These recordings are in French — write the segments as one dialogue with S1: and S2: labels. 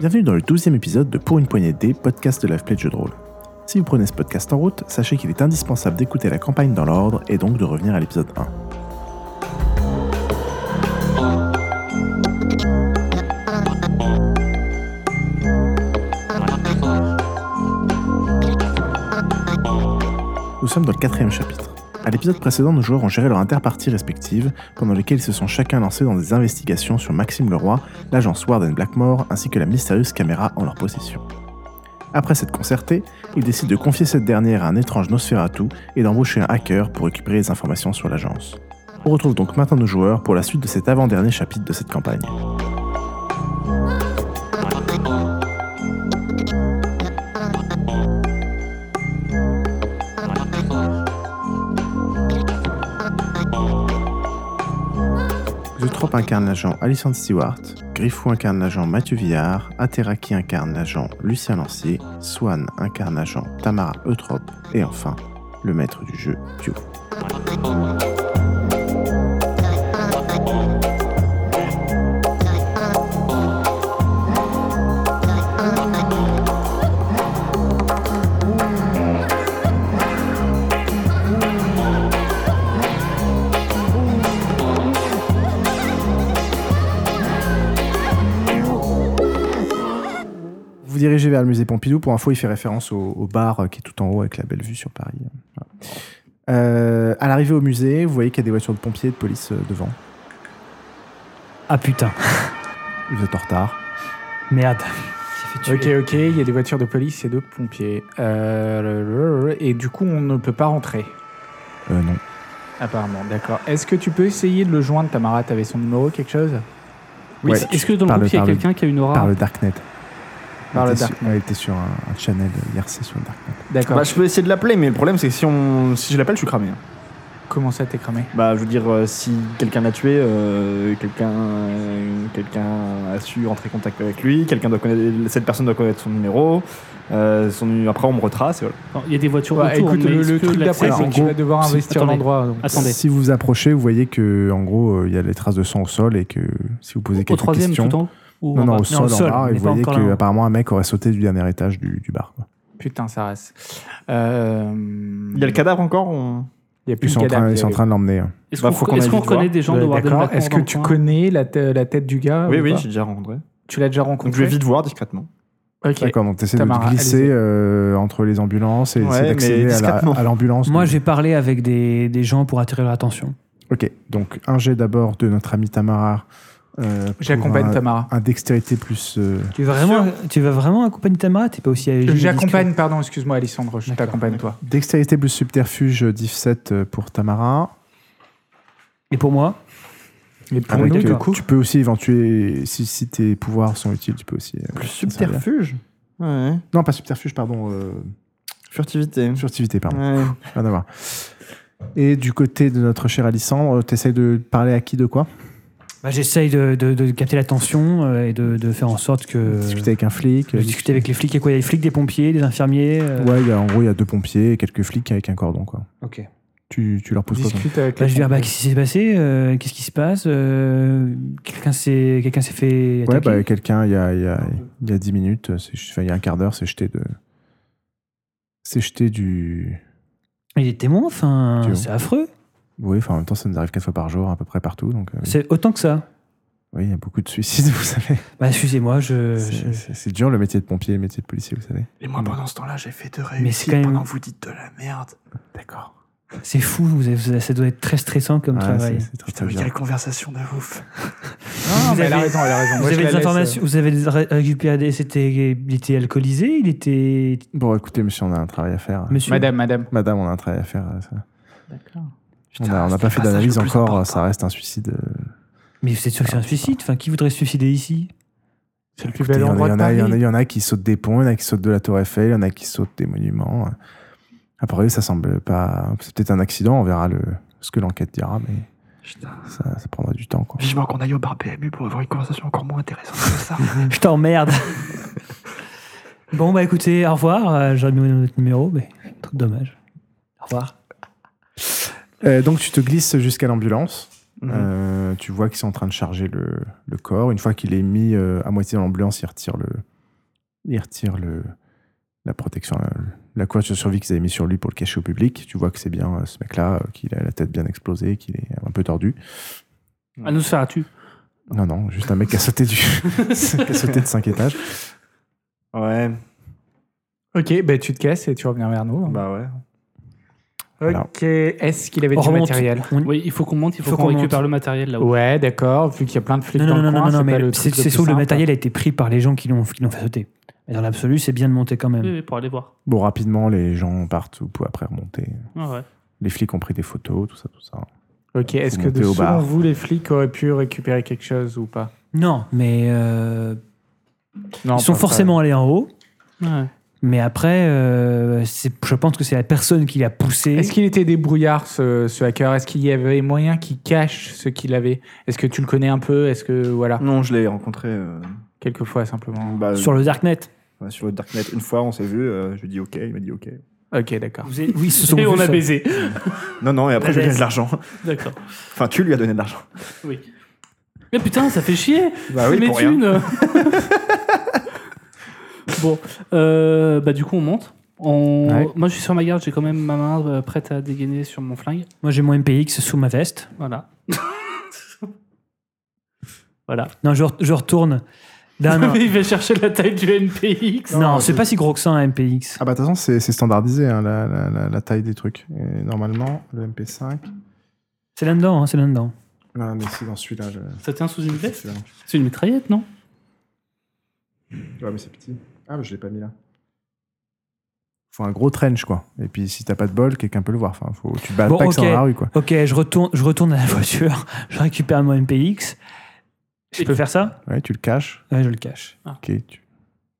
S1: Bienvenue dans le 12e épisode de Pour une poignée de dés, podcast de Live Play de jeux de rôle. Si vous prenez ce podcast en route, sachez qu'il est indispensable d'écouter la campagne dans l'ordre et donc de revenir à l'épisode 1. Nous sommes dans le quatrième chapitre. À l'épisode précédent, nos joueurs ont géré leur interpartie respective, pendant lesquelles ils se sont chacun lancés dans des investigations sur Maxime Leroy, l'agence Warden Blackmore, ainsi que la mystérieuse caméra en leur possession. Après cette concertée, ils décident de confier cette dernière à un étrange Nosferatu et d'embaucher un hacker pour récupérer les informations sur l'agence. On retrouve donc maintenant nos joueurs pour la suite de cet avant-dernier chapitre de cette campagne. Eutrope incarne l'agent Alison Stewart, Griffou incarne l'agent Mathieu Villard, Ateraki incarne l'agent Lucien Lancier, Swan incarne l'agent Tamara Eutrope, et enfin, le maître du jeu, Thio. Vous dirigez vers le musée Pompidou. Pour info, il fait référence au, au bar euh, qui est tout en haut avec la belle vue sur Paris. Voilà. Euh, à l'arrivée au musée, vous voyez qu'il y a des voitures de pompiers et de police euh, devant.
S2: Ah putain,
S1: Vous êtes en retard.
S2: merde.
S3: Ok, ok, il y a des voitures de police et de pompiers. Euh, le- le- le- et du coup, on ne peut pas rentrer,
S1: Euh, non.
S3: apparemment. D'accord. Est-ce que tu peux essayer de le joindre, Tamara T'avais son numéro, quelque chose
S2: Oui,
S1: Ouais,
S2: c'est- Est-ce que dans le
S1: parle-
S2: groupe, il y a
S1: parle-
S2: quelqu'un qui a une
S1: Par
S2: aura
S1: le Darknet.
S3: Par
S1: Elle
S3: le
S1: était
S3: Darknet.
S1: sur- Elle était sur un, un channel IRC sur le Darknet.
S3: D'accord.
S4: Bah, je peux essayer de l'appeler, mais le problème c'est que si, on... si je l'appelle, je suis cramé. hein.
S3: Comment ça t'es cramé
S4: Bah, je veux dire, euh, si quelqu'un l'a tué, euh, quelqu'un quelqu'un a su rentrer en contact avec lui, quelqu'un doit connaître, cette personne doit connaître son numéro, euh, son nu- après on me retrace. et voilà.
S2: Non, Il y a des voitures
S3: Bah,
S2: autour,
S3: Écoute,
S2: mais
S3: le,
S2: est-ce
S3: le
S2: que
S3: truc
S2: l'accès,
S3: d'après,
S2: c'est
S3: c'est que tu
S2: gros
S3: vas devoir
S2: Si-
S3: investir
S2: attendez.
S3: l'endroit. donc.
S2: Attendez.
S1: Si vous vous approchez, vous voyez que, en gros, euh, il y a les traces de sang au sol et que si vous posez
S2: Au
S1: quelques
S2: troisième,
S1: questions.
S2: tout en haut ou
S1: Non,
S2: en
S1: non,
S2: bas
S1: au sol, en bas,
S2: on
S1: et
S2: n'est
S1: vous
S2: pas
S1: voyez
S2: encore là.
S1: qu'apparemment un mec aurait sauté du dernier étage du, du bar. quoi.
S3: Putain, ça reste. Euh,
S4: Il y a le cadavre encore on-
S3: Il y a plus
S1: Ils
S3: le
S1: sont en train,
S3: cadavre,
S1: ils sont en train de l'emmener. hein.
S2: Est-ce
S4: Bah,
S2: qu'on
S4: faut qu'on
S2: est-ce
S4: aille
S2: qu'on
S4: vite voir.
S2: connaît des gens de
S3: D'accord.
S2: Warden Blackmore
S3: Est-ce
S2: dans
S3: que
S2: le
S3: tu
S2: coin
S3: connais la, te- la tête du gars
S4: Oui,
S3: ou
S4: oui,
S3: pas
S4: j'ai déjà rencontré.
S3: Tu l'as déjà
S4: Donc
S3: rencontré
S4: je vais vite voir discrètement.
S3: Ok.
S1: D'accord, donc t'essaies de te
S3: Tamara,
S1: glisser
S3: allez-y.
S1: euh, entre les ambulances et
S4: Ouais,
S1: essayer
S4: mais
S1: d'accéder à la-
S4: discrètement.
S1: à l'ambulance.
S5: Moi,
S1: de-
S5: j'ai parlé avec des, des gens pour attirer leur attention.
S1: Ok, donc un jet d'abord de notre amie Tamara. euh, pour
S3: J'accompagne
S1: un,
S3: Tamara.
S1: un dextérité plus. euh,
S5: Tu veux vraiment, tu veux vraiment accompagner Tamara T'es pas aussi agile et
S3: J'accompagne, pardon, excuse-moi, Alessandre, je
S5: D'accord.
S3: t'accompagne, toi.
S1: dextérité plus subterfuge euh, diff 7 euh, pour Tamara.
S5: discret Et pour moi,
S3: Et
S4: Ah,
S3: pour
S1: Avec,
S3: nous,
S1: euh,
S3: du coup,
S1: tu peux aussi éventuer. Si, si tes pouvoirs sont utiles, tu peux aussi. euh,
S4: Plus
S1: ça servir.
S4: subterfuge Ouais.
S1: Non, pas subterfuge, pardon. euh,
S4: Furtivité.
S1: furtivité, pardon.
S4: Ouais.
S1: Rien à voir. Et du côté de notre cher Alissandre, t'essayes de parler à qui de quoi
S5: bah, j'essaye de, de- de capter l'attention euh, et de, de faire en sorte que.
S1: Discuter avec un flic
S5: de
S1: euh,
S5: discuter avec les flics. Il y a quoi Il y a les flics, des pompiers, des infirmiers euh,
S1: Ouais, il y a- en gros, il y a deux pompiers et quelques flics avec un cordon, quoi.
S5: Ok.
S1: Tu, tu leur poses quoi comme-
S3: discute
S5: Bah,
S3: avec
S5: je
S3: les
S5: lui dis ah, bah,
S3: pompiers.
S5: qu'est-ce qui s'est passé Euh, Qu'est-ce qui se passe Euh, Quelqu'un s'est quelqu'un s'est fait
S1: Ouais,
S5: attaquer
S1: bah, quelqu'un, il y a, il y, a, il y a 10 minutes, c'est- enfin, il y a un quart d'heure, c'est jeté de. C'est jeté du.
S5: Il est témoin, enfin,
S1: Tu-
S5: c'est affreux.
S1: Oui, enfin, en même temps, ça nous arrive quatre fois par jour, à peu près partout. Donc, euh,
S5: C'est autant que ça.
S1: oui, il y a beaucoup de suicides, vous savez.
S5: Bah, excusez-moi, je.
S1: C'est-
S5: je-
S1: C'est c'est dur le métier de pompier et le métier de policier, vous savez.
S4: Et moi pendant ce temps-là, j'ai fait de
S5: Mais c'est quand même- pendant que
S4: vous dites de la merde.
S1: D'accord.
S5: C'est fou, vous avez- ça doit être très stressant comme travail.
S1: c'est très, très dur.
S4: conversation de ouf.
S3: Non,
S5: Vous
S3: mais elle a
S5: avez-
S3: raison, elle a raison.
S5: Vous
S3: Moi, je
S5: avez
S3: la
S5: des
S3: laisse, euh,
S5: informations, vous avez des ré- récupéré des- c'était, il était alcoolisé, il était.
S1: Bon, écoutez, monsieur, on a un travail à faire.
S5: Monsieur.
S3: Madame, madame.
S1: Madame, on a un travail à faire. euh, ça.
S3: D'accord.
S1: On a- on n'a pas fait d'analyse encore, ça reste un suicide. euh,
S5: Mais vous êtes sûr que c'est un suicide Enfin, qui voudrait se suicider ici
S3: C'est le plus
S1: Écoutez, Il
S3: bel
S1: y, en a-
S3: endroit
S1: il y
S3: de
S1: en a- il y en a-
S3: Paris.
S1: il y en a qui sautent des ponts, il y en a qui sautent de la Tour Eiffel, il y en a qui sautent des monuments. Après, ça semble pas. C'est peut-être un accident, on verra le... ce que l'enquête dira, mais ça, ça prendra du temps. Quoi.
S6: Vivement qu'on aille au bar PMU pour avoir une conversation encore moins intéressante que ça.
S5: Je t'emmerde. bon bah écoutez, au revoir. Euh, J'aurais mis notre numéro, mais trop dommage. Au revoir.
S1: Euh, donc, tu te glisses jusqu'à l'ambulance. Euh, tu vois qu'ils sont en train de charger le, le corps. Une fois qu'il est mis euh, à moitié dans l'ambulance, ils retirent le, Il retire le, la protection, euh, la couverture de survie qu'ils avaient mis sur lui pour le cacher au public. Tu vois que c'est bien euh, ce mec-là, euh, qu'il a la tête bien explosée, qu'il est un peu tordu.
S6: À nous ça tu
S1: Non, non, juste un mec qui a sauté, du, qui a sauté de 5 étages.
S4: Ouais,
S3: Ok, bah, tu te casses et tu reviens vers nous.
S4: bah ouais.
S1: Voilà.
S3: Ok, est-ce qu'il avait
S6: On
S3: du
S6: remonte.
S3: matériel
S6: On- Oui, il faut qu'on monte, il faut,
S5: Faut
S6: qu'on
S5: qu'on
S6: récupère
S5: monte.
S6: le matériel là-haut.
S3: Ouais, d'accord, vu qu'il y a plein de flics
S5: Non,
S3: dans
S5: non, non,
S3: le
S5: non,
S3: coin,
S5: non, non,
S3: pas
S5: mais
S3: le
S5: c'est
S3: truc
S5: c'est
S3: le plus
S5: sûr que le
S3: simple.
S5: matériel a été pris par les gens qui l'ont qui l'ont fait sauter. Mais dans l'absolu, c'est bien de monter quand même.
S3: Mm.
S6: Oui, oui, pour aller voir.
S1: Bon, rapidement, les gens partent, vous pouvez après remonter.
S6: Ah ouais.
S1: Les flics ont pris des photos, tout ça, tout ça.
S3: Ok, est-ce que
S1: monter
S3: de,
S1: au
S3: selon
S1: bar.
S3: vous, les flics auraient pu récupérer quelque chose ou pas
S5: Non, mais euh,
S3: Non,
S5: ils sont
S3: pas-
S5: forcément allés en haut.
S6: Ouais.
S5: Mais après, euh, c'est- je pense que c'est la personne qui l'a poussé.
S3: Est-ce qu'il était débrouillard, ce, ce hacker Est-ce qu'il y avait moyen qu'il cache ce qu'il avait Est-ce que tu le connais un peu Est-ce que, voilà,
S4: Non, je l'ai rencontré euh,
S3: quelquefois simplement.
S4: bah,
S5: Sur le Darknet.
S4: ouais, sur le Darknet. Une fois, on s'est vu, euh, je lui ai dit ok, il m'a dit ok.
S3: Bah, Ok, d'accord.
S5: Vous avez- Oui, ils se sont
S6: Et
S5: vus
S6: on a
S5: sur-
S6: baisé.
S4: Non, non, et après, je lui ai donné de l'argent.
S6: D'accord.
S4: Enfin, tu lui as donné de l'argent.
S6: Oui. Mais putain, ça fait chier.
S4: Bah
S6: C'est mes thunes. bon, euh, bah du coup on monte. On...
S3: Ouais.
S6: Moi je suis sur ma garde, j'ai quand même ma main euh, prête à dégainer sur mon flingue.
S5: Moi, j'ai mon MPX sous ma veste.
S6: Voilà. voilà.
S5: Non, je, re- je retourne. Non, non,
S6: Il va chercher la taille du NPX.
S5: non, c'est pas si gros que ça un MPX.
S1: Ah bah de toute façon, c'est c'est standardisé, hein, la, la- la- la taille des trucs. Et normalement, le MP5...
S5: C'est là-dedans, hein, c'est là-dedans.
S1: Non, mais c'est dans celui-là. le-
S6: Ça tient sous une
S1: c'est
S6: veste
S1: celui-là.
S6: C'est une mitraillette, non
S1: Ouais, mais c'est petit. Ah, mais je l'ai pas mis là. Faut un gros trench, quoi. Et puis, si t'as pas de bol, quelqu'un peut le voir. Enfin, faut... tu te bats
S5: Bon,
S1: pas que
S5: ok.
S1: c'est dans la rue, quoi.
S5: Ok, je retourne, je retourne à la voiture, je récupère mon MPX. Je peux faire ça
S1: Ouais, tu le caches.
S5: Ouais, je le cache.
S1: Ok, tu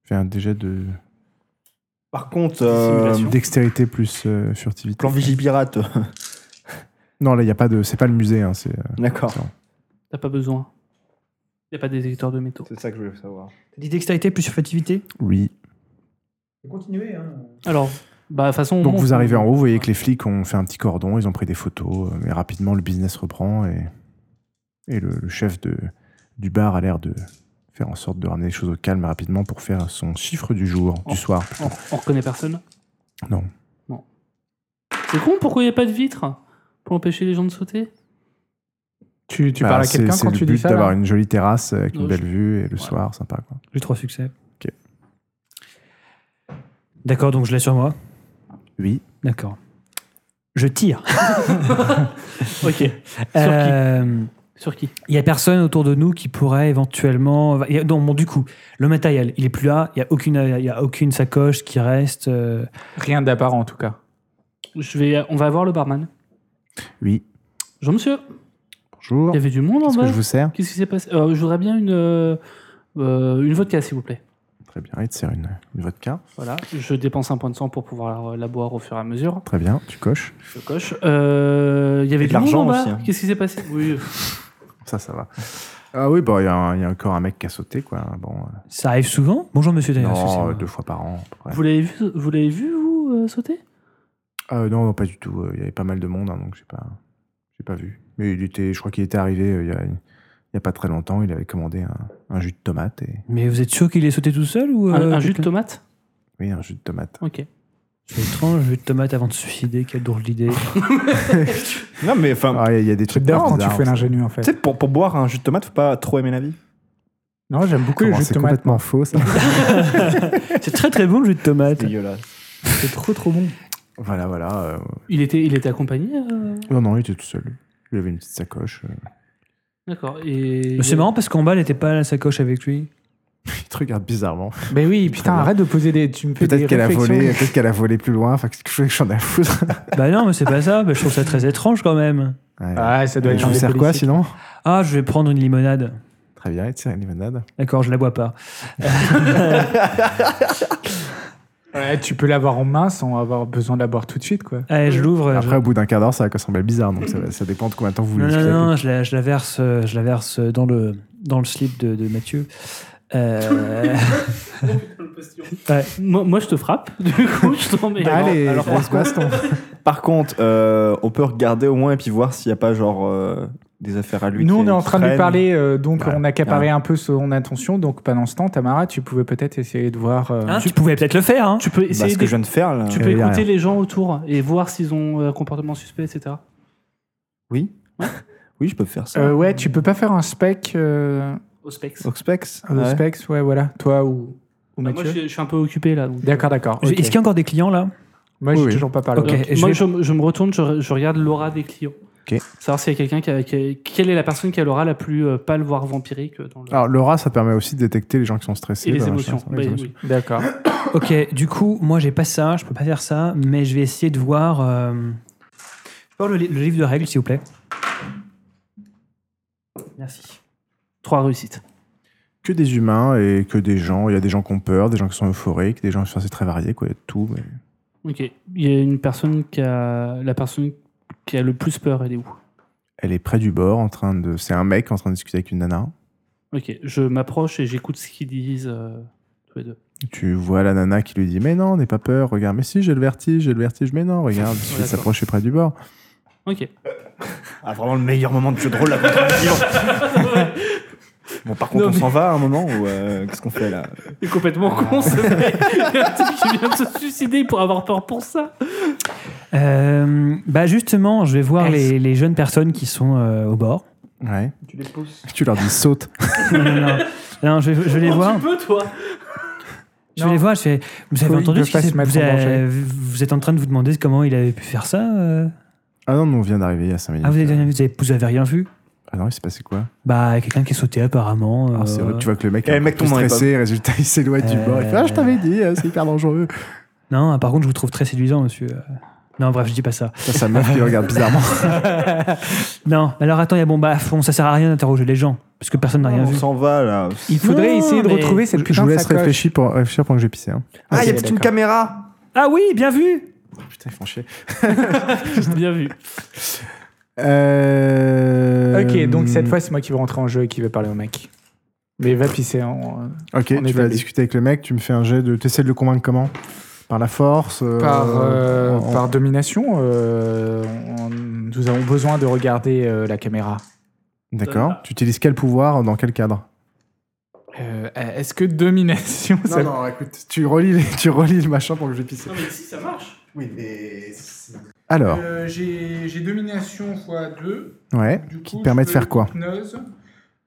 S1: fais un dégât de
S4: Par contre, euh,
S6: Simulation.
S1: dextérité plus euh, furtivité.
S4: plan Vigipirate.
S1: Non, là, il y a pas de... C'est pas le musée, hein, c'est... euh,
S4: D'accord.
S6: T'as pas besoin. Y a pas des détecteurs de métaux.
S4: C'est ça que je voulais savoir.
S5: T'as dit dextérité plus furtivité
S1: Oui.
S5: Continuez.
S6: Alors, bah de toute façon. on
S1: Donc,
S6: monte.
S1: vous arrivez en haut, vous voyez que les flics ont fait un petit cordon, ils ont pris des photos, euh, mais rapidement, le business reprend et... Et le, le chef de, du bar a l'air de faire en sorte de ramener les choses au calme rapidement pour faire son chiffre du jour,
S6: Oh.
S1: du soir.
S6: On, on reconnaît personne
S1: Non.
S6: Non. C'est con, pourquoi y a pas de vitre Pour empêcher les gens de sauter
S3: Tu, tu
S1: Bah,
S3: parles à
S1: c'est-
S3: quelqu'un quand
S1: C'est
S3: tu
S1: le
S3: dis
S1: but
S3: ça là
S1: d'avoir une jolie terrasse euh, avec une
S6: Ouais,
S1: belle vue et le
S6: Ouais.
S1: soir, sympa. Quoi.
S5: J'ai trois succès.
S1: Ok.
S5: D'accord, donc je l'ai sur moi.
S1: Oui.
S5: D'accord. Je tire.
S6: Ok.
S5: Euh,
S6: Sur qui
S5: Il y a personne autour de nous qui pourrait éventuellement. il y a- Non, bon, du coup, le matériel, il est plus là. Il y a aucune, il y a aucune sacoche qui reste. euh,
S3: Rien d'apparent en tout cas.
S6: Je vais, On va voir le barman.
S1: Oui.
S6: Jean-Monsieur,
S1: Bonjour.
S6: il y avait du monde en
S1: Qu'est-ce que
S6: bas
S1: je vous sers
S6: Qu'est-ce qui s'est passé Euh, Je voudrais bien une, euh, euh, une vodka, s'il vous plaît.
S1: Très bien. Il te sert une, une vodka.
S6: Voilà, je dépense un point de sang pour pouvoir la boire au fur et à mesure.
S1: Très bien. Tu coches.
S6: Je coche. Euh, Il y avait
S4: Et
S6: du
S4: de
S6: monde en
S4: l'argent
S6: bas.
S4: aussi, hein.
S6: Qu'est-ce qui s'est passé Oui.
S1: Ça, ça va. Ah oui, bon, il y, a un- il y a encore un mec qui a sauté, quoi. Bon, euh,
S5: Ça arrive souvent. Bonjour, monsieur d'ailleurs.
S1: non,
S5: excusez-moi.
S1: euh, deux fois par an. à peu près.
S6: Vous l'avez vu, vous, l'avez vu, vous euh, sauter
S1: Ah, non, non, pas du tout. euh, Il y avait pas mal de monde, hein, donc j'ai pas, j'ai pas vu. Mais il était, je crois qu'il était arrivé euh, il y a, il y a pas très longtemps. Il avait commandé un, un jus de tomate et
S5: Mais vous êtes sûr qu'il est sauté tout seul ou
S6: un,
S5: euh,
S6: un jus de
S5: quelqu'un-
S6: tomate
S1: oui, un jus de tomate.
S6: Ok.
S5: C'est étrange, jus de tomate avant de se suicider. Quelle drôle d'idée.
S4: Non, mais enfin,
S1: Ah, il y a- il y a des trucs
S3: J'adore quand tu
S1: bizarres,
S3: fais
S1: ça.
S3: l'ingénu en
S4: tu
S3: fait.
S4: sais, pour, pour boire un jus de tomate, faut pas trop aimer la vie.
S3: Non, j'aime beaucoup le
S1: Comment,
S3: jus de
S1: C'est
S3: tomate.
S1: complètement faux, ça.
S5: C'est très très bon le jus de tomate.
S4: Dégueulasse.
S5: C'est trop trop bon.
S1: voilà, voilà. euh,
S6: Il était, il était accompagné euh,
S1: Non, non, il était tout seul. Il avait une petite sacoche. euh,
S6: D'accord. Et...
S5: C'est marrant parce qu'en bas, elle n'était pas à la sacoche avec lui.
S1: Il te regarde bizarrement.
S3: Mais oui,
S1: Très
S3: putain,
S1: bien.
S3: arrête de poser des. Tu me fais
S1: Peut-être
S3: des
S1: qu'elle a
S3: réflexions.
S1: volé, euh, peut-être qu'elle a volé plus loin. Enfin, quelque chose que j'en ai à foutre.
S5: bah non, mais c'est pas ça. Bah, je trouve ça très étrange quand même.
S1: Ouais.
S3: Ah, ça doit
S1: Euh,
S3: être
S1: je
S3: un
S1: vous
S3: des
S1: sers quoi
S3: policiers.
S1: sinon
S5: Ah, je vais prendre une limonade.
S1: Très bien, il te sert une limonade.
S5: D'accord, je la bois pas.
S3: Ouais, tu peux l'avoir en main sans avoir besoin de la boire tout de suite, quoi.
S5: Allez, Eh, je l'ouvre. je-
S1: Après, au bout d'un quart d'heure, ça va sembler bizarre. Donc, ça, va- ça dépend de combien de temps vous
S5: Non,
S1: voulez
S5: non,
S1: le
S5: non, je la, je la verse, euh, je la verse dans le, dans le slip de, de Mathieu. Euh,
S6: Moi, moi, je te frappe. Du coup, je t'en
S3: Bah,
S6: mets.
S1: Allez,
S4: Alors,
S1: allez,
S4: par
S1: baston.
S4: Par contre, euh, on peut regarder au moins et puis voir s'il n'y a pas genre euh, des affaires à lui.
S3: Nous,
S4: qui-
S3: on est en
S4: qui
S3: train de lui
S4: traînent. Bah,
S3: parler, euh, donc
S4: Ouais.
S3: on accaparait un peu son attention. Donc pendant ce temps, Tamara, tu pouvais peut-être essayer de voir. euh,
S5: Hein, tu pouvais peut-être le faire. Hein.
S6: Tu peux
S4: Bah, ce
S6: essayer
S4: que
S6: de
S4: je viens de faire là.
S6: Tu
S1: Euh,
S6: peux
S1: il y a
S6: écouter
S1: rien.
S6: les gens autour et voir s'ils ont euh, un comportement suspect, etc.
S4: Oui. Oui, je peux faire ça.
S3: euh, ouais, tu peux pas faire un spec euh,
S6: Au specs.
S4: Aux specs
S3: un
S4: Ouais.
S3: specs, ouais, voilà, toi ou, ou
S6: Bah,
S3: Mathieu.
S6: moi, je, suis- je suis un peu occupé là. donc, euh,
S3: D'accord, d'accord.
S5: J'ai-
S3: ok.
S5: Est-ce qu'il y a encore des clients là
S3: Moi, j'ai
S1: Oui, oui.
S3: toujours pas parlé.
S5: Ok.
S6: Donc,
S5: et je
S6: moi,
S5: vais-
S6: je, je me retourne, je, je regarde l'aura des clients.
S1: Ok.
S6: Savoir s'il y a quelqu'un qui a, qui a- Quelle est la personne qui a l'aura la plus euh, pâle, voire vampirique dans le...
S1: Alors, l'aura, ça permet aussi de détecter les gens qui sont stressés.
S6: Et les
S1: bah,
S6: émotions.
S1: machin, ça,
S6: Bah,
S1: les
S6: oui.
S3: D'accord.
S5: Ok, du coup, moi j'ai pas ça, je peux pas faire ça, mais je vais essayer de voir. euh, voir le, li- le livre de règles, s'il vous plaît. Merci.
S6: Trois réussites.
S1: Que des humains et que des gens. Il y a des gens qui ont peur, des gens qui sont euphoriques, des gens qui sont assez très variés, quoi. Il y a de tout. mais-
S6: Ok. Il y a une personne qui a. La personne qui a le plus peur, elle est où
S1: Elle est près du bord, en train de. C'est un mec en train de discuter avec une nana.
S6: Ok. Je m'approche et j'écoute ce qu'ils disent euh, tous les deux.
S1: Tu vois la nana qui lui dit Mais non, n'aie pas peur, regarde, mais si, j'ai le vertige, j'ai le vertige, mais non, regarde, il suffit de
S6: d'accord.
S1: s'approcher près du bord.
S6: Ok.
S4: Ah, vraiment le meilleur moment de jeu de rôle là. contre le vivant. bon, par contre,
S6: Non,
S4: on
S6: mais-
S4: s'en va à un moment ou euh, qu'est-ce qu'on fait là
S6: Il est complètement con, ce mec. Il y a un type qui vient de se suicider pour avoir peur pour ça.
S5: Euh, bah justement, je vais voir
S6: Est-ce-
S5: les, les jeunes personnes qui sont euh, au bord.
S1: Ouais.
S6: Tu les pousses.
S1: Tu leur dis Saute.
S5: non, non, non. Non, je, vais- je vais les voir.
S6: Oh, Tu peux, toi
S5: Je vais les voir. Je fais, vous avez
S3: Faut-
S5: entendu
S3: ils
S5: ce qui
S3: peuvent pas
S5: s'est-
S3: se mettre
S5: vous,
S3: en
S5: avez- vous êtes en train de vous demander comment il avait pu faire ça euh
S1: Ah non, nous, on vient d'arriver il y a 5 minutes.
S5: Ah, vous avez, rien vu, vous avez- vous avez rien vu
S1: Ah non, il s'est passé quoi
S5: Bah, quelqu'un qui est sauté apparemment.
S1: Alors, Ah, c'est
S5: euh,
S1: vrai, Tu vois que le mec
S4: Eh,
S1: est
S4: mec,
S1: mec
S4: ton nom est
S1: stressé, résultat, il s'éloigne du
S5: Euh,
S1: bord. Il fait Ah, je t'avais dit, euh, c'est hyper dangereux.
S5: Non, ah, par contre, je vous trouve très séduisant, monsieur. Euh, Non, bref, je dis pas ça.
S1: Ça, sa meuf qui le regarde bizarrement.
S5: non, alors attends, il y a bon, bah, fond, ça sert à rien d'interroger les gens, parce que personne n'a rien
S4: On
S5: vu.
S4: s'en va là.
S3: Il faudrait
S5: Non,
S3: essayer de
S5: mais-
S3: retrouver cette
S1: Je
S3: putain
S1: vous
S3: de
S1: laisse
S3: sacoche.
S1: réfléchir, pour, réfléchir pendant que j'ai pissé. hein.
S4: Ah, il y a
S3: Ok,
S4: peut-être une
S3: d'accord.
S4: caméra
S5: Ah oui, bien vu
S1: Oh, Putain, ils font chier.
S6: Bien vu.
S1: Euh...
S3: Ok, donc cette fois, c'est moi qui vais rentrer en jeu et qui vais parler au mec. Mais va pisser en.
S1: Ok,
S3: on
S1: tu vas
S3: établit.
S1: discuter avec le mec, tu me fais un jet de. Tu essaies de le convaincre comment Par la force euh,
S3: Par, euh,
S1: en-
S3: par domination, euh, on- nous avons besoin de regarder euh, la caméra.
S1: D'accord. Tu utilises quel pouvoir dans quel cadre
S3: Euh, Est-ce que domination, ça-
S1: non, écoute, tu relis, les- tu relis le machin pour que je pisse.
S6: mais si, ça marche.
S1: Oui, mais. Alors,
S3: Euh, J'ai j'ai domination x 2.
S1: ouais.
S3: Qui
S1: permet de faire quoi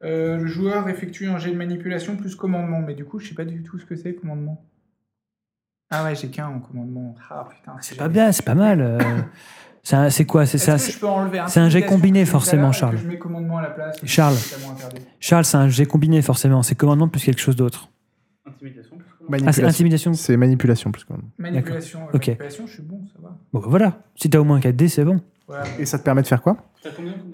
S3: Euh, le joueur effectue un jet de manipulation plus commandement, mais du coup, je sais pas du tout ce que c'est commandement. Ah ouais, j'ai qu'un en commandement. Ah putain,
S5: C'est pas bien, c'est pas mal. euh, c'est un- C'est quoi C'est
S3: Est-ce
S5: ça
S3: que je peux enlever un
S5: c'est un jet
S3: truc
S5: combiné,
S3: d'assaut depuis tout à
S5: forcément,
S3: l'heure et que
S5: Charles.
S3: Je mets commandement à la place.
S5: Charles.
S3: C'est totalement interdit.
S5: Charles, c'est un jet combiné, forcément. C'est commandement plus quelque chose d'autre.
S6: Intimidation.
S5: Ah, c'est
S1: Manipulation.
S5: intimidation.
S1: C'est manipulation plus quand même.
S3: Manipulation,
S5: Ok.
S3: manipulation, je suis bon, ça va.
S5: Bon, bah, voilà. Si t'as au moins 4D, c'est bon.
S3: Ouais,
S1: Et ça te permet de faire quoi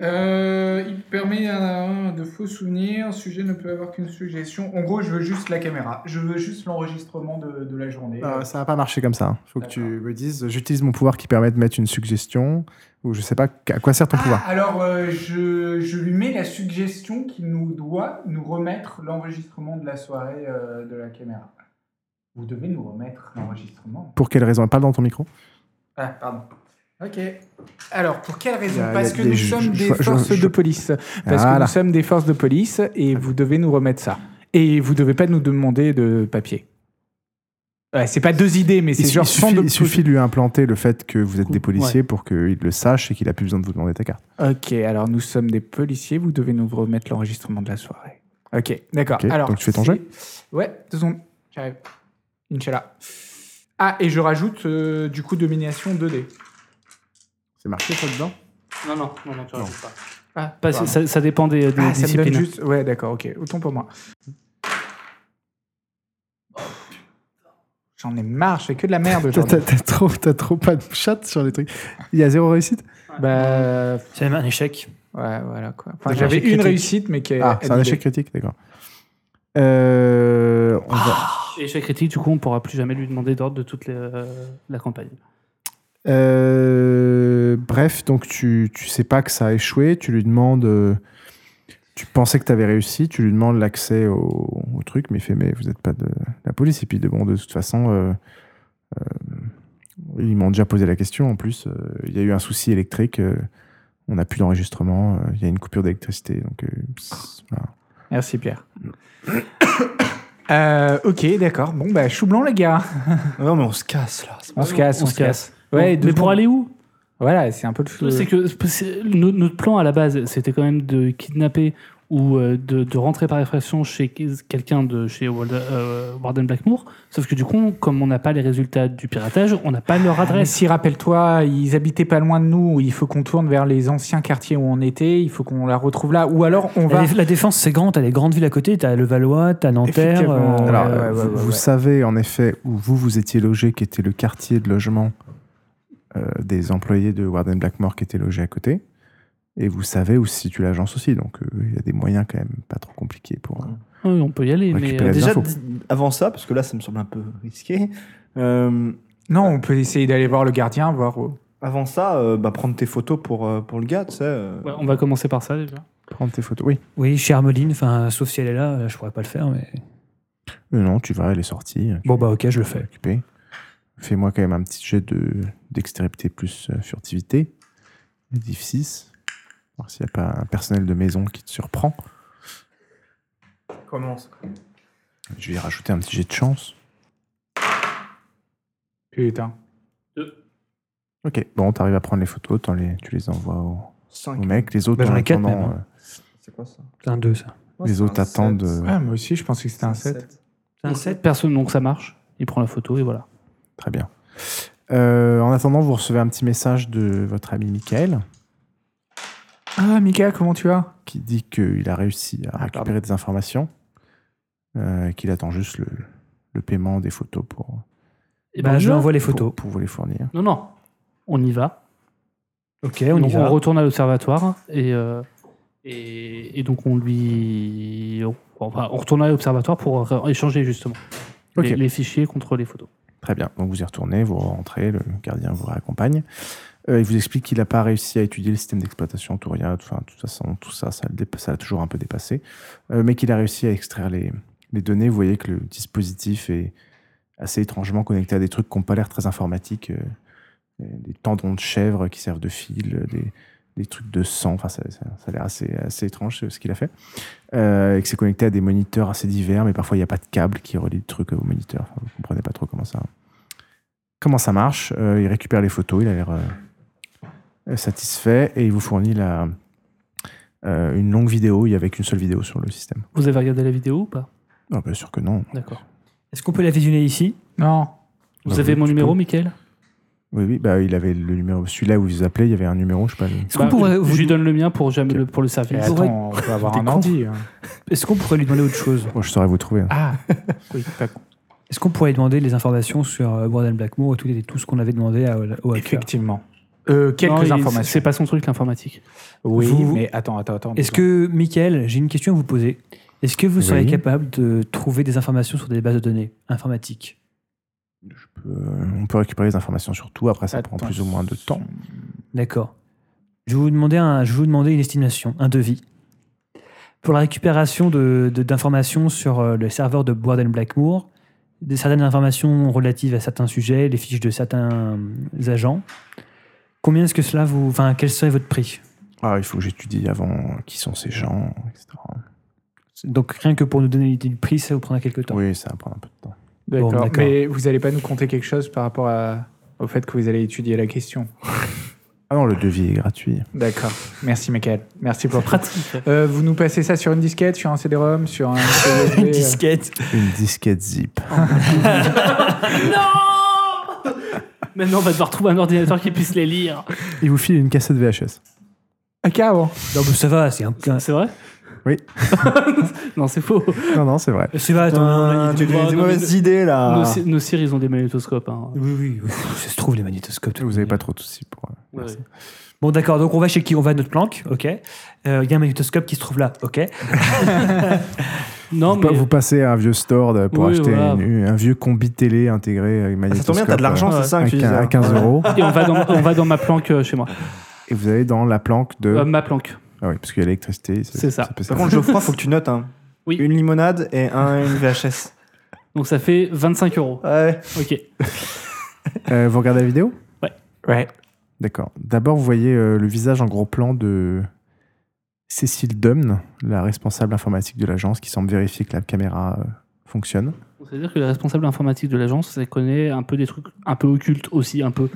S3: Euh, il permet à un de faux souvenirs. Le sujet ne peut avoir qu'une suggestion. En gros, je veux juste la caméra. Je veux juste l'enregistrement de, de la journée.
S5: Ah,
S3: Ah,
S1: Euh, Ça va pas marcher comme ça. hein. Faut que tu me dises, j'utilise mon pouvoir qui permet de mettre une suggestion, ou je sais pas, à quoi sert ton
S3: Ah,
S1: pouvoir
S3: alors, euh, je, je lui mets la suggestion qu'il nous doit nous remettre l'enregistrement de la soirée euh, de la caméra. Vous devez nous remettre l'enregistrement.
S1: Pour quelle raison Parle dans ton micro.
S3: Ah, pardon. Ok. Alors, pour quelle raison
S1: Il y a-
S3: Parce
S1: il y a
S3: que
S1: des-
S3: nous
S1: je-
S3: sommes
S1: je-
S3: des
S1: je- je-
S3: forces
S1: je-
S3: de police. Parce que
S1: Voilà.
S3: nous sommes des forces de police et vous devez nous remettre ça. Et vous devez pas nous demander de papier. Ouais, c'est pas deux idées, mais
S1: Il,
S3: c'est
S1: su- il
S3: genre sans
S1: suffit,
S3: de...
S1: il suffit de lui implanter le fait que vous êtes
S6: Cool.
S1: des policiers pour qu'il le sache et qu'il a plus besoin de vous demander ta carte.
S3: Ok, alors nous sommes des policiers, vous devez nous remettre l'enregistrement de la soirée. Ok, d'accord.
S1: Ok,
S3: alors
S1: donc tu fais ton
S3: c'est-
S1: jet
S3: Ouais, deux secondes, j'arrive. Inch'Allah. Ah, et je rajoute euh, du coup domination 2D.
S1: C'est marqué ça dedans
S6: Non, non, non, non, tu
S1: Non.
S6: rajoutes pas.
S3: Ah,
S6: Pas-
S3: pardon.
S6: ça, ça dépend des, des
S3: Ah, ça me
S6: disciplines.
S3: donne juste. Ouais, d'accord, ok, autant pour moi. J'en ai marre, je fais que de la merde
S1: T'as
S3: aujourd'hui.
S1: t'as- t'as trop, t'as trop pas de chat sur les trucs. Il y a zéro réussite
S3: Bah, ouais,
S5: C'est même un échec.
S3: voilà quoi.
S5: C'est
S3: Enfin,
S5: un
S3: j'avais
S5: échec
S3: une
S5: critique.
S3: réussite, mais qui est.
S1: Ah, c'est un
S3: annulée.
S1: échec critique, d'accord. Euh, on va-
S6: Et chaque critique, du coup, on pourra plus jamais lui demander d'ordre de toute la, la campagne.
S1: Euh, bref, donc tu, tu sais pas que ça a échoué, tu lui demandes. euh, tu pensais que tu avais réussi, tu lui demandes l'accès au, au truc, mais il fait Mais vous n'êtes pas de la police. Et puis, de, bon, de toute façon, euh, euh, ils m'ont déjà posé la question. En plus, euh, il y a eu un souci électrique. euh, On n'a plus d'enregistrement. euh, Il y a une coupure d'électricité. Donc, euh, pss, voilà.
S3: Merci Pierre. Euh, ok, d'accord. Bon, bah, chou blanc, les gars.
S4: Non, mais on se casse là.
S3: On se casse, on,
S6: on
S3: se
S6: se
S3: casse.
S6: Mais
S3: Ouais, deux
S6: pour
S3: secondes.
S6: aller où
S3: Voilà, c'est un peu le chou.
S6: C'est que c'est- no- notre plan à la base, c'était quand même de kidnapper ou euh, de, de rentrer par effraction chez quelqu'un de chez Walda- euh, Warden Blackmoor. Sauf que du coup, comme on n'a pas les résultats du piratage, on n'a pas leur
S3: Ah, mais
S6: adresse.
S3: si, rappelle-toi, ils habitaient pas loin de nous. Il faut qu'on tourne vers les anciens quartiers où on était. Il faut qu'on la retrouve là. Ou alors, on
S5: La,
S3: va.
S5: déf- la défense, c'est grand. T'as les grandes villes à côté. T'as le Valois, t'as Nanterre.
S3: Effectivement.
S5: euh,
S1: Alors,
S3: ouais,
S1: euh,
S3: ouais,
S1: vous,
S3: ouais,
S1: vous
S3: ouais.
S1: savez en effet où vous vous étiez logé, qui était le quartier de logement euh, des employés de Warden Blackmore qui étaient logés à côté. Et vous savez où se situe l'agence aussi. Donc, euh, il y a des moyens quand même pas trop compliqués pour. euh,
S6: Oui, on peut y aller,
S1: On
S6: mais
S1: récupère
S6: euh,
S1: les
S4: Déjà,
S1: infos.
S4: d- avant ça, parce que là, ça me semble un peu risqué. euh,
S3: Non, on peut essayer d'aller voir le gardien, voir. où-
S4: avant ça, euh, bah, prendre tes photos pour, euh, pour le gars, tu sais. euh.
S6: ouais, on va commencer par ça déjà.
S1: prendre tes photos. Oui.
S5: Oui, chez Hermeline. Enfin, sauf si elle est là, euh, je pourrais pas le faire. Mais
S1: Euh, non, tu vas, elle est sortie. euh,
S5: bon, bah ok, je le fais.
S1: Occupée. Fais-moi quand même un petit jet de dextérité plus euh, furtivité. Div 6. Voir s'il n'y a pas un personnel de maison qui te surprend.
S4: Commence.
S1: Je vais rajouter un petit jet de chance.
S3: Putain.
S1: Ok, bon, t'arrives à prendre les photos, t'en les, tu les envoies au,
S4: 5.
S1: au mec. Les autres,
S5: Bah, j'en
S1: en
S5: ai quatre
S1: attendant,
S5: même, hein.
S1: euh,
S4: C'est quoi ça
S5: C'est un 2, ça.
S4: Ouais,
S1: les
S4: c'est
S1: autres
S4: un
S1: attendent.
S4: sept.
S1: euh,
S3: Ouais, Ah, moi aussi, je pensais que c'était un 7.
S4: sept.
S5: Un
S6: Donc,
S5: sept.
S6: Personne, donc ça marche. Il prend la photo et voilà.
S1: Très bien. Euh, en attendant, vous recevez un petit message de votre ami Michael
S3: Ah, Mika, comment tu vas
S1: qui dit qu'il a réussi à récupérer des informations, euh, qu'il attend juste le, le paiement des photos pour,
S6: Et
S5: bah,
S6: ben,
S5: je lui
S6: on y va.
S5: envoie les
S1: pour-
S5: photos.
S1: pour vous les fournir.
S6: Non, non. On y va.
S5: Ok, on
S6: Donc,
S5: y va.
S6: retourne à l'observatoire et, euh, et, et donc on lui. On, enfin, on retourne à l'observatoire pour euh, échanger justement
S1: Ok.
S6: les, les fichiers contre les photos.
S1: Très bien. Donc vous y retournez, vous rentrez, le gardien vous réaccompagne. Euh, il vous explique qu'il n'a pas réussi à étudier le système d'exploitation Touria. Enfin, de toute façon, tout ça, ça le dépa- ça l'a toujours un peu dépassé. Euh, mais qu'il a réussi à extraire les, les données. Vous voyez que le dispositif est assez étrangement connecté à des trucs qui n'ont pas l'air très informatiques. euh, des tendons de chèvre qui servent de fil, euh, des, des trucs de sang. Enfin, ça, ça- ça a l'air assez, assez étrange ce ce qu'il a fait. Euh, et que c'est connecté à des moniteurs assez divers, mais parfois il n'y a pas de câble qui relie le truc au moniteur. Enfin, vous ne comprenez pas trop comment ça comment ça marche. Euh, il récupère les photos, il a l'air euh, satisfait et il vous fournit la, euh, une longue vidéo. Il n'y avait qu'une seule vidéo sur le système.
S6: Vous avez regardé la vidéo ou pas
S1: Ah, bien sûr que non.
S6: D'accord.
S5: Est-ce qu'on peut la visionner ici
S3: Non.
S6: Vous
S1: Bah oui,
S6: avez mon
S1: tu
S6: numéro,
S1: peux.
S6: Michael
S1: Oui, oui, bah, il avait le numéro. Celui-là où vous appelez, il y avait un numéro, je sais pas. le-
S5: Est-ce qu'on pourrait,
S6: Bah, Je
S5: vous-
S6: lui donne le mien pour, jamais le, pour le service.
S3: Mais
S5: Vous
S3: Eh, attends,
S5: pourrez-
S3: on peut avoir
S5: T'es
S3: un
S5: con.
S3: ordi. hein.
S5: est-ce qu'on pourrait lui demander autre chose
S1: Bon, je saurais vous trouver. hein.
S3: Ah, oui, t'as-
S5: Est-ce qu'on pourrait lui demander les informations sur euh, Warden Blackmoor et tout, et tout ce qu'on avait demandé à, au hacker
S3: effectivement. Euh,
S6: Non,
S3: quelques
S6: il-
S3: informations.
S6: C'est pas son truc l'informatique.
S3: Oui,
S5: Vous-
S3: mais attends, attends, attends.
S5: Est-ce que, Michael, j'ai une question à vous poser. Est-ce que vous seriez
S1: Oui.
S5: capable de trouver des informations sur des bases de données informatiques
S1: Euh, on peut récupérer les informations sur tout. Après, ça prend plus ou moins de temps.
S5: D'accord. Je vais vous demander, un, je vais vous demander une estimation, un devis. Pour la récupération de- de- d'informations sur euh, le serveur de Warden Blackmoor, des, certaines informations relatives à certains sujets, les fiches de certains euh, agents, combien est-ce que cela vous. Enfin, quel serait votre prix
S1: Ah, il faut que j'étudie avant qui sont ces gens, etc.
S5: Donc rien que pour nous donner l'idée du prix, ça vous prendra quelques temps.
S1: Oui, ça va prendre un peu de temps.
S3: D'accord.
S5: Bon, d'accord.
S3: mais vous n'allez pas nous conter quelque chose par rapport à- au fait que vous allez étudier la question.
S1: Ah non, le devis est gratuit.
S3: D'accord. Merci, Michael. Merci pour tout.
S6: Pratique.
S3: Euh, vous nous passez ça sur une disquette, sur un CD-ROM, sur un USB, euh,
S5: disquette.
S1: Une disquette zip.
S6: non Maintenant, on va devoir trouver un ordinateur qui puisse les lire.
S1: Il vous file une cassette VHS.
S3: Ah, carrément.
S5: Non mais ça va, c'est un.
S6: C'est vrai
S1: Oui.
S6: non, c'est faux.
S1: Non, non, c'est vrai.
S5: C'est vrai, attends,
S6: Euh,
S4: Putain,
S5: on a-
S4: tu as
S6: droits,
S4: des
S6: non, mais
S4: mauvaises idées là.
S6: Nos, cir- nos cires, ils ont des magnétoscopes. hein.
S5: Oui, oui, oui, ça se trouve les magnétoscopes.
S1: Vous n'avez pas trop de soucis pour. euh,
S6: Ouais, ouais.
S5: Bon d'accord, donc on va chez qui On va à notre planque, ok. Euh, Il y a un magnétoscope qui se trouve là, ok.
S6: Non,
S1: Vous pa-
S6: mais
S1: Vous passez à un vieux store de- pour
S6: Oui,
S1: acheter
S6: voilà.
S1: une- un vieux combi télé intégré avec euh,
S4: Ah, ça tombe bien, t'as de l'argent,
S6: Ouais.
S4: c'est ça
S1: à,
S4: que tu disais.
S1: quin- à 15 euros.
S6: et on va dans, on va dans ma planque euh, chez moi.
S1: Et vous allez dans la planque de.
S6: Euh, ma planque.
S1: Ah oui, parce qu'il y a l'électricité. c'est-
S6: C'est ça.
S1: peut
S4: Par contre, Geoffroy, faut que tu notes hein.
S6: Oui.
S4: une limonade et un, une VHS.
S6: Donc ça fait 25 euros.
S4: Ouais.
S6: Ok.
S1: Euh, vous regardez la vidéo
S3: Ouais.
S1: D'accord. D'abord, vous voyez euh, le visage en gros plan de Cécile Dumn, la responsable informatique de l'agence, qui semble vérifier que la caméra euh, fonctionne.
S6: C'est-à-dire que les responsables informatiques de l'agence, ça connaît un peu des trucs un peu occultes aussi, un peu.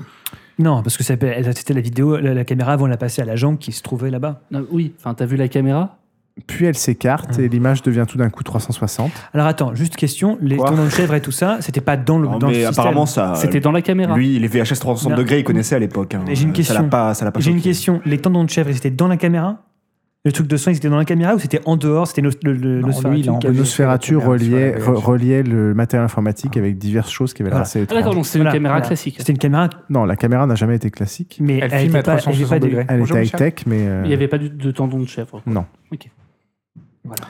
S5: Non, parce que ça, peut- elle a testé la vidéo, la, la caméra avant de la passer à l'agent qui se trouvait là-bas.
S6: Non, oui, enfin, t'as vu la caméra
S1: Puis elle s'écarte et l'image devient tout d'un coup 360.
S5: Alors attends, juste question, les
S7: Quoi
S5: tournants de chèvre et tout ça, c'était pas dans le,
S7: Non,
S5: dans le
S7: mais
S5: système.
S7: apparemment,
S4: Euh,
S7: ça.
S6: C'était hein. dans la caméra.
S7: Lui, les VHS 360
S5: Non.
S7: degrés, il connaissait à l'époque. hein.
S5: Mais j'ai une
S7: Ça
S5: question.
S7: l'a pas, ça l'a pas
S5: J'ai une
S7: choqué.
S5: question, les tendons de chèvre, ils étaient dans la caméra Le truc de soin, ils étaient dans la caméra ou c'était en dehors C'était le, le, le-
S3: Non,
S5: le
S3: lui, il est en
S5: qui
S1: Le
S5: avait-
S3: Oui,
S1: Nosferatu
S3: c'est la caméra sur la
S1: reliait, re-
S3: VHS.
S1: reliait le matériel informatique avec diverses choses qui avaient l'air
S5: Voilà.
S1: assez
S6: Ah, d'accord,
S1: étranges.
S6: donc c'est
S5: Voilà,
S6: une caméra
S5: voilà.
S6: classique.
S5: C'était une caméra,
S1: Non, la caméra n'a jamais été classique.
S5: mais
S3: Elle
S5: elle
S3: filme
S5: était
S3: à
S5: pas- elle était
S3: 360
S5: pas des-
S3: degrés.
S1: Elle
S3: Bonjour,
S1: était
S3: Michel.
S1: high-tech, mais... euh,
S6: Il n'y avait pas du- de tendon de chèvre. quoi.
S1: Non.
S6: Ok.
S3: Voilà.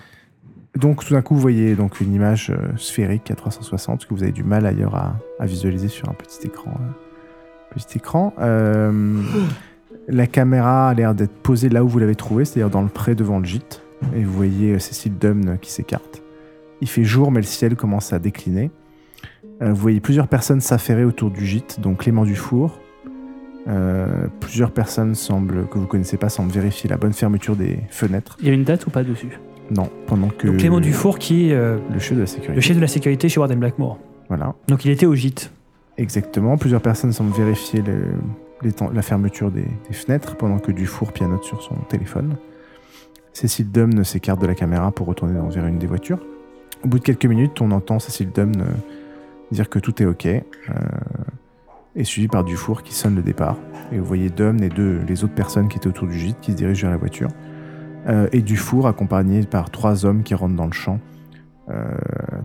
S1: Donc tout d'un coup, vous voyez donc une image euh, sphérique à 360 que vous avez du mal ailleurs à, à visualiser sur un petit écran. euh, petit écran. Euh, la caméra a l'air d'être posée là où vous l'avez trouvée, c'est-à-dire dans le pré devant le gîte. Et vous voyez euh, Cécile Dumne qui s'écarte. Il fait jour, mais le ciel commence à décliner. Euh, vous voyez plusieurs personnes s'affairer autour du gîte, dont Clément Dufour. Euh, plusieurs personnes semblent, que vous connaissez pas semblent vérifier la bonne fermeture des fenêtres.
S6: Il y a une date ou pas dessus
S1: Non, pendant que.
S5: donc Clément Dufour qui est euh,
S1: Le chef de la
S5: le
S1: sécurité.
S5: chef de la sécurité chez Warden Blackmore.
S1: Voilà,
S5: Donc il était au gîte.
S1: exactement. Plusieurs personnes semblent vérifier le- les temps- la fermeture des, des fenêtres pendant que Dufour pianote sur son téléphone. Cécile Dumne s'écarte de la caméra pour retourner dans- vers une des voitures. Au bout de quelques minutes, on entend Cécile Dumne euh, dire que tout est OK, euh, et suivi par Dufour qui sonne le départ. Et vous voyez Dumne et deux, les autres personnes qui étaient autour du gîte qui se dirigent vers la voiture. Euh, et Dufour accompagné par trois hommes qui rentrent dans le champ. Euh,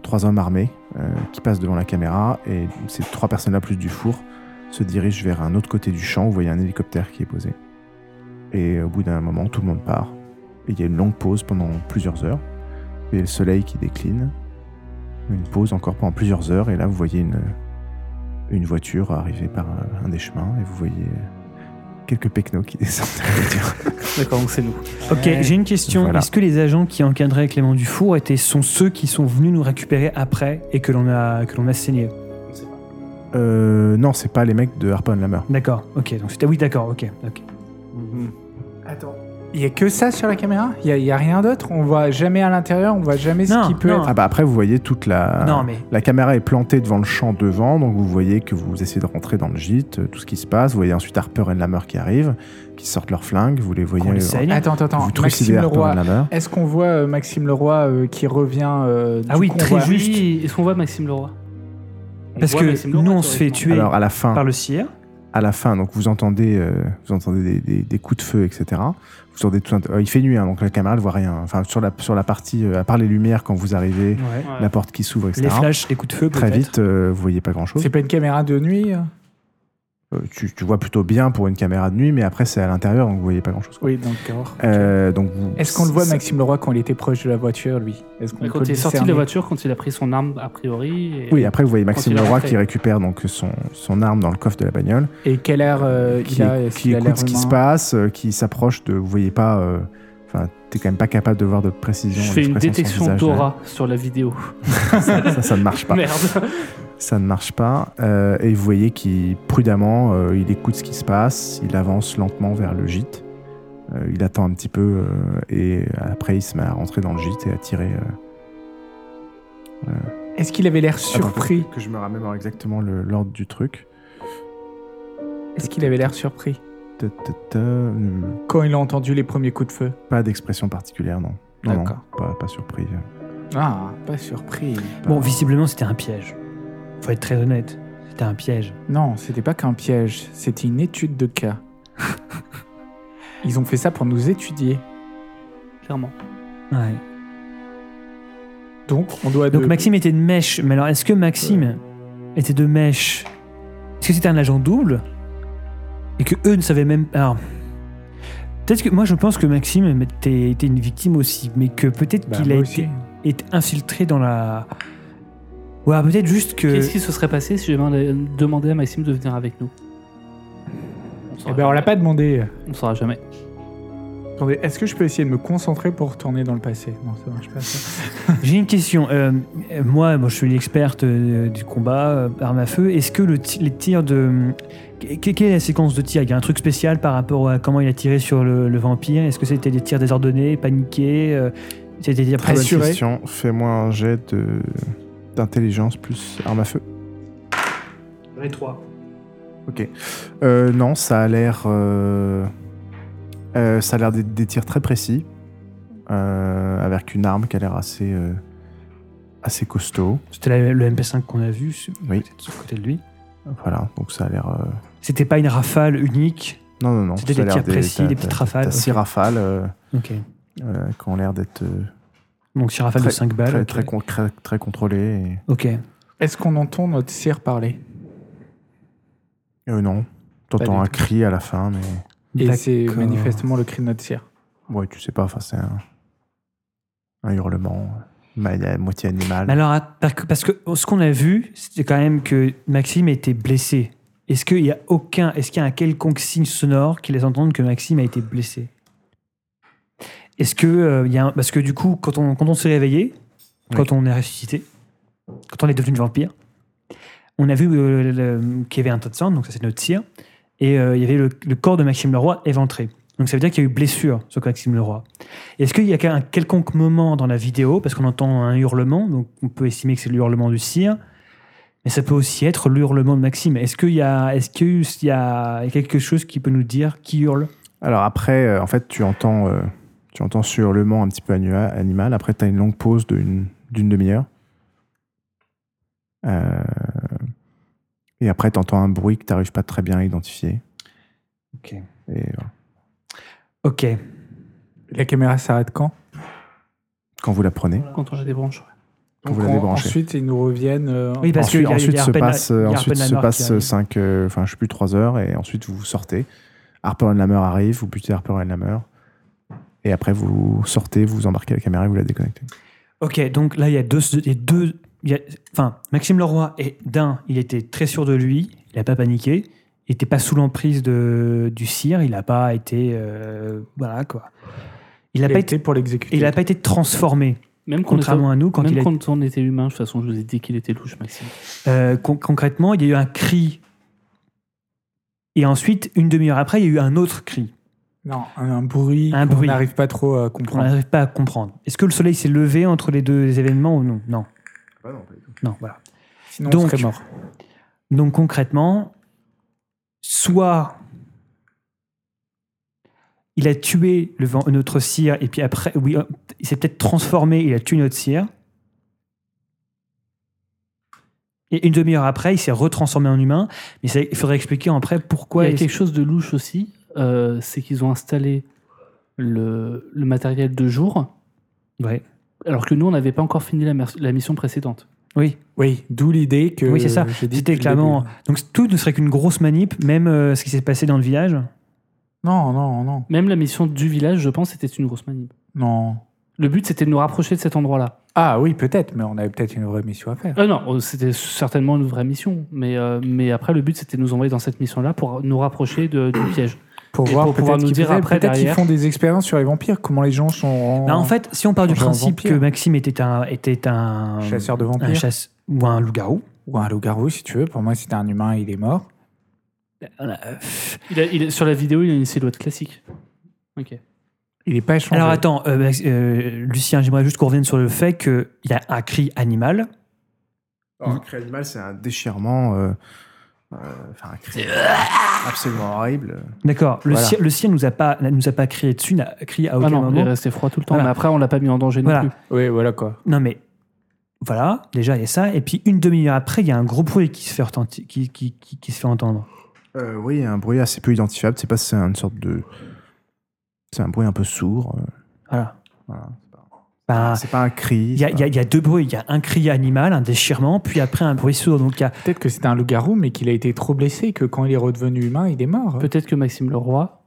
S1: trois hommes armés euh, qui passent devant la caméra et ces trois personnes-là plus du four se dirigent vers un autre côté du champ où vous voyez un hélicoptère qui est posé. Et au bout d'un moment, tout le monde part. Et il y a une longue pause pendant plusieurs heures. Vous voyez le soleil qui décline. Une pause encore pendant plusieurs heures et là vous voyez une, une voiture arriver par un- un des chemins et vous voyez quelques pecnos qui descendent de la voiture.
S6: D'accord, donc c'est nous.
S5: Ok, j'ai une question.
S1: Voilà.
S5: Est-ce que les agents qui encadraient Clément Dufour étaient, sont ceux qui sont venus nous récupérer après et que l'on a, que l'on a saigné
S1: Euh, non, c'est pas les mecs de Harpon Lammer.
S5: D'accord, ok. Donc c'était oui, d'accord, ok. ok.
S4: Mhm.
S8: Attends. Il y a que ça sur la caméra Il y a, il y a rien d'autre On voit jamais à l'intérieur, on voit jamais
S5: Non,
S8: ce qui peut
S5: non.
S8: être.
S1: Ah bah après vous voyez toute la...
S5: Non, mais
S1: La caméra est plantée devant le champ devant, donc vous voyez que vous essayez de rentrer dans le gîte, euh, tout ce qui se passe. Vous voyez ensuite Harper et Lammer qui arrivent, qui sortent leurs flingues, vous les voyez.
S5: qu'on les
S1: euh,
S5: saigne.
S8: Attends, attends,
S1: vous
S8: attends.
S1: trucidez
S8: Maxime
S1: Harper
S8: Leroy.
S1: et Lammer.
S8: Est-ce qu'on voit euh, Maxime Leroy euh, qui revient euh,
S5: Ah
S8: du
S5: oui,
S8: convoi
S5: très juste.
S6: Oui, Est-ce qu'on voit Maxime Leroy On
S5: Parce
S6: voit
S5: que
S6: Maxime Leroy,
S5: nous, on se fait tuer
S1: Alors à la fin,
S5: par le CIR.
S1: à la fin, donc vous entendez, euh, vous entendez des, des- des coups de feu, etc. Vous entendez tout un- euh, il fait nuit, hein, donc la caméra ne voit rien. Enfin sur la sur la partie, euh, à part les lumières quand vous arrivez,
S5: Ouais.
S6: théoriquement.
S1: la porte qui s'ouvre, etc.
S5: Les flashs, les coups de feu,
S1: Très
S5: peut-être.
S1: vite, euh, vous voyez pas grand chose.
S8: C'est pas une caméra de nuit hein
S1: tu, tu vois plutôt bien pour une caméra de nuit, mais après c'est à l'intérieur, donc vous voyez pas grand chose.
S8: Oui, donc d'accord.
S1: donc vous-
S8: Est-ce qu'on le voit,
S1: c'est-
S8: Maxime Leroy, quand il était proche de la voiture, lui Est-ce qu'on
S6: Ouais.
S8: peut
S6: Quand
S8: le
S6: il est sorti de
S8: discerner
S6: la voiture, quand il a pris son arme, a priori. et-
S1: Oui, après vous voyez Maxime
S6: Quand il est
S1: Leroy
S6: rentré.
S1: qui récupère donc son, son arme dans le coffre de la bagnole,
S8: Et quel air euh,
S1: qui,
S8: il a Est-ce
S1: qui
S8: qu'il a l'air
S1: écoute ce qui
S8: humain
S1: se passe, euh, qui s'approche de. Vous voyez pas. euh, Enfin, t'es quand même pas capable de voir de précision.
S6: Je fais une
S1: l'expression de son
S6: détection
S1: visage, Bah.
S6: d'aura sur la vidéo.
S1: là. hein. ça, ça, ça ne marche pas.
S6: Merde.
S1: Ça ne marche pas. Euh, et vous voyez qu'il, prudemment, euh, il écoute ce qui se passe, il avance lentement vers le gîte. Euh, il attend un petit peu euh, et après il se met à rentrer dans le gîte et à tirer. euh,
S8: Est-ce qu'il avait l'air surpris
S1: Attends, que je me ramène exactement le- l'ordre du truc.
S8: Est-ce qu'il avait l'air surpris
S1: Ta, ta, ta, euh,
S8: quand il a entendu les premiers coups de feu
S1: Pas d'expression particulière, non. Non, non,
S8: D'accord.
S1: pas, pas surpris.
S8: Ah, pas surpris.
S5: Bon, visiblement, c'était un piège. Faut être très honnête. C'était un piège.
S8: Non, c'était pas qu'un piège, c'était une étude de cas. Ils ont fait ça pour nous étudier.
S6: Clairement.
S5: Ouais.
S8: Donc, on doit.
S5: Donc
S8: de-
S5: Maxime était de mèche. Mais alors, est-ce que Maxime était de mèche Est-ce que c'était un agent double Et que eux ne savaient même pas. Alors, Peut-être que moi je pense que Maxime était, était une victime aussi, mais que peut-être
S8: Bah,
S5: qu'il
S8: moi
S5: a
S8: aussi.
S5: été, été infiltré dans la. Ouais, peut-être juste que.
S6: Qu'est-ce qui se serait passé si j'avais demandé à Maxime de venir avec nous
S5: Eh ben,
S8: Eh ben, on l'a pas demandé.
S6: On saura jamais.
S8: Attendez, est-ce que je peux essayer de me concentrer pour retourner dans le passé Non, ça marche pas. ça.
S5: J'ai une question. Euh, euh, moi, bon, je suis l'experte euh, du combat, euh, arme à feu. Est-ce que le ti- les tirs de. que- que- Quelle est la séquence de tir Il y a un truc spécial par rapport à comment il a tiré sur le, le vampire Est-ce que c'était des tirs désordonnés, paniqués euh, C'était des tirs
S8: Très
S5: précis
S8: sûr. Assuré.
S1: Question, fais-moi un jet de- d'intelligence plus arme à feu.
S6: Les trois.
S1: Euh, non, ça a l'air. euh, euh, ça a l'air des, des tirs très précis. euh, avec une arme qui a l'air assez. euh, assez costaud.
S5: C'était la- le MP5 qu'on a vu sur,
S1: Oui.
S5: sur le côté de lui.
S1: Voilà, donc ça a l'air. euh,
S5: C'était pas une rafale unique.
S1: Non, non, non.
S5: C'était
S1: ça a
S5: des
S1: l'air
S5: tirs précis,
S1: t'as-
S5: des petites
S1: t'as-
S5: rafales.
S1: T'as six
S5: Ok.
S1: rafales euh,
S5: Ok.
S1: euh, qui ont l'air d'être euh,
S5: Donc, sur rafale de
S1: Très-
S5: 5 balles.
S1: très,
S5: ok.
S1: très, con- très, très contrôlées.
S5: Ok.
S8: Est-ce qu'on entend notre cire parler
S1: et- Euh, non. T'entends
S8: du
S1: un
S8: tout.
S1: cri à la fin, mais.
S8: Et c'est
S5: D'accord.
S8: manifestement le cri de notre cire.
S1: Ouais, tu sais pas, enfin, c'est un, un hurlement, mal- à moitié animal.
S5: Mais alors, att- par- parce que ce qu'on a vu, c'était quand même que Maxime était blessé. Est-ce qu'il y a aucun, est-ce qu'il y a un quelconque signe sonore qui laisse entendre que Maxime a été blessé Est-ce que euh, il y a un- parce que du coup, quand on quand on s'est réveillé,
S1: Oui.
S5: quand on est ressuscité, quand on est devenu vampire, on a vu euh, le- qu'il y avait un tas de sang, donc ça c'est notre cire, et euh, il y avait le, le corps de Maxime Leroy éventré. Donc ça veut dire qu'il y a eu blessure sur Maxime Leroy. Est-ce qu'il y a un quelconque moment dans la vidéo, parce qu'on entend un hurlement, donc on peut estimer que c'est le hurlement du cire, mais ça peut aussi être le hurlement de Maxime. Est-ce qu'il y, a- est-ce qu'il y a quelque chose qui peut nous dire qui hurle
S1: Alors après, euh, en fait, tu entends, euh, tu entends ce hurlement un petit peu anua- animal. Après, tu as une longue pause d'une d'une demi-heure. Euh, et après, tu entends un bruit que tu n'arrives pas très bien à identifier.
S5: Ok.
S1: Et, euh, voilà.
S5: Ok.
S8: La caméra s'arrête quand
S1: quand vous la prenez,
S6: Quand on a des branches.
S1: Quand vous la
S8: en-
S1: débranchez.
S8: Ensuite, ils nous reviennent. euh,
S5: Oui, parce
S1: ensuite,
S5: qu'il y a- il y a
S1: ensuite se
S5: Arpena-
S1: passe,
S5: il y
S1: euh,
S5: a
S1: ensuite
S5: Arpena
S1: se
S5: Lamar qui
S1: passe
S5: arrive.
S1: 5, enfin, je sais plus, 3 heures. Et ensuite, vous sortez. Harper and Lammer arrive, vous butez Harper and Lammer. Et après, vous sortez, vous embarquez la caméra et vous la déconnectez.
S5: Ok, donc là, il y a deux. il y a deux il y a- enfin, Maxime Leroy, est, d'un, il était très sûr de lui, il n'a pas paniqué, il n'était pas sous l'emprise de, du cire, il n'a pas été. euh, voilà, quoi. Il n'a
S8: il
S5: pas
S8: a
S5: été.
S8: été pour l'exécuter.
S5: Il n'a pas été transformé,
S6: Même quand, on était,
S5: contrairement à nous, quand
S6: même
S5: il a
S6: quand on était humain, de toute façon, je vous ai dit qu'il était louche, Maxime.
S5: Euh, con- concrètement, il y a eu un cri. Et ensuite, une demi-heure après, il y a eu un autre cri
S8: Non, un, un bruit
S5: Un
S8: qu'on
S5: bruit.
S8: n'arrive pas trop à
S5: qu'on
S8: comprendre.
S5: n'arrive pas à comprendre. Est-ce que le soleil s'est levé entre les deux événements ou non Non. Non, voilà.
S8: Sinon, on
S5: Donc-
S8: serait mort.
S5: Donc concrètement, soit il a tué le vent- notre cire et puis après, oui, euh, il s'est peut-être transformé, il a tué notre cire. Et une demi-heure après, il s'est retransformé en humain. Mais ça- il faudrait expliquer après pourquoi.
S6: il y a
S5: est-ce-
S6: quelque chose de louche aussi, euh, c'est qu'ils ont installé le, le matériel de jour,
S5: Ouais.
S6: alors que nous, on n'avait pas encore fini la, mer- la mission précédente.
S5: Oui.
S8: Oui, d'où l'idée que.
S5: Oui, c'est ça.
S8: j'ai dit depuis
S5: C'était
S8: le
S5: clairement.
S8: début.
S5: Donc tout ne serait qu'une grosse manip, même euh, ce qui s'est passé dans le village.
S8: Non, non, non,
S6: Même la mission du village, je pense, c'était une grosse manip.
S8: non.
S6: Le but, c'était de nous rapprocher de cet endroit-là.
S8: Ah oui, peut-être, mais on avait peut-être une vraie mission à faire.
S6: Ah non, euh, c'était certainement une vraie mission, mais, euh, mais après, le but, c'était de nous envoyer dans cette mission-là pour nous rapprocher de- du piège.
S8: Pour
S6: Et
S8: voir
S6: pour pouvoir
S8: peut-être
S6: nous
S8: qu'ils
S6: dire
S8: faisaient.
S6: après,
S8: Peut-être qu'ils
S6: derrière.
S8: font des expériences sur les vampires, comment les gens sont. En...
S5: Bah, en fait, si on part du
S8: Genre
S5: principe
S8: vampire.
S5: que Maxime était un, était un
S8: chasseur de
S5: un
S8: vampires.
S5: chasse ou un loup-garou.
S8: Ou un loup-garou, si tu veux. Pour moi, c'était un humain, il est mort.
S6: Il a- il a- sur la vidéo, il a une silhouette classique. Ok. Ah
S8: Il est pas changé.
S5: Alors attends, euh, Max- euh, Lucien, j'aimerais juste qu'on revienne sur le fait qu'il y a un cri animal.
S1: Alors, Oh, un cri animal, c'est un déchirement. euh, euh, enfin, un cri absolument horrible.
S5: D'accord. Le,
S1: Voilà.
S5: cire, le cire nous a pas nous a pas crié dessus, n'a crié à aucun
S6: ah non, il est
S5: moment.
S6: resté froid tout le temps,
S5: Voilà.
S6: mais après, on l'a pas mis en danger non
S5: Voilà.
S6: plus.
S8: Oui, voilà quoi.
S5: Non mais voilà, déjà il y a ça, et puis une demi-heure après, il y a un gros bruit qui se fait retenti- qui- qui- qui- qui se fait entendre.
S1: Euh, oui, un bruit assez peu identifiable. C'est pas c'est une sorte de. C'est un bruit un peu sourd. euh,
S5: Voilà.
S1: voilà.
S6: Ah,
S5: Bah,
S1: C'est pas un cri.
S5: Il y, a-
S1: c'est
S5: il y a- il y a deux bruits. Il y a un cri animal, un déchirement, puis après un bruit sourd. Donc il y a-
S8: Peut-être que c'était un loup-garou, mais qu'il a été trop blessé, que quand il est redevenu humain, il est mort.
S6: Peut-être que Maxime Leroy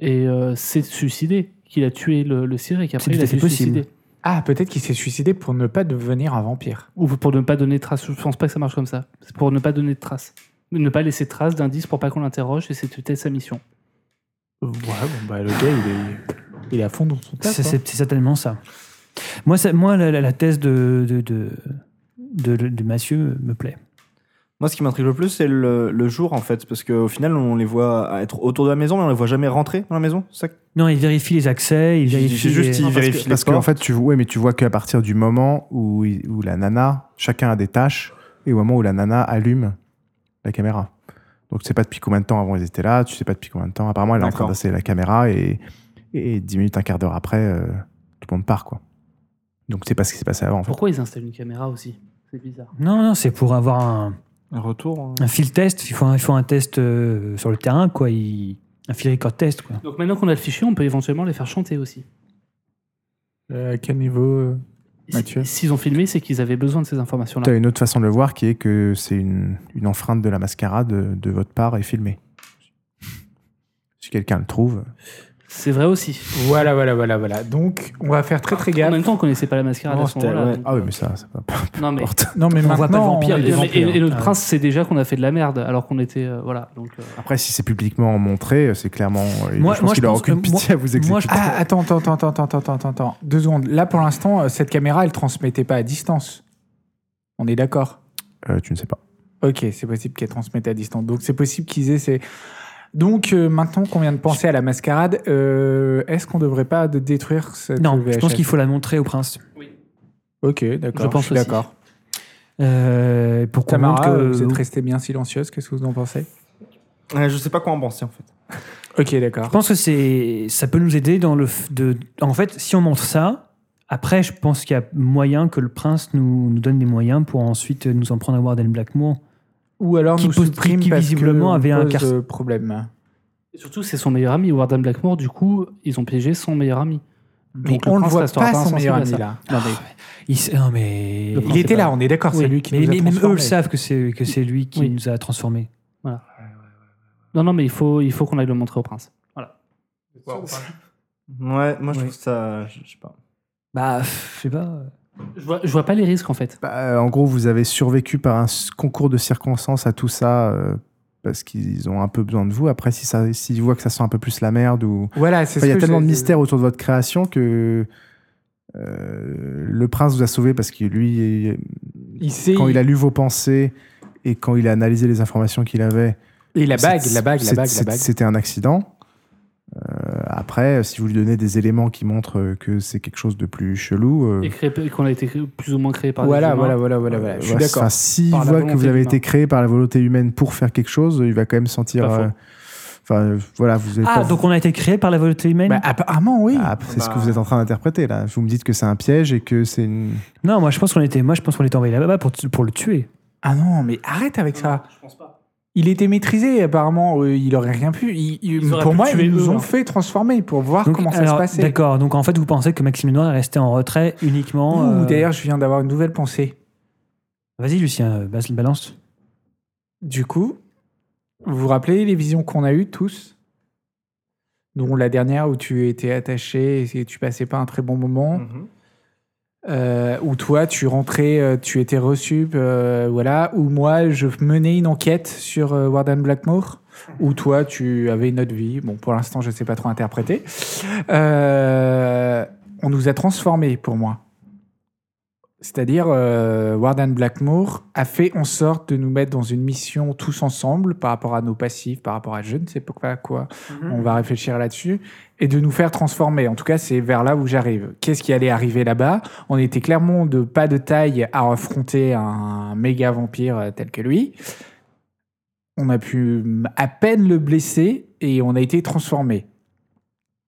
S6: et, euh, s'est suicidé, qu'il a tué le, le ciré et qu'après
S5: C'est
S6: il
S5: tout
S6: a
S5: à fait
S6: été
S5: possible.
S6: suicidé.
S8: Ah, peut-être qu'il s'est suicidé pour ne pas devenir un vampire.
S6: Ou pour ne pas donner de traces. Je pense pas que ça marche comme ça. C'est pour ne pas donner de traces. Ne pas laisser de traces d'indices pour pas qu'on l'interroge et c'est peut-être sa mission.
S8: Ouais, bon, bah le gars, il est.
S3: Il est à fond dans son taf.
S5: C'est
S3: hein.
S5: c'est- c'est certainement ça. Moi, ça- moi la, la- la thèse de, de, de, de- de Mathieu me plaît.
S7: Moi, ce qui m'intrigue le plus, c'est le, le jour, en fait, parce qu'au final, on les voit être autour de la maison, mais on les voit jamais rentrer dans la maison. C'est ça
S5: Non, il vérifie les accès, il
S7: Je-
S5: vérifie.
S7: je- juste,
S5: les-
S7: il-
S5: Non,
S1: parce
S7: vérifie
S1: que,
S7: les
S1: parce que,
S7: portes.
S1: en fait, tu, ouais, mais tu vois qu'à partir du moment où, il- où la nana, chacun a des tâches, et au moment où la nana allume la caméra. Donc tu sais pas depuis combien de temps avant ils étaient là, tu sais pas depuis combien de temps. Apparemment, elle est en train
S7: D'accord.
S1: d'installer la caméra et, et 10 minutes, un quart d'heure après, euh, tout le monde part, quoi. Donc tu sais pas ce qui s'est passé avant, en fait.
S6: Pourquoi ils installent une caméra aussi C'est bizarre.
S5: non, non, c'est pour avoir un,
S3: Un retour. hein.
S5: un fil test. Il faut un, il faut un test euh, sur le terrain, quoi. il- un fil record test, quoi.
S6: Donc maintenant qu'on a le fichier, on peut éventuellement les faire chanter aussi.
S3: Euh, à quel niveau euh, Mathieu.
S6: S- S'ils ont filmé, c'est qu'ils avaient besoin de ces informations-là.
S1: Tu as une autre façon de le voir qui est que c'est une, une empreinte de la mascarade de, de votre part et filmée. Si quelqu'un le trouve.
S6: C'est vrai aussi.
S3: Voilà, voilà, voilà, voilà. Donc, on va faire très très
S6: En
S3: gaffe.
S6: même temps, on connaissait pas la mascarade
S5: Oh,
S7: Non,
S6: à ce
S7: c'était-
S6: moment-là.
S7: ouais.
S6: donc-
S1: Ah oui, mais ça, ça va pas
S6: non, mais,
S1: importe.
S3: Non, mais
S5: On voit pas le
S3: maintenant,
S5: vampire,
S3: on est
S6: Et-
S3: des
S6: et-
S3: vampires.
S6: et, et notre
S5: Ah.
S6: prince sait déjà qu'on a fait de la merde alors qu'on était. euh, voilà. Donc, euh,
S1: Après, si c'est publiquement montré, euh, c'est clairement. euh,
S5: Moi-
S1: je
S5: moi,
S1: pense qu'il
S5: je
S1: aura
S5: pense-
S1: aucune
S5: euh,
S1: pitié à vous exécuter.
S5: moi, je-
S3: Ah, attends, attends, attends, attends, attends, attends, attends, attends. Deux secondes. Là, pour l'instant, euh, cette caméra, elle transmettait pas à distance. On est d'accord
S1: Euh, tu ne sais pas.
S3: Ok, c'est possible qu'elle transmette à distance. Donc, c'est possible qu'ils aient ces... Donc, euh, maintenant qu'on vient de penser à la mascarade, euh, est-ce qu'on devrait pas de détruire cette
S5: euh, Non, je pense
S3: VHS?
S5: qu'il faut la montrer au prince.
S3: Ok, d'accord.
S6: Je
S3: Je
S6: pense
S3: suis
S6: aussi.
S3: d'accord.
S5: Euh, pour qu'on montre
S3: Tamara,
S5: que.
S3: euh, vous êtes restée bien silencieuse. Qu'est-ce que vous en pensez
S7: Euh, Je sais pas quoi en penser, en fait.
S3: Ok,
S5: Je
S3: d'accord.
S5: pense que c'est, ça peut nous aider dans le. f- De, en fait, si on montre ça, après, je pense qu'il y a moyen que le prince nous, nous donne des moyens pour ensuite nous en prendre à Warden Blackmoor.
S3: Ou alors
S5: qui
S3: nous
S5: pose-
S3: supprime
S5: qui
S3: parce
S5: visiblement
S3: que
S5: avait
S3: on
S5: un
S3: pose,
S5: car-
S3: euh, problème.
S6: Et surtout, c'est son meilleur ami, Warden Blackmore. Du coup, ils ont piégé son meilleur ami.
S3: Mais
S6: Donc,
S3: on ne
S6: prince
S3: voit
S6: restera
S3: pas son
S6: insensible
S3: meilleur
S6: à
S3: ami
S6: ça.
S3: là.
S6: Non, mais
S5: Il, s- non, mais.
S6: Le
S5: il
S6: prince
S3: Il
S6: c'est
S3: était
S6: pas
S3: là,
S6: grave.
S3: on est d'accord, c'est
S5: Oui,
S3: lui qui
S5: mais,
S3: nous a
S5: mais même eux
S3: transformés.
S5: le savent que c'est, que c'est lui qui
S6: Oui.
S5: nous a transformés.
S6: non, non, mais il faut, il faut qu'on aille le montrer au prince.
S7: Ouais, moi, je
S5: Oui.
S7: trouve ça. Je, je sais pas.
S5: Bah, pff, je sais pas.
S6: Je vois, je vois pas les risques en fait.
S1: Bah, euh, en gros, vous avez survécu par un s- concours de circonstances à tout ça euh, parce qu'ils ont un peu besoin de vous. Après, si ça, s'ils voient que ça sent un peu plus la merde ou
S3: Voilà, c'est
S1: Enfin, il y
S3: ce
S1: a
S3: que
S1: tellement
S3: je-
S1: de mystères autour de votre création que euh, le prince vous a sauvé parce que lui,
S3: Il sait.
S1: quand il a lu vos pensées et quand il a analysé les informations qu'il avait,
S3: Et la bague,
S1: C'est-
S3: la bague, la
S1: c'est-
S3: bague, la
S1: c'est-
S3: bague.
S1: C'était un accident. Euh, après, si vous lui donnez des éléments qui montrent euh, que c'est quelque chose de plus chelou, euh,
S6: Et créé- qu'on a été créé- plus ou moins créé par des
S3: Hmm. Voilà,
S6: humains.
S3: voilà, voilà, voilà, voilà. Je suis
S1: voilà,
S3: d'accord.
S1: enfin, S'il
S6: Par la
S1: voit que
S6: volonté
S1: vous avez
S6: humaine.
S1: été créé par la volonté humaine pour faire quelque chose, il va quand même sentir.
S6: Pas faux.
S1: euh, Enfin, euh, voilà, vous avez
S5: Ah,
S1: pas-
S5: donc on a été créé par la volonté humaine
S3: Bah, apparemment, oui.
S1: Ah, c'est ce que
S7: Bah.
S1: vous êtes en train d'interpréter là. Vous me dites que c'est un piège et que c'est une.
S5: Non, moi je pense qu'on était, moi je pense qu'on était envoyé là-bas pour, tu- pour le tuer.
S3: Ah non, mais arrête avec ça.
S6: Je pense pas.
S3: Il était maîtrisé, apparemment. euh, Il aurait rien pu. Il- il-
S6: Ils auraient
S3: pour
S6: pu
S3: moi,
S6: tuer
S3: ils nous
S6: eux,
S3: ont
S6: hein.
S3: fait transformer pour voir
S5: Donc,
S3: Ah, comment ça
S5: alors,
S3: se passait.
S5: D'accord. Donc en fait, vous pensez que Maxime Noir est resté en retrait uniquement.
S3: Ouh,
S5: euh,
S3: D'ailleurs, je viens d'avoir une nouvelle pensée.
S5: Vas-y, Lucien, euh, bas- balance.
S3: Du coup, vous vous rappelez les visions qu'on a eues tous Dont la dernière où tu étais attaché et tu passais pas un très bon moment.
S7: Mhm.
S3: Euh, où toi, tu rentrais, euh, tu étais reçu, euh, voilà. Où moi, je menais une enquête sur euh, Warden Blackmore. Où toi, tu avais une autre vie. Bon, pour l'instant, je ne sais pas trop interpréter. Euh, on nous a transformés, pour moi. C'est-à-dire, euh, Warden Blackmore a fait en sorte de nous mettre dans une mission tous ensemble par rapport à nos passifs, par rapport à je ne sais pas quoi. On va réfléchir là-dessus et de nous faire transformer. En tout cas, c'est vers là où j'arrive. Qu'est-ce qui allait arriver là-bas On était clairement de pas de taille à affronter un méga vampire euh, tel que lui. On a pu mm, à peine le blesser et on a été transformé.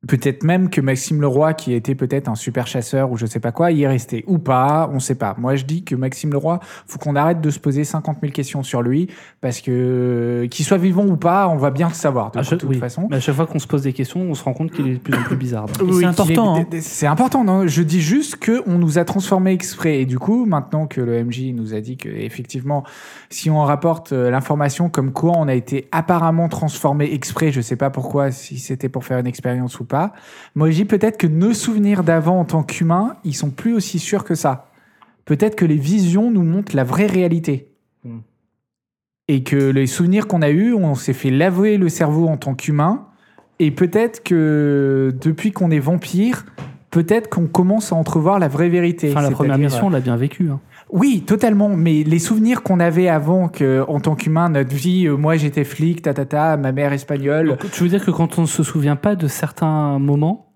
S3: Peut-être même que Maxime Leroy, qui était peut-être un super chasseur ou je sais pas quoi, y est resté. Ou pas, on sait pas. Moi, je dis que Maxime Leroy, faut qu'on arrête de se poser 50 000 questions sur lui, parce que qu'il soit vivant ou pas, on va bien le savoir, de
S6: Ah, je-
S3: toute
S6: oui.
S3: façon.
S6: Mais à chaque fois qu'on se pose des questions, on se rend compte qu'il est de plus en plus bizarre.
S5: Et
S3: Oui,
S5: c'est
S3: qu'il
S5: important.
S3: est-
S5: hein.
S3: d- d- C'est important. Non je dis juste que on nous a transformés exprès. Et du coup, maintenant que le MJ nous a dit que effectivement, si on rapporte euh, l'information comme quoi on a été apparemment transformé exprès, je sais pas pourquoi, si c'était pour faire une expérience ou pas. Moi, je dis peut-être que nos souvenirs d'avant en tant qu'humains, ils sont plus aussi sûrs que ça. Peut-être que les visions nous montrent la vraie réalité.
S7: Hmm.
S3: Et que les souvenirs qu'on a eus, on s'est fait laver le cerveau en tant qu'humain Et peut-être que depuis qu'on est vampire, peut-être qu'on commence à entrevoir la vraie vérité.
S6: Enfin, la première
S3: C'est-à-dire- euh,
S6: mission, on l'a bien vécu. hein.
S3: Oui, totalement. Mais les souvenirs qu'on avait avant, que, en tant qu'humain, notre vie, euh, moi j'étais flic, tatata, ma mère espagnole.
S6: Donc, tu veux dire que quand on ne se souvient pas de certains moments,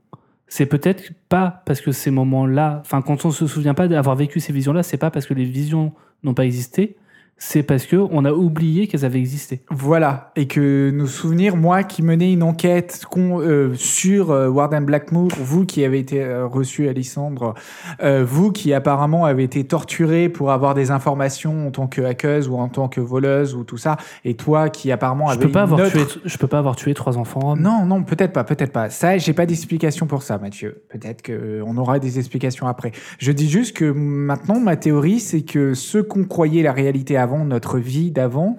S6: c'est peut-être pas parce que ces moments-là, enfin, quand on ne se souvient pas d'avoir vécu ces visions-là, c'est pas parce que les visions n'ont pas existé, c'est parce que on a oublié qu'elles avaient existé.
S3: Voilà. Et que nos souvenirs, moi qui menais une enquête con- euh, sur euh, Warden Blackmoor, vous qui avez été euh, reçu à Lysandre, euh, vous qui apparemment avez été torturé pour avoir des informations en tant que hackeuse ou en tant que voleuse ou tout ça, et toi qui apparemment
S6: Je
S3: avait
S6: peux pas
S3: une
S6: avoir
S3: autre-
S6: tué, je peux pas avoir tué trois enfants. hommes.
S3: Oh, Non, non, peut-être pas, peut-être pas. Ça, j'ai pas d'explication pour ça, Mathieu. Peut-être qu'on aura des explications après. Je dis juste que maintenant, ma théorie, c'est que ce qu'on croyait la réalité avant, notre vie d'avant,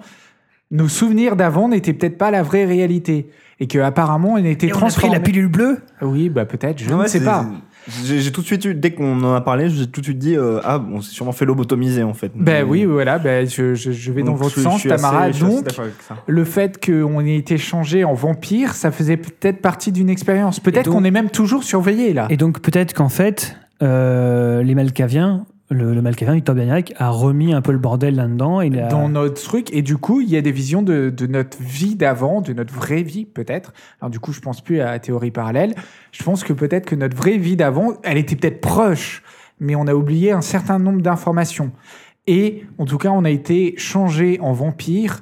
S3: nos souvenirs d'avant n'étaient peut-être pas la vraie réalité. Et que apparemment, on était
S5: Et on a pris
S3: transformés.
S5: la pilule bleue
S3: Oui, bah peut-être, je
S7: Non,
S3: ne
S7: ouais,
S3: sais
S7: c'est-
S3: pas.
S7: c'est- J'ai j'ai tout de suite eu, dès qu'on en a parlé, j'ai tout de suite dit euh, Ah, on s'est sûrement fait lobotomiser en fait.
S3: Ben oui, voilà, ben je, je- je vais dans votre sens, Tamara. donc, le fait qu'on ait été changé en vampire, ça faisait peut-être partie d'une expérience. Peut-être
S5: donc-
S3: qu'on est même toujours surveillé, là.
S5: Et donc peut-être qu'en fait, euh, les Malkaviens, le, le Malkavien Victor Bergerac a remis un peu le bordel là-dedans. Il a-
S3: dans notre truc. Et du coup, il y a des visions de, de notre vie d'avant, de notre vraie vie peut-être. Alors du coup, je pense plus à la théorie parallèle. Je pense que peut-être que notre vraie vie d'avant, elle était peut-être proche, mais on a oublié un certain nombre d'informations. Et en tout cas, on a été changé en vampire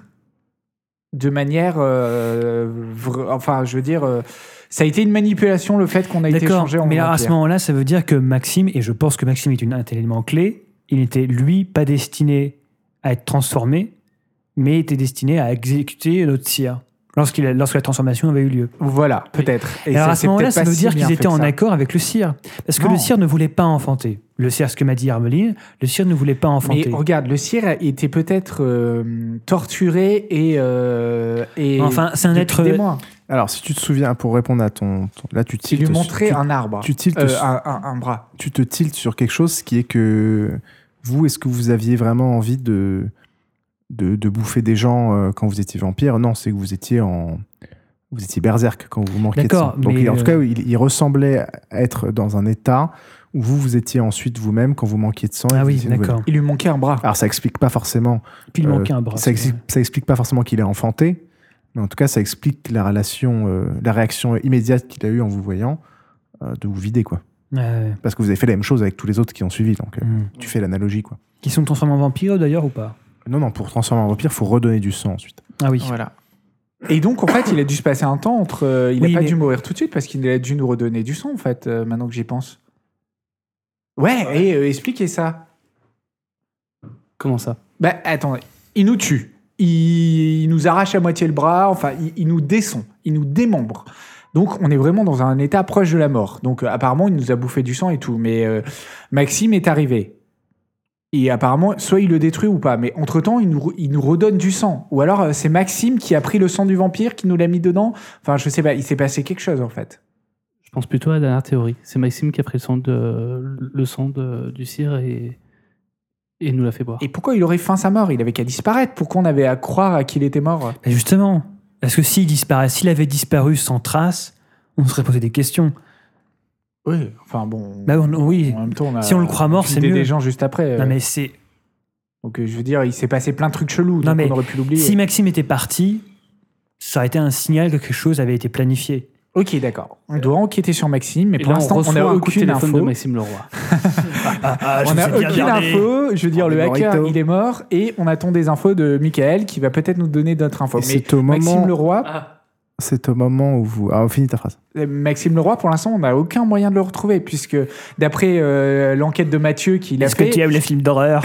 S3: de manière, euh, vra- enfin, je veux dire, euh, ça a été une manipulation le fait qu'on a été
S5: D'accord,
S3: changé en
S5: mais alors,
S3: vampire.
S5: à ce moment-là, ça veut dire que Maxime, et je pense que Maxime est une- un élément clé, il n'était lui pas destiné à être transformé, mais était destiné à exécuter notre sire lorsqu'il a- lorsque la transformation avait eu lieu.
S3: Voilà, peut-être. Et
S5: Et alors à
S3: c'est
S5: ce moment-là,
S3: peut-être
S5: ça
S3: pas
S5: veut
S3: si
S5: dire
S3: bien
S5: qu'ils
S3: fait
S5: étaient
S3: que
S5: en
S3: ça.
S5: accord avec le cire. Parce que
S3: Non.
S5: le cire ne voulait pas enfanter. Le cire, ce que m'a dit Hermeline, le cire ne voulait pas enfanter.
S3: Mais regarde, le cire était peut-être euh, torturé et, euh, et
S5: enfin, c'est un
S3: depuis
S5: être. euh,
S3: des mois.
S1: Alors, si tu te souviens, pour répondre à ton. ton- là, tu
S3: Tu
S1: tiltes.
S3: lui
S1: sur-
S3: montrais
S1: tu-
S3: un arbre,
S1: tu tiltes
S3: Euh,
S1: sur-
S3: un, un- un bras.
S1: tu te tiltes sur quelque chose qui est que vous, est-ce que vous aviez vraiment envie de, de, de bouffer des gens euh, quand vous étiez vampire Non, c'est que vous étiez en. Vous étiez berserk quand vous manquiez de sang.
S5: D'accord,
S1: Donc,
S5: mais euh,
S1: il- en
S5: le-
S1: tout cas, il, il ressemblait à être dans un état où vous, vous étiez ensuite vous-même quand vous manquiez de sang. et
S5: Ah
S1: vous
S5: oui,
S1: étiez une nouvelle-
S5: d'accord. Ah,
S3: Il lui manquait un bras.
S1: Alors, ça explique pas forcément.
S5: Puis il
S1: euh,
S5: manquait un bras.
S1: ça, explique, ça explique pas forcément qu'il est enfanté, mais en tout cas, ça explique la relation, euh, la réaction immédiate qu'il a eue en vous voyant euh, de vous vider, quoi.
S5: Ouais, ouais.
S1: Parce que vous avez fait la même chose avec tous les autres qui ont suivi, donc euh,
S3: Mm.
S5: Hmm.
S1: tu fais l'analogie, quoi.
S5: Qui sont transformés en vampires d'ailleurs ou pas
S1: Non, non, pour transformer en vampire, faut redonner du sang ensuite.
S5: Ah oui.
S3: Voilà. Et donc, en fait, il a dû se passer un temps entre. euh, il n'a
S5: Oui,
S3: pas
S5: mais-
S3: dû mourir tout de suite parce qu'il a dû nous redonner du sang, en fait, euh, maintenant que j'y pense. Ouais, et euh, expliquez ça.
S6: Comment ça
S3: Bah, attendez, il nous tue. Il, il nous arrache à moitié le bras, enfin, il, il nous descend, il nous démembre. Donc, on est vraiment dans un état proche de la mort. Donc, euh, apparemment, il nous a bouffé du sang et tout. Mais euh, Maxime est arrivé. Et apparemment, soit il le détruit ou pas. Mais entre-temps, il nous, re- il nous redonne du sang. Ou alors, euh, c'est Maxime qui a pris le sang du vampire, qui nous l'a mis dedans. Enfin, je sais pas, il s'est passé quelque chose, en fait.
S6: Je pense plutôt à la dernière théorie. C'est Maxime qui a pris le sang, de, le sang de- du cire et, et nous l'a fait boire.
S3: Et pourquoi il aurait faim sa mort Il avait qu'à disparaître. Pourquoi on avait à croire à qu'il était mort
S5: Mais justement, parce que s'il disparaît, s'il avait disparu sans trace, on se serait posé des questions.
S3: Oui, enfin bon...
S5: Bah on- oui.
S3: En même temps, a
S5: Si on le croit mort, c'est
S3: vidé
S5: mieux.
S3: des gens juste après. euh.
S5: Non mais c'est
S3: Donc euh, je veux dire, il s'est passé plein de trucs chelous, donc
S5: mais
S3: on aurait pu l'oublier.
S5: si Maxime était parti, ça aurait été un signal que quelque chose avait été planifié.
S3: Ok, d'accord. On doit enquêter sur Maxime, mais
S6: Et
S3: pour
S6: là,
S3: l'instant, on
S6: reçoit
S3: n'a
S6: un coup de
S3: aucune
S6: téléphone de
S3: info.
S6: Maxime Leroy.
S5: Ah,
S3: on n'a Ah, aucune info. Je veux dire,
S1: Oh,
S3: le
S1: les
S3: hacker,
S1: Doritos.
S3: il est mort, et on attend des infos de Michael qui va peut-être nous donner d'autres infos.
S1: Et
S3: Mais
S1: c'est au moment,
S3: Maxime Leroy,
S5: Ah.
S1: c'est au moment où vous. Ah, finis ta phrase.
S3: euh, Maxime Leroy, pour l'instant, on n'a aucun moyen de le retrouver, puisque d'après euh, l'enquête de Mathieu qu'il a
S5: Est-ce que
S3: fait,
S5: tu aimes les films d'horreur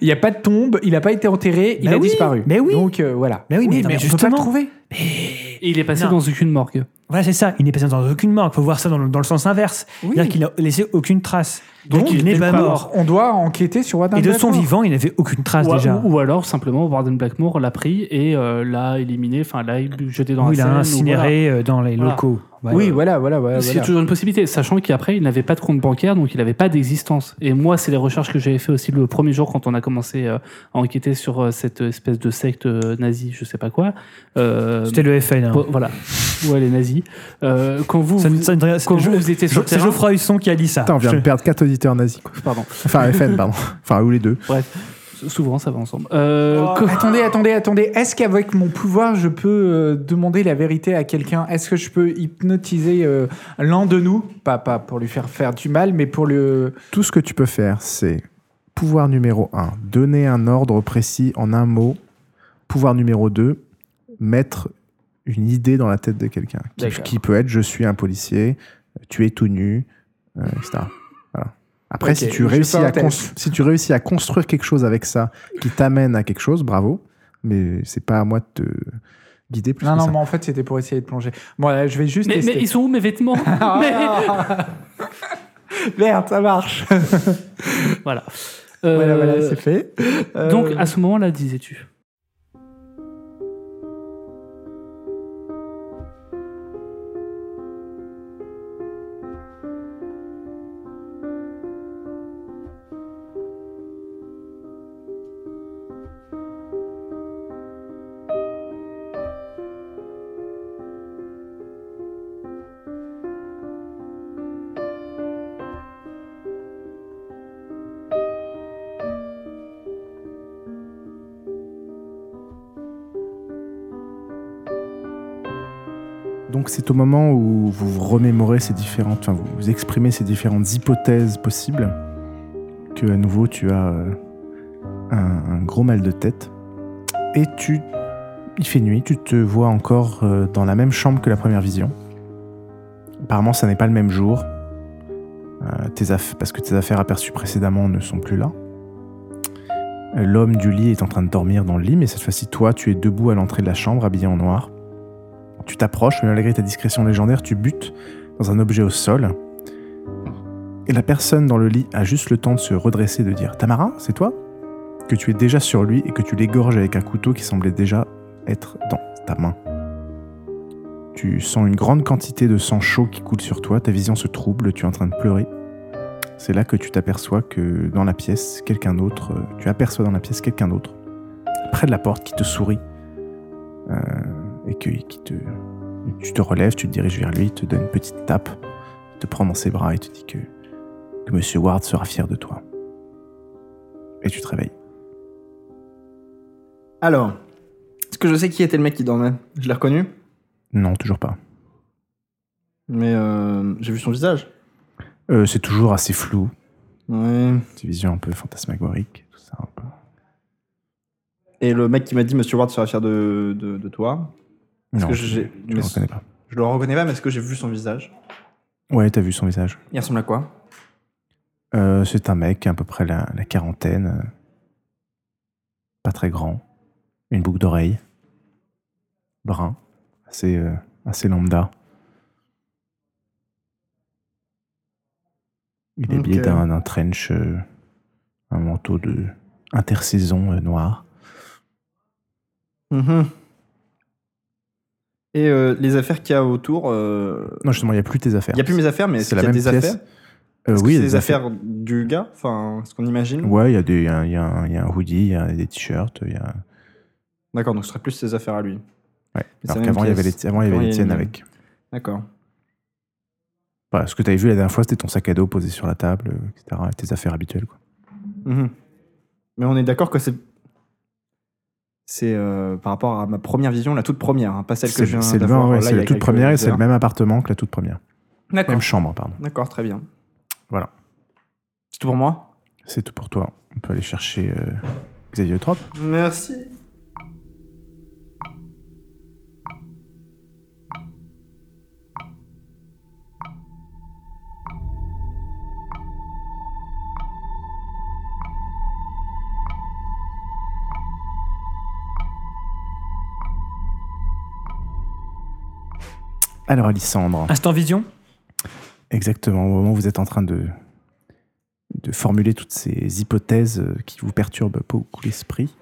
S3: il n'y a pas de tombe, il n'a pas été enterré, il
S5: Bah
S3: a
S5: oui,
S3: disparu.
S5: mais oui.
S3: Donc euh, voilà.
S5: Mais oui, mais non, mais
S3: on peut pas le
S5: justement.
S3: trouver.
S6: Et il est passé
S5: Non.
S6: dans aucune morgue.
S5: Voilà, c'est ça. Il n'est passé dans aucune mort. Il faut voir ça dans le, dans le sens inverse.
S3: Oui.
S5: C'est-à-dire qu'il n'a laissé aucune trace.
S3: Donc,
S5: Donc il
S3: il
S5: n'est
S3: était
S5: pas
S6: pas
S5: mort.
S3: On doit enquêter sur What
S5: Et de
S3: Happened
S5: son
S3: Before.
S5: vivant, il n'avait aucune trace
S6: Ou,
S5: déjà.
S6: ou- ou alors simplement Warden Blackmore l'a pris et euh, l'a éliminé, enfin l'a jeté dans
S5: Ou
S6: la
S5: il a
S6: Seine, ou voilà.
S5: incinéré euh, dans les
S6: Voilà.
S5: locaux. Ouais.
S3: Oui, voilà, voilà, voilà.
S6: C'est
S3: voilà.
S6: toujours une possibilité, sachant qu'après il n'avait pas de compte bancaire, donc il n'avait pas d'existence. Et moi, c'est les recherches que j'avais fait aussi le premier jour quand on a commencé euh, à enquêter sur euh, cette espèce de secte euh, nazie, je sais pas quoi. Euh,
S5: C'était le FN Heinlein. hein.
S6: Bon, voilà. Ouais, les nazis. Euh, quand vous,
S5: Ça ne-
S6: vous-
S5: ça ne-
S6: quand
S5: je-
S6: vous étiez sur
S5: je-
S6: le
S5: C'est
S6: terrain-
S5: Geoffroy Husson qui a dit ça.
S1: Putain, on vient
S5: Je-
S1: de perdre 4 auditeurs nazis, quoi.
S6: Pardon.
S1: Enfin, FN, pardon. Enfin, ou les deux.
S6: Souvent, ça va ensemble. Euh,
S3: Oh,
S6: quand-
S3: Attendez, attendez, attendez. Est-ce qu'avec mon pouvoir, je peux euh, demander la vérité à quelqu'un Est-ce que je peux hypnotiser euh, l'un de nous pas, pas pour lui faire faire du mal, mais pour le.
S1: Tout ce que tu peux faire, c'est pouvoir numéro 1, donner un ordre précis en un mot. Pouvoir numéro 2, mettre une idée dans la tête de quelqu'un. Qui,
S3: D'accord.
S1: qui peut être je suis un policier, tu es tout nu, euh, etc. Voilà. Après,
S3: Ok,
S1: si,
S3: je
S1: tu
S3: vais
S1: réussis
S3: faire un
S1: à
S3: test.
S1: constru- si tu réussis à construire quelque chose avec ça qui t'amène à quelque chose, bravo. Mais c'est pas à moi de te guider plus
S3: Non,
S1: que
S3: non,
S1: ça.
S3: mais en fait, c'était pour essayer de plonger. Bon, là, je vais juste
S6: mais,
S3: tester.
S6: mais ils sont où mes vêtements Mais-
S3: Ah. Merde, ça marche.
S6: Voilà.
S3: Voilà, voilà,
S6: Euh,
S3: c'est fait. Euh,
S6: Donc, à ce moment-là, disais-tu.
S1: Donc c'est au moment où vous vous remémorez ces différentes, enfin vous, vous exprimez ces différentes hypothèses possibles que à nouveau tu as euh, un, un gros mal de tête et tu, il fait nuit, tu te vois encore euh, dans la même chambre que la première vision. Apparemment ça n'est pas le même jour Euh, tes aff- parce que tes affaires aperçues précédemment ne sont plus là. Euh, L'homme du lit est en train de dormir dans le lit, mais cette fois-ci toi tu es debout à l'entrée de la chambre habillé en noir. Tu t'approches, mais malgré ta discrétion légendaire, tu butes dans un objet au sol. Et la personne dans le lit a juste le temps de se redresser et de dire Tamara, c'est toi Que tu es déjà sur lui et que tu l'égorges avec un couteau qui semblait déjà être dans ta main. Tu sens une grande quantité de sang chaud qui coule sur toi, ta vision se trouble, tu es en train de pleurer. C'est là que tu t'aperçois que dans la pièce, quelqu'un d'autre, euh, tu aperçois dans la pièce quelqu'un d'autre, près de la porte, qui te sourit. Euh, et que, qui te, tu te relèves, tu te diriges vers lui, il te donne une petite tape, il te prend dans ses bras et te dit que, que Monsieur Ward sera fier de toi. Et tu te réveilles.
S4: Alors, est-ce que je sais qui était le mec qui dormait Je l'ai reconnu,
S1: Non, toujours pas.
S4: mais euh, j'ai vu son visage.
S1: Euh, c'est toujours assez flou,
S4: Ouais.
S1: ces visions un peu fantasmagoriques, tout ça. un peu.
S4: Et le mec qui m'a dit Monsieur Ward sera fier de, de, de toi. Est-ce
S1: Non,
S4: que
S1: je
S4: j'ai-
S1: ne
S4: mais-
S1: le reconnais pas.
S4: Je le reconnais pas, mais est-ce que j'ai vu son visage
S1: Ouais, t'as vu son visage.
S4: Il ressemble à quoi
S1: Euh, c'est un mec à peu près la, la quarantaine, euh, pas très grand, une boucle d'oreille, brun, assez, euh, assez lambda. Il est habillé
S4: Ok.
S1: d'un d'un trench, euh, un manteau de intersaison euh, noir.
S4: Mhm. Et euh, les affaires qu'il y a autour, euh,
S1: Non, justement, il n'y a plus tes affaires.
S4: il n'y a plus mes affaires, mais
S1: C'est
S4: est-ce
S1: la
S4: qu'il y a
S1: même
S4: des
S1: pièce.
S4: affaires
S1: Euh,
S4: Est-ce que
S1: oui, il y a
S4: c'est
S1: des
S4: les affaires du gars, enfin, ce qu'on imagine.
S1: Ouais, il y, a des- il y a- il y a un- il y a un hoodie, il y a des t-shirts, il y a.
S4: D'accord, donc ce serait plus ses affaires à lui.
S1: Ouais.
S4: c'est
S1: Alors
S4: la même
S1: qu'avant, il y avait les,
S4: pièce.
S1: avant, il y
S4: Avant,
S1: avait
S4: il y
S1: les
S4: a
S1: tiennes
S4: une-
S1: avec.
S4: D'accord.
S1: Voilà, Bah, ce que tu avais vu la dernière fois, c'était ton sac à dos posé sur la table, euh, etc. et Tes affaires habituelles. Quoi.
S4: Mhm. Mais on est d'accord que c'est. C'est euh, par rapport à ma première vision, la toute première, hein, pas celle que je viens
S1: c'est le
S4: d'avoir,
S1: ouais,
S4: là,
S1: c'est
S4: il y
S1: la
S4: a
S1: toute
S4: quelques
S1: première et c'est le
S4: heures.
S1: même appartement que la toute première.
S4: D'accord.
S1: Même chambre, pardon.
S4: D'accord, très bien.
S1: Voilà.
S4: C'est tout pour moi
S1: C'est tout pour toi. On peut aller chercher euh, Xavier Trop.
S4: Merci.
S1: Alors, Alissandre,
S5: Instant vision
S1: exactement, au moment où vous êtes en train de, de formuler toutes ces hypothèses euh, qui vous perturbent beaucoup l'esprit,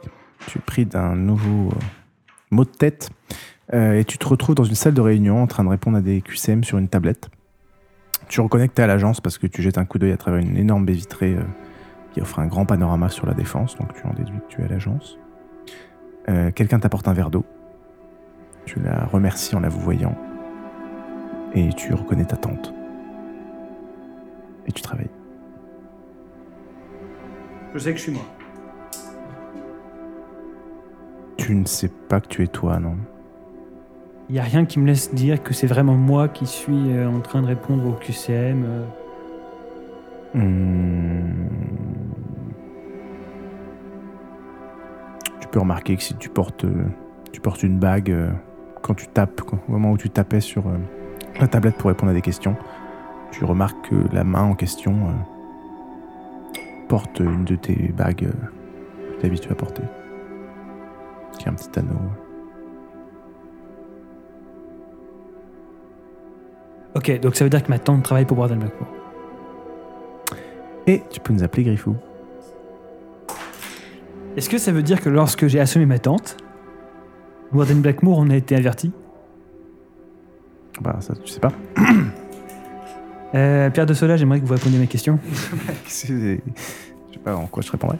S1: tu es pris d'un nouveau euh, mot de tête euh, et tu te retrouves dans une salle de réunion en train de répondre à des QCM sur une tablette. Tu reconnectes à l'agence parce que tu jettes un coup d'œil à travers une énorme baie vitrée euh, qui offre un grand panorama sur la défense, donc tu en déduis que tu es à l'agence. Euh, Quelqu'un t'apporte un verre d'eau. Tu la remercies en la vous voyant. Et tu reconnais ta tante. Et tu travailles.
S6: Je sais que je suis moi.
S1: Tu ne sais pas que tu es toi, non
S5: Il n'y a rien qui me laisse dire que c'est vraiment moi qui suis euh, en train de répondre au QCM. euh.
S1: Hmm. Tu peux remarquer que si tu portes, euh, tu portes une bague euh, quand tu tapes, quand- au moment où tu tapais sur euh, la tablette pour répondre à des questions, tu remarques que la main en question euh, porte une de tes bagues euh, que tu es habitué à porter, qui est un petit anneau.
S5: Ok, donc ça veut dire que ma tante travaille pour Warden Blackmore.
S1: Et tu peux nous appeler Griffou.
S5: Est-ce que ça veut dire que lorsque j'ai assommé ma tante, Warden Blackmore en a été averti
S1: Bah ça, tu sais pas.
S5: Euh, Pierre de Sola, j'aimerais que vous répondiez à mes questions.
S1: C'est- Je sais pas en quoi je répondrais.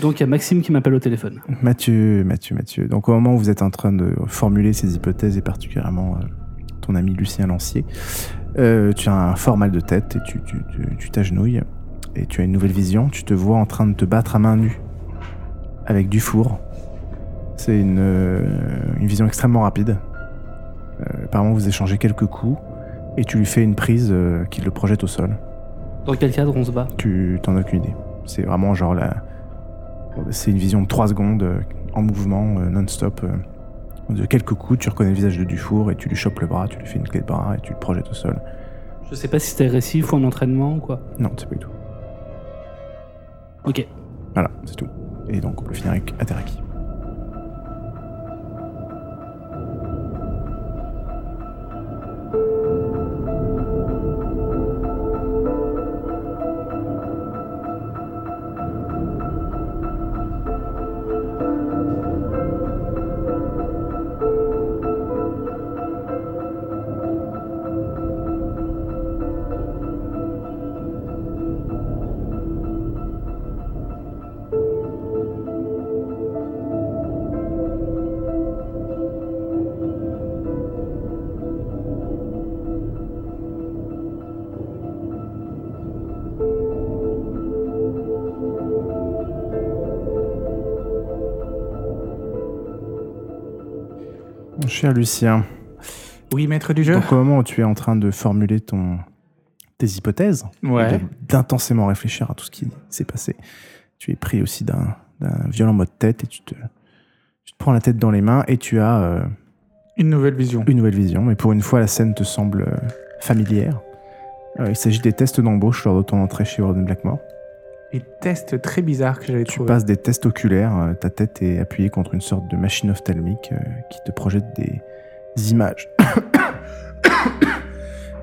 S6: Donc il y a Maxime qui m'appelle au téléphone.
S1: Mathieu, Mathieu, Mathieu. Donc au moment où vous êtes en train de formuler ces hypothèses et particulièrement euh, ton ami Lucien Lancier, euh, tu as un fort mal de tête et tu tu- tu- tu t'agenouilles et tu as une nouvelle vision. Tu te vois en train de te battre à main nue avec du four. C'est une, euh, une vision extrêmement rapide. Euh, apparemment, vous échangez quelques coups et tu lui fais une prise euh, qui le projette au sol.
S6: Dans quel cadre on se bat
S1: Tu t'en as aucune idée. C'est vraiment genre la. C'est une vision de 3 secondes euh, en mouvement euh, non-stop. euh, de quelques coups, tu reconnais le visage de Dufour et tu lui chopes le bras, tu lui fais une clé de bras et tu le projettes au sol.
S6: Je sais pas si c'était récif ou en entraînement ou quoi.
S1: Non, c'est pas du tout.
S6: Ok.
S1: Voilà, c'est tout. Et donc on peut finir avec Ateraki. Mon cher Lucien,
S3: Oui, maître du jeu
S1: donc au moment où tu es en train de formuler ton, tes hypothèses, et de- d'intensément réfléchir à tout ce qui s'est passé. Tu es pris aussi d'un d'un violent mot de tête et tu te, tu te prends la tête dans les mains et tu as euh,
S3: Une nouvelle vision.
S1: une nouvelle vision. Mais pour une fois, la scène te semble euh, familière. Euh, il s'agit des tests d'embauche lors de ton entrée chez Warden Blackmore.
S3: Des tests très bizarres que j'avais
S1: Tu
S3: trouvé.
S1: passes des tests oculaires, euh, ta tête est appuyée contre une sorte de machine ophtalmique euh, qui te projette des images.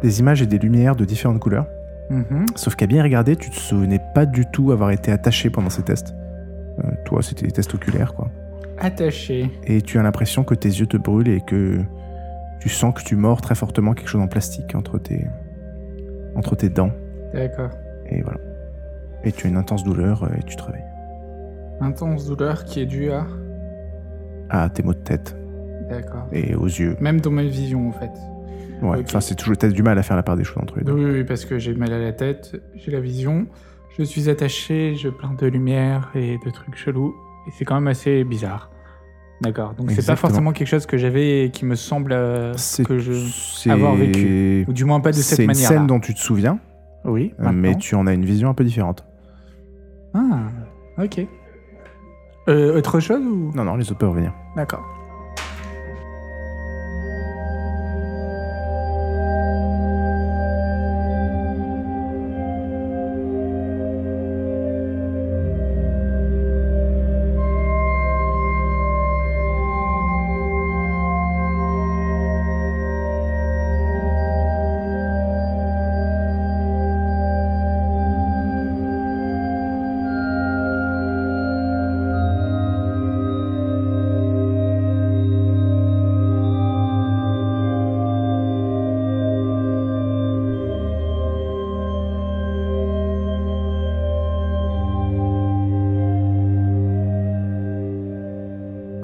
S1: des images et des lumières de différentes couleurs.
S3: Mhm.
S1: Sauf qu'à bien regarder, tu te souvenais pas du tout avoir été attaché pendant ces tests. Euh, toi, c'était des tests oculaires, quoi.
S3: Attaché.
S1: Et tu as l'impression que tes yeux te brûlent et que tu sens que tu mords très fortement quelque chose en plastique entre tes, entre tes dents.
S3: D'accord.
S1: Et voilà. Et tu as une intense douleur euh, et tu te réveilles.
S3: Intense douleur qui est due à.
S1: À Ah, tes maux de tête
S3: D'accord.
S1: et aux yeux.
S3: Même dans ma vision, en fait.
S1: Ouais,
S3: Ok.
S1: enfin, c'est toujours. T'as du mal à faire la part des choses entre les deux.
S3: Oui, oui, oui, parce que j'ai mal à la tête, j'ai la vision, je suis attaché, je plein de lumière et de trucs chelous. Et c'est quand même assez bizarre. D'accord. Donc c'est pas
S1: Exactement.
S3: forcément quelque chose que j'avais et qui me semble euh,
S1: C'est-
S3: que je.
S1: c'est-
S3: avoir vécu. Ou du moins pas de cette
S1: C'est une
S3: manière.
S1: scène dont tu te souviens,
S3: Oui,
S1: euh, mais tu en as une vision un peu différente.
S3: Ah, ok. Euh, autre chose ou
S1: Non, non, les autres peuvent revenir.
S3: D'accord.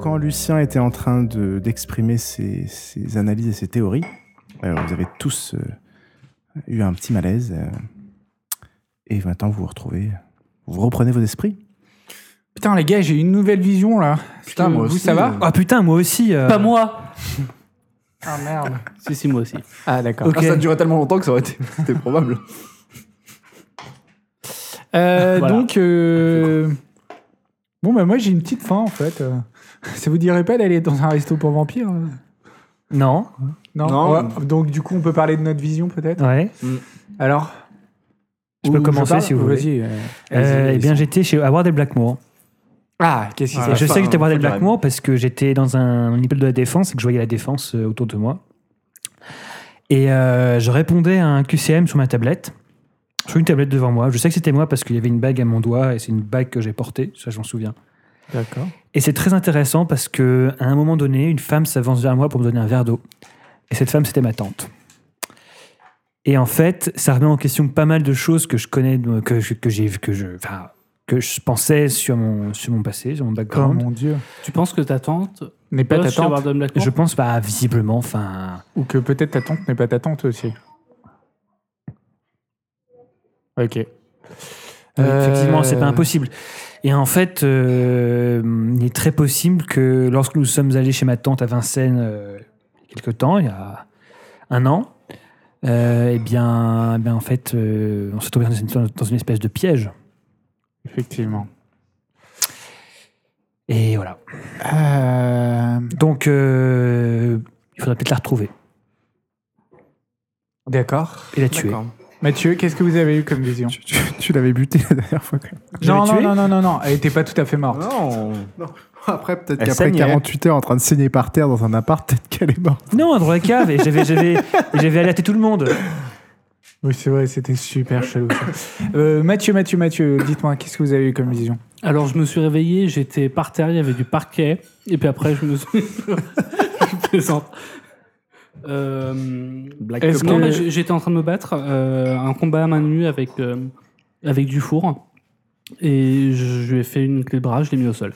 S1: Quand Lucien était en train de- d'exprimer ses, ses analyses et ses théories, euh, vous avez tous euh, eu un petit malaise. euh, et maintenant, vous vous retrouvez. Vous reprenez vos esprits.
S3: Putain, les gars, j'ai une nouvelle vision là.
S4: Putain, moi
S3: vous,
S4: aussi,
S3: ça va
S4: euh.
S5: Ah putain, moi aussi. euh,
S6: Pas moi
S3: Ah merde.
S6: Si, si, moi aussi.
S3: Ah d'accord.
S5: Ok.
S4: Ah, ça durait tellement longtemps que ça aurait été c'était probable.
S3: Euh,
S6: Voilà.
S3: Donc, euh, bon, bah moi j'ai une petite faim en fait. Euh, Ça vous dirait pas d'aller dans un resto pour vampires euh
S5: Non.
S3: Non.
S4: Non.
S3: Ouais, donc du coup, on peut parler de notre vision peut-être.
S5: Ouais.
S3: Alors,
S5: Je peux
S3: Ou-
S5: commencer,
S3: parle
S5: si vous voulez.
S3: Vas-y. euh,
S5: Euh,
S3: vas-y,
S5: eh bien, j'étais chez à Wardell Blackmore.
S3: Ah, qu'est-ce qui
S4: Ah,
S3: s'est
S5: Et
S4: la
S5: je
S4: fin,
S5: sais que j'étais
S4: hein,
S5: Wardell
S4: fin du
S5: Blackmore parce que j'étais dans un immeuble de la défense et que je voyais la défense euh, autour de moi. Et euh, je répondais à un QCM sur ma tablette. Sur une tablette devant moi. Je sais que c'était moi parce qu'il y avait une bague à mon doigt et c'est une bague que j'ai portée, ça j'en souviens.
S3: D'accord.
S5: Et c'est très intéressant parce que à un moment donné, une femme s'avance vers moi pour me donner un verre d'eau. Et cette femme, c'était ma tante. Et en fait, ça remet en question pas mal de choses que je connais, de- que je- que j'ai, que je, enfin, que je pensais sur mon, sur mon passé, sur mon
S3: Oh
S5: background.
S3: mon dieu.
S6: Tu penses que ta tante
S3: N'est pas ta
S6: bosse chez
S3: tante
S6: Warden Blackmore
S5: Je pense pas visiblement, enfin,
S3: Ou que peut-être ta tante n'est pas ta tante aussi. Ok.
S5: euh, effectivement,
S3: Euh,
S5: c'est pas impossible. Et en fait, euh, il est très possible que lorsque nous sommes allés chez ma tante à Vincennes, euh, il y a quelque temps, il y a un an, euh, eh bien, eh bien, en fait, euh, on s'est trouvé dans une, dans une espèce de piège.
S3: Effectivement.
S5: Et voilà.
S3: Euh,
S5: Donc, euh, il faudrait peut-être la retrouver
S3: D'accord.
S5: et la tuer.
S4: D'accord.
S3: Mathieu, qu'est-ce que vous avez eu comme vision
S1: Tu, tu- tu l'avais buté la dernière fois. Quand même.
S5: Je l'ai
S3: non, non,
S5: tuée
S3: non, non, non, non, elle était pas tout à fait morte.
S4: Non.
S1: Après, peut-être
S4: Elle
S1: qu'après
S4: saignait.
S1: 48 heures en train de saigner par terre dans un appart, peut-être qu'elle est morte.
S5: Non, dans la cave, et j'avais, j'avais, et j'avais alerté tout le monde.
S3: Oui, c'est vrai, c'était super chelou. ça. Euh, Mathieu, Mathieu, Mathieu, dites-moi, qu'est-ce que vous avez eu comme vision
S6: Alors, je me suis réveillé, j'étais par terre, il y avait du parquet. Et puis après, je me suis. je plaisante. Euh,
S4: Black
S3: Est-ce
S4: Couple.
S6: Non,
S3: que-
S6: bah, j- j'étais en train de me battre, euh, un combat à main nue avec, euh, avec du four. Et je lui ai fait une clé de bras, je l'ai mis au sol.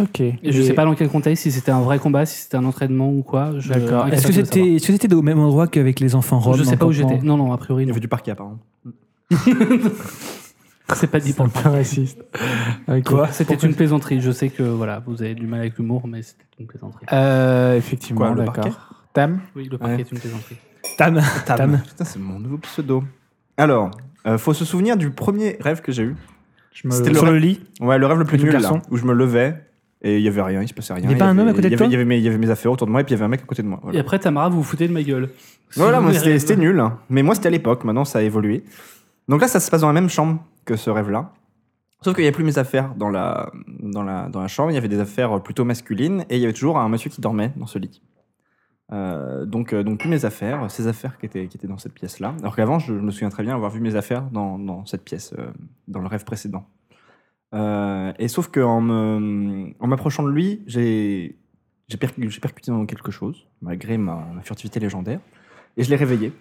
S3: Ok.
S6: Et je sais pas dans quel contexte, si c'était un vrai combat, si c'était un entraînement ou quoi. je-
S3: D'accord.
S6: incapable
S5: Est-ce que
S6: de Ah, savoir.
S5: c'était, est-ce que c'était au même endroit qu'avec les enfants roms
S6: Je sais
S5: en
S6: pas où
S5: campement
S6: j'étais. Non, non, a priori,
S4: Il y
S6: non.
S4: avait du parquet apparemment.
S6: C'est pas dit pour le
S3: Pas raciste. Ok.
S6: Quoi C'était une plaisanterie. Je sais que voilà, vous avez du mal avec l'humour, mais c'était une plaisanterie.
S3: Euh, effectivement,
S4: Quoi, le parquet
S3: d'accord. Tam
S6: Oui, le parquet
S4: Ouais.
S6: est une plaisanterie.
S5: Tam.
S4: Tam.
S5: Tam.
S4: Ah, Putain, c'est mon nouveau pseudo. Alors, euh, faut se souvenir du premier rêve que j'ai eu.
S3: Je me-
S4: C'était Euh, le
S5: Sur
S4: rêve-
S5: le lit.
S4: Ouais, le rêve le plus
S5: Et du
S4: nul,
S5: garçon.
S4: là, où je me levais et il y avait rien, il se passait rien.
S5: Il y avait pas un homme à côté de
S4: il y
S5: toi
S4: avait- Il y avait mes- il y avait mes affaires autour de moi et puis il y avait un mec à côté de moi.
S6: Et
S4: Voilà,
S6: après, Tamara, vous vous foutez de ma gueule.
S4: Voilà, moi,
S6: C'est
S4: c'était
S6: vrai.
S4: c'était nul. hein. Mais moi c'était à l'époque, maintenant ça a évolué. Donc là ça se passe dans la même chambre que ce rêve-là. Sauf qu'il n'y avait plus mes affaires dans la, dans, la, dans la chambre, il y avait des affaires plutôt masculines et il y avait toujours un monsieur qui dormait dans ce lit. Euh, donc, euh, donc plus mes affaires, ces affaires qui étaient, qui étaient dans cette pièce-là. Alors qu'avant, je, je me souviens très bien avoir vu mes affaires dans, dans cette pièce, euh, dans le rêve précédent. Euh, et sauf qu'en me, en m'approchant de lui, j'ai, j'ai, percu- j'ai percuté dans quelque chose, malgré ma, ma furtivité légendaire, et je l'ai réveillé.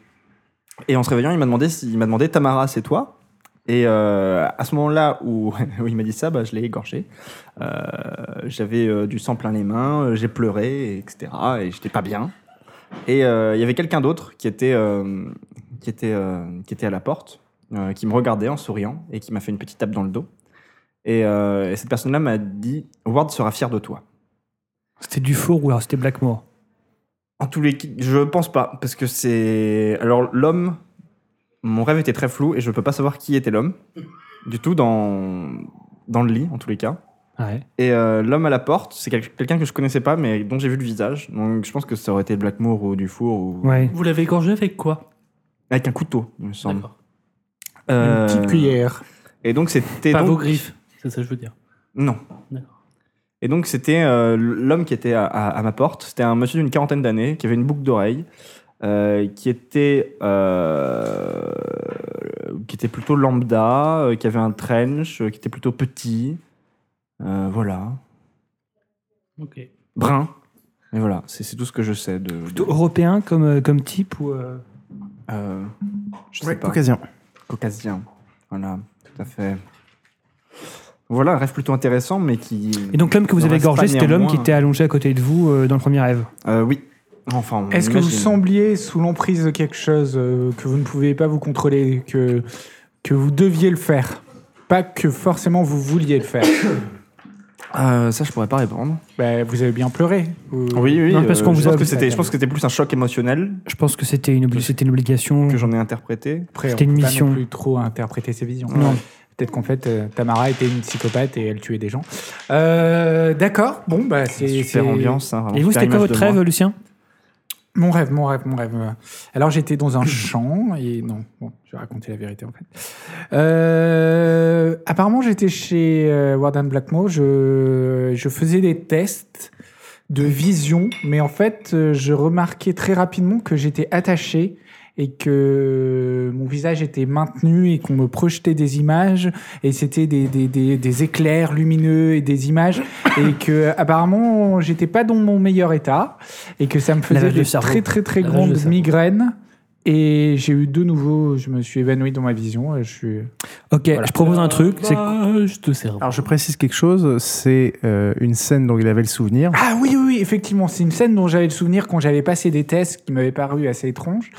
S4: Et en se réveillant, il m'a demandé, si- il m'a demandé Tamara, c'est toi et euh, à ce moment-là où, où il m'a dit ça, bah, je l'ai égorgé. Euh, J'avais euh, du sang plein les mains, euh, j'ai pleuré, etc. Et j'étais pas bien. Et euh, il y avait quelqu'un d'autre qui était, euh, qui, était, euh, qui était à la porte, euh, qui me regardait en souriant et qui m'a fait une petite tape dans le dos. Et, euh, et cette personne-là m'a dit Ward sera fier de toi.
S5: C'était du four ou alors c'était Blackmore.
S4: En tous les cas, je pense pas, parce que c'est. Alors, l'homme Mon rêve était très flou et je peux pas savoir qui était l'homme, du tout, dans, dans le lit, en tous les cas.
S5: Ouais.
S4: Et euh, l'homme à la porte, c'est quel- quelqu'un que je connaissais pas, mais dont j'ai vu le visage. Donc je pense que ça aurait été Blackmoor ou Dufour ou.
S5: Ouais.
S6: Vous l'avez égorgé avec quoi
S4: Avec un couteau, il me semble.
S6: D'accord.
S3: Une
S4: Euh,
S3: petite cuillère.
S4: Et donc c'était.
S6: Pas
S4: donc-
S3: Bah,
S6: vos griffes, c'est ça que je veux dire.
S4: Non.
S6: D'accord.
S4: Et donc, c'était euh, l'homme qui était à, à- à ma porte. C'était un monsieur d'une quarantaine d'années qui avait une boucle d'oreille, euh, qui était euh, qui était plutôt lambda, euh, qui avait un trench, euh, qui était plutôt petit, Euh, voilà,
S6: Ok.
S4: brun. Et voilà, c'est c'est tout ce que je sais de.
S5: Plutôt européen comme, euh, comme type ou. euh,
S4: euh, je sais
S1: Ouais,
S4: pas.
S1: Caucasien.
S4: Caucasien. Voilà, tout à fait. Voilà, un rêve plutôt intéressant, mais qui.
S5: Et donc l'homme que vous
S4: n'en
S5: avez
S4: reste pas
S5: égorgé, c'était l'homme qui
S4: néanmoins-
S5: était allongé à côté de vous euh, dans le premier rêve.
S4: Euh, oui. Enfin, on
S3: Est-ce que vous
S4: imagine.
S3: sembliez sous l'emprise de quelque chose euh, que vous ne pouviez pas vous contrôler, que, que vous deviez le faire Pas que forcément vous vouliez le faire.
S4: Euh, ça, je pourrais pas répondre.
S3: Bah, vous avez bien pleuré. Vous-
S4: Oui, oui. euh,
S5: Non, parce qu'on
S4: je
S5: vous
S4: pense
S5: a-
S4: que c'était, je pense que c'était plus un choc émotionnel
S5: Je pense que c'était une, obli- c'était une obligation.
S4: que j'en ai interprété.
S3: Après,
S5: C'était
S3: on
S5: une
S3: peut pas
S5: mission.
S3: non plus trop interpréter ses visions.
S5: Non.
S3: Peut-être qu'en fait, euh, Tamara était une psychopathe et elle tuait des gens. Euh, D'accord. Bon, bah, c'est c'est-
S4: Super ambiance. hein, vraiment
S5: Et vous,
S4: super
S5: c'était quoi
S4: image
S5: votre
S4: de moi.
S5: rêve, Lucien
S3: Mon rêve, mon rêve, mon rêve. Alors j'étais dans un champ et non, bon, je vais raconter la vérité en fait. Euh, apparemment j'étais chez euh, Warden Blackmore, je, je faisais des tests de vision, mais en fait euh, je remarquais très rapidement que j'étais attaché et que mon visage était maintenu et qu'on me projetait des images et c'était des, des, des, des éclairs lumineux et des images et que apparemment j'étais pas dans mon meilleur état et que ça me faisait
S5: Lavage de
S3: des
S5: cerveau.
S3: très très très
S6: Lavage de
S3: grandes
S6: cerveau.
S3: migraines et j'ai eu de nouveau je me suis évanoui dans ma vision et je suis
S5: Ok, je propose un truc. c'est
S6: Bah. Je te sers.
S1: Alors je précise quelque chose, c'est euh, une scène dont il avait le souvenir.
S3: ah oui oui, oui effectivement c'est une scène dont j'avais le souvenir quand j'avais passé des tests qui m'avaient paru assez étranges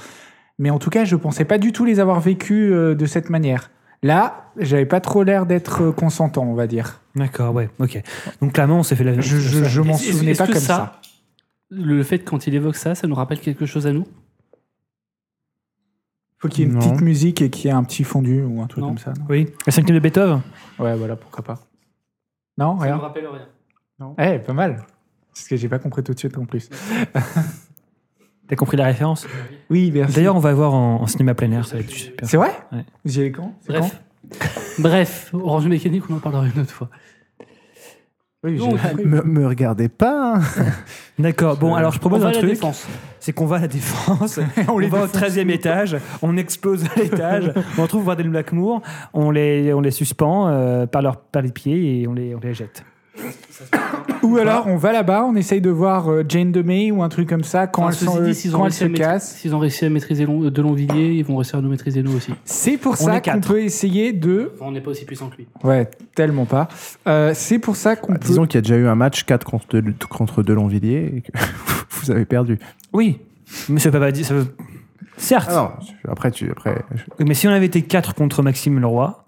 S3: mais en tout cas je pensais pas du tout les avoir vécus euh, de cette manière là j'avais pas trop l'air d'être euh, consentant on va dire
S5: D'accord, ouais, ok. Donc clairement, on s'est fait la.
S3: je, je, je m'en
S6: Est-ce- est-ce-
S3: souvenais
S6: est-ce
S3: pas
S6: que
S3: comme ça.
S6: Le fait que quand il évoque ça, ça nous rappelle quelque chose à nous
S3: Faut qu'il y ait une
S1: Non.
S3: petite musique et qu'il y ait un petit fondu ou un truc
S6: Non.
S3: comme ça. non
S5: Oui, la cinquième de Beethoven
S3: ouais, voilà, pourquoi pas. Non,
S6: Ça nous
S3: rien.
S6: rappelle rien.
S3: Eh, pas mal. Parce que j'ai pas compris tout de suite en plus.
S5: T'as compris la référence
S3: Oui, merci.
S5: D'ailleurs, on va voir en, en cinéma plein air, ça va être super.
S3: c'est vrai
S5: Ouais.
S3: Vous y allez quand C'est quand
S6: Bref. Bref, Orange Mécanique, on en parlera une autre fois.
S3: Oui, j'ai
S6: Donc,
S3: compris.
S1: Me, me regardez pas. hein.
S5: D'accord, bon, alors je
S6: On
S5: propose
S6: va
S5: un
S6: à la
S5: truc
S6: défense.
S5: c'est qu'on va à la défense, on, va au 13 e étage, on explose à l'étage, on retrouve Warden Blackmoor, on les, on les suspend euh, par, leurs par les pieds et on les, on les jette.
S3: Ou alors, on va là-bas, on essaye de voir euh, Jane de May ou un truc comme ça quand
S6: Enfin,
S3: elle,
S6: ceci
S3: s'en-
S6: dit, s'ils ont
S3: quand elle
S6: réussi
S3: se
S6: à maîtri-
S3: casse.
S6: S'ils ont réussi à maîtriser Lon- Delonvilliers, ils vont réussir à nous maîtriser nous aussi.
S3: C'est pour ça
S5: est
S3: qu'on
S5: quatre.
S3: peut essayer de.
S6: Enfin, on n'est pas aussi puissant que lui.
S3: Ouais, tellement pas. Euh, c'est pour ça
S4: Bah,
S3: qu'on peut.
S1: Bah, Disons qu'il y a déjà eu un match 4 contre, de, contre Delonvilliers et que vous avez perdu.
S5: Oui, mais ça veut pas dire. ça veut- Certes,
S1: Ah non, après tu après
S5: mais si on avait été 4 contre Maxime Leroy,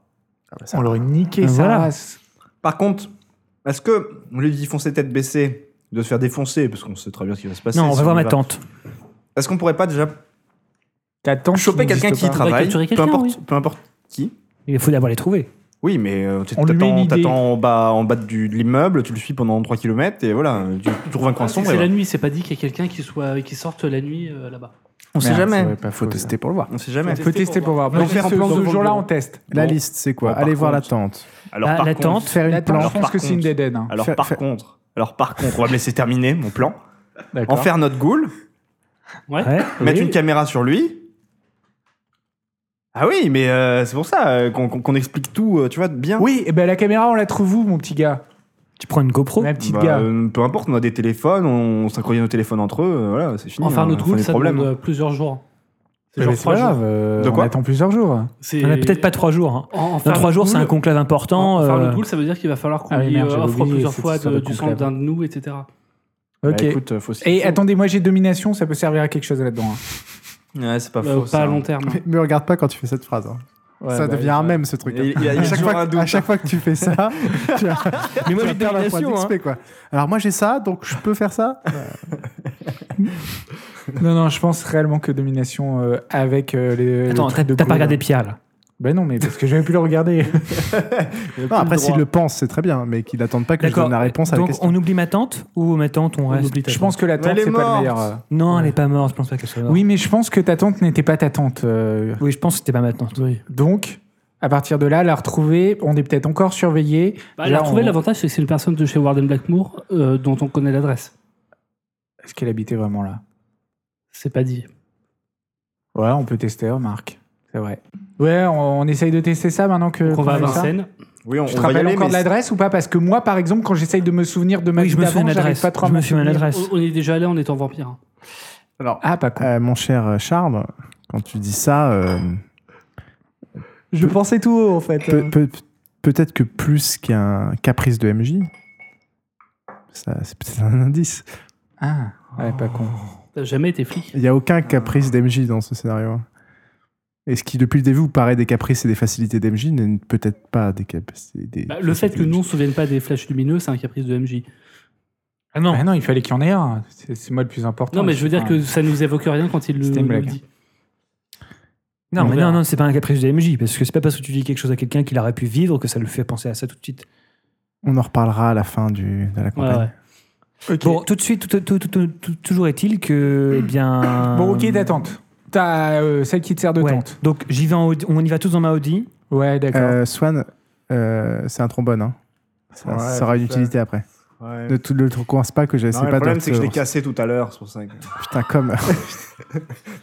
S3: On l'aurait niqué,
S5: Euh,
S3: sa
S5: voilà.
S3: race.
S4: Par contre, est-ce que on lui dit foncer tête baissée, de se faire défoncer, parce qu'on sait très bien ce qui va se passer.
S5: non, on
S4: si
S5: va voir
S4: y
S5: ma tante.
S4: Est-ce qu'on pourrait pas déjà
S3: T'as tant
S4: choper quelqu'un qui y
S3: travaille.
S4: travaille,
S6: capturer
S4: peu
S6: quelqu'un,
S4: importe,
S6: oui.
S4: peu importe qui.
S5: Il faut d'abord les trouver.
S4: Oui, mais euh, tu
S3: On lui met une
S4: t'attends
S3: idée.
S4: t'attends en bas, en bas du- de l'immeuble, tu le suis pendant 3 km et voilà, tu, tu trouves un coin
S6: Ah, C'est
S4: sombre. et
S6: la
S4: voilà.
S6: nuit, c'est pas dit qu'il y a quelqu'un qui, soit, qui sorte la nuit euh, là-bas.
S4: On sait
S3: Merde,
S4: jamais.
S3: c'est vrai, pas
S1: faut
S3: faux, ça.
S1: tester pour le voir.
S4: On sait jamais.
S3: On peut tester pour voir. Donc,
S4: faire un
S3: ce,
S4: plan
S3: ce
S4: devant le
S3: jour-là,
S4: bureau.
S3: on teste.
S1: La
S4: Bon.
S1: liste c'est quoi
S4: Bon, par
S1: Aller voir la
S4: contre-
S1: tente.
S4: Alors,
S5: Ah,
S4: par
S5: la
S4: contre,
S5: tente,
S1: Faire
S3: La
S1: une
S3: tente,
S1: planche.
S3: je pense
S4: par
S3: que c'est une
S4: contre.
S3: dead end. hein.
S4: Alors
S1: Faire-
S4: par
S1: faire-
S4: contre, alors par contre, on va me laisser terminer mon plan. En
S3: D'accord.
S4: faire notre goule,
S5: Ouais.
S4: mettre
S3: Oui.
S4: une caméra sur lui. Ah oui, mais euh, c'est pour ça euh, qu'on qu'on- qu'on explique tout, euh, tu vois, bien.
S3: Oui, et ben la caméra, on la trouve où, mon petit gars
S5: Tu prends une GoPro
S3: Ma petite
S4: Bah,
S3: gars.
S4: euh, peu importe, on a des téléphones, on synchronise nos téléphones entre eux, euh, voilà, c'est fini.
S6: Enfin,
S4: hein,
S6: notre
S4: fin
S6: route,
S4: du
S6: ça
S4: problème.
S6: demande euh, plusieurs jours. C'est
S3: Mais
S6: genre
S3: c'est
S6: trois
S3: pas
S6: jours.
S3: grave, euh,
S4: De
S3: on
S4: quoi
S3: attend plusieurs jours.
S6: C'est-
S5: On a peut-être pas trois jours. hein.
S6: En- en
S5: Dans
S6: faire
S5: trois
S6: le
S5: jours, c'est
S6: goal-
S5: un conclave important.
S6: en faire le
S5: euh,
S6: goal, ça veut dire qu'il va falloir qu'on
S3: Ah oui,
S6: lui
S3: merde,
S6: euh,
S3: j'avais
S6: offre
S3: oublié
S6: plusieurs
S3: cette
S6: fois
S3: histoire
S6: de-
S3: de
S6: du sang
S3: conclave.
S6: d'un de nous, etc.
S4: Bah,
S3: Ok.
S4: écoute, euh, faut s'y-
S3: et
S4: faut-
S3: attendez, moi j'ai domination, ça peut servir à quelque chose là-dedans. hein.
S4: Ouais, c'est pas
S6: Euh,
S4: faux.
S6: pas
S4: ça.
S6: à long terme.
S1: Mais me regarde pas quand tu fais cette phrase. hein.
S3: Ouais,
S1: ça
S3: bah,
S1: devient un mème ce truc. hein.
S4: Il- il y a- il y a
S1: à, chaque
S4: toujours
S1: fois,
S4: un
S1: que-
S4: doute,
S1: à chaque fois que tu fais ça, tu vas-
S5: Mais moi,
S1: tu vas
S5: j'ai de
S1: perdre un point
S5: domination, hein.
S1: d'XP, quoi. Alors moi j'ai ça, donc je peux faire ça.
S3: non, non, je pense réellement que domination euh, avec euh, les.
S5: Attends,
S3: le
S5: t'as
S3: truc de
S5: t'as pas
S3: Claude.
S5: regardé Pierre là
S3: Ben non, mais parce que j'avais pu le regarder.
S1: Non, après, s'il le pense, c'est très bien, mais qu'il n'attende pas que je donne la réponse à la
S5: Donc
S1: question.
S5: on oublie ma tante ou ma tante on reste
S6: oublie ta
S3: je pense que la tante,
S4: Elle est
S3: c'est pas le
S4: morte.
S3: meilleur. euh.
S5: Non, elle est pas morte, je pense pas qu'elle soit morte.
S3: Oui, mais je pense que ta tante n'était pas ta tante. euh.
S5: Oui, je pense que c'était pas ma tante.
S3: Donc, à partir de là, la retrouver, on est peut-être encore surveillé.
S6: Bah, la retrouver, l'avantage, c'est que c'est une personne de chez Warden Blackmoor euh, dont on connaît l'adresse.
S3: Est-ce qu'elle habitait vraiment là
S6: C'est pas dit.
S3: Ouais, on peut tester, Marc. C'est vrai. Ouais, on, on essaye de tester ça maintenant que.
S6: Donc on va à
S3: qu'on fait ça.
S6: Vincennes.
S4: Oui, on,
S3: Tu
S4: on
S3: te
S4: va y
S3: rappelles
S4: aller,
S3: encore de
S4: mais
S3: l'adresse ou pas Parce que moi, par exemple, quand j'essaye de me souvenir de ma
S5: Oui,
S3: vie
S5: je me
S3: d'avant,
S5: souviens de
S3: j'arrive
S5: l'adresse.
S3: pas trop à
S5: Je
S3: m'en
S5: me souviens de
S3: souvenir.
S5: l'adresse.
S6: On, on est déjà allé en étant vampire.
S3: Ah, pas con.
S1: Euh, mon cher euh, Charles, quand tu dis ça, euh,
S3: Je pensais tout haut, en fait.
S1: peut- peut- peut-être que plus qu'un caprice de MJ, ça, c'est peut-être un indice.
S3: Ah, ouais, pas con.
S6: T'as jamais été flic.
S1: Il n'y a aucun
S4: Ah.
S1: caprice d'MJ dans ce scénario. Et ce qui, depuis le début, vous paraît des caprices et des facilités d'MJ, n'est peut-être pas des capacités. des
S6: Bah, le fait que
S1: facilités
S6: nous on
S1: d'MJ.
S6: se souvienne pas des flashs lumineux, c'est un caprice de MJ.
S5: Ah non,
S3: Ah non, il fallait qu'il y en ait un. C'est c'est moi le plus important.
S6: Non, mais je veux dire que ça nous évoque rien quand il le,
S3: C'était une
S6: nous le
S3: blague.
S6: dit.
S5: non,
S6: on
S5: mais
S6: verra.
S5: non, non, c'est pas un caprice de MJ, parce que c'est pas parce que tu dis quelque chose à quelqu'un qu'il aurait pu vivre que ça le fait penser à ça tout de suite.
S1: On en reparlera à la fin du, de la
S6: Ouais,
S1: campagne.
S6: ouais.
S5: Bon, tout de suite, tout- tout- tout- tout- tout- toujours est-il que, eh bien.
S3: Bon, ok, ta tante. T'as euh, celle qui te sert de
S5: Ouais.
S3: tante.
S5: Donc j'y vais en Audi- on y va tous dans ma Audi.
S3: Ouais, d'accord.
S1: Euh, Swan, euh, c'est un trombone. hein. Ça,
S4: Ouais,
S1: ça aura une
S4: c'est ça.
S1: utilité après.
S4: Ouais.
S1: Ne te ne te coince pas que j'ai
S4: Non,
S1: essayé
S4: le
S1: pas
S4: problème,
S1: de.
S4: c'est que je l'ai
S1: te-
S4: cassé tout à l'heure, c'est pour ça que-
S1: Putain, comme.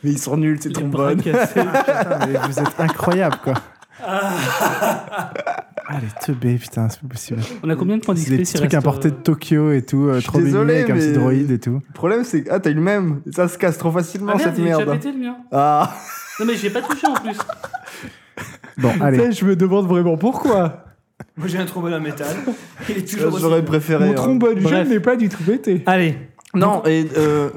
S4: Mais ils sont nuls, ces
S6: Les
S4: trombones.
S6: bras cassés.
S1: Putain, mais vous êtes incroyable, quoi. Ah, les teubés, putain, c'est pas possible.
S6: on a combien de points
S1: C'est
S6: d'XP
S1: des petits
S6: s'il
S1: trucs
S6: reste,
S1: importés de
S6: euh,
S1: Tokyo et tout, euh,
S4: je suis
S1: trop mignons
S4: désolé,
S1: avec un petit
S4: mais-
S1: droïde et tout.
S4: Le problème, c'est que ah, t'as eu le même. Ça se casse trop facilement,
S6: Ah merde,
S4: cette
S6: il est déjà
S4: merde.
S6: pété le mien.
S4: Ah,
S6: Non, mais je l'ai pas touché en plus.
S1: Bon, allez.
S3: je me demande vraiment pourquoi.
S5: Moi j'ai un trombone en métal. Il est
S4: j'aurais préféré.
S3: Mon
S4: hein.
S3: trombone, je
S5: Bref.
S3: bah, n'est pas du tout pété.
S5: Allez,
S4: Non, et. euh,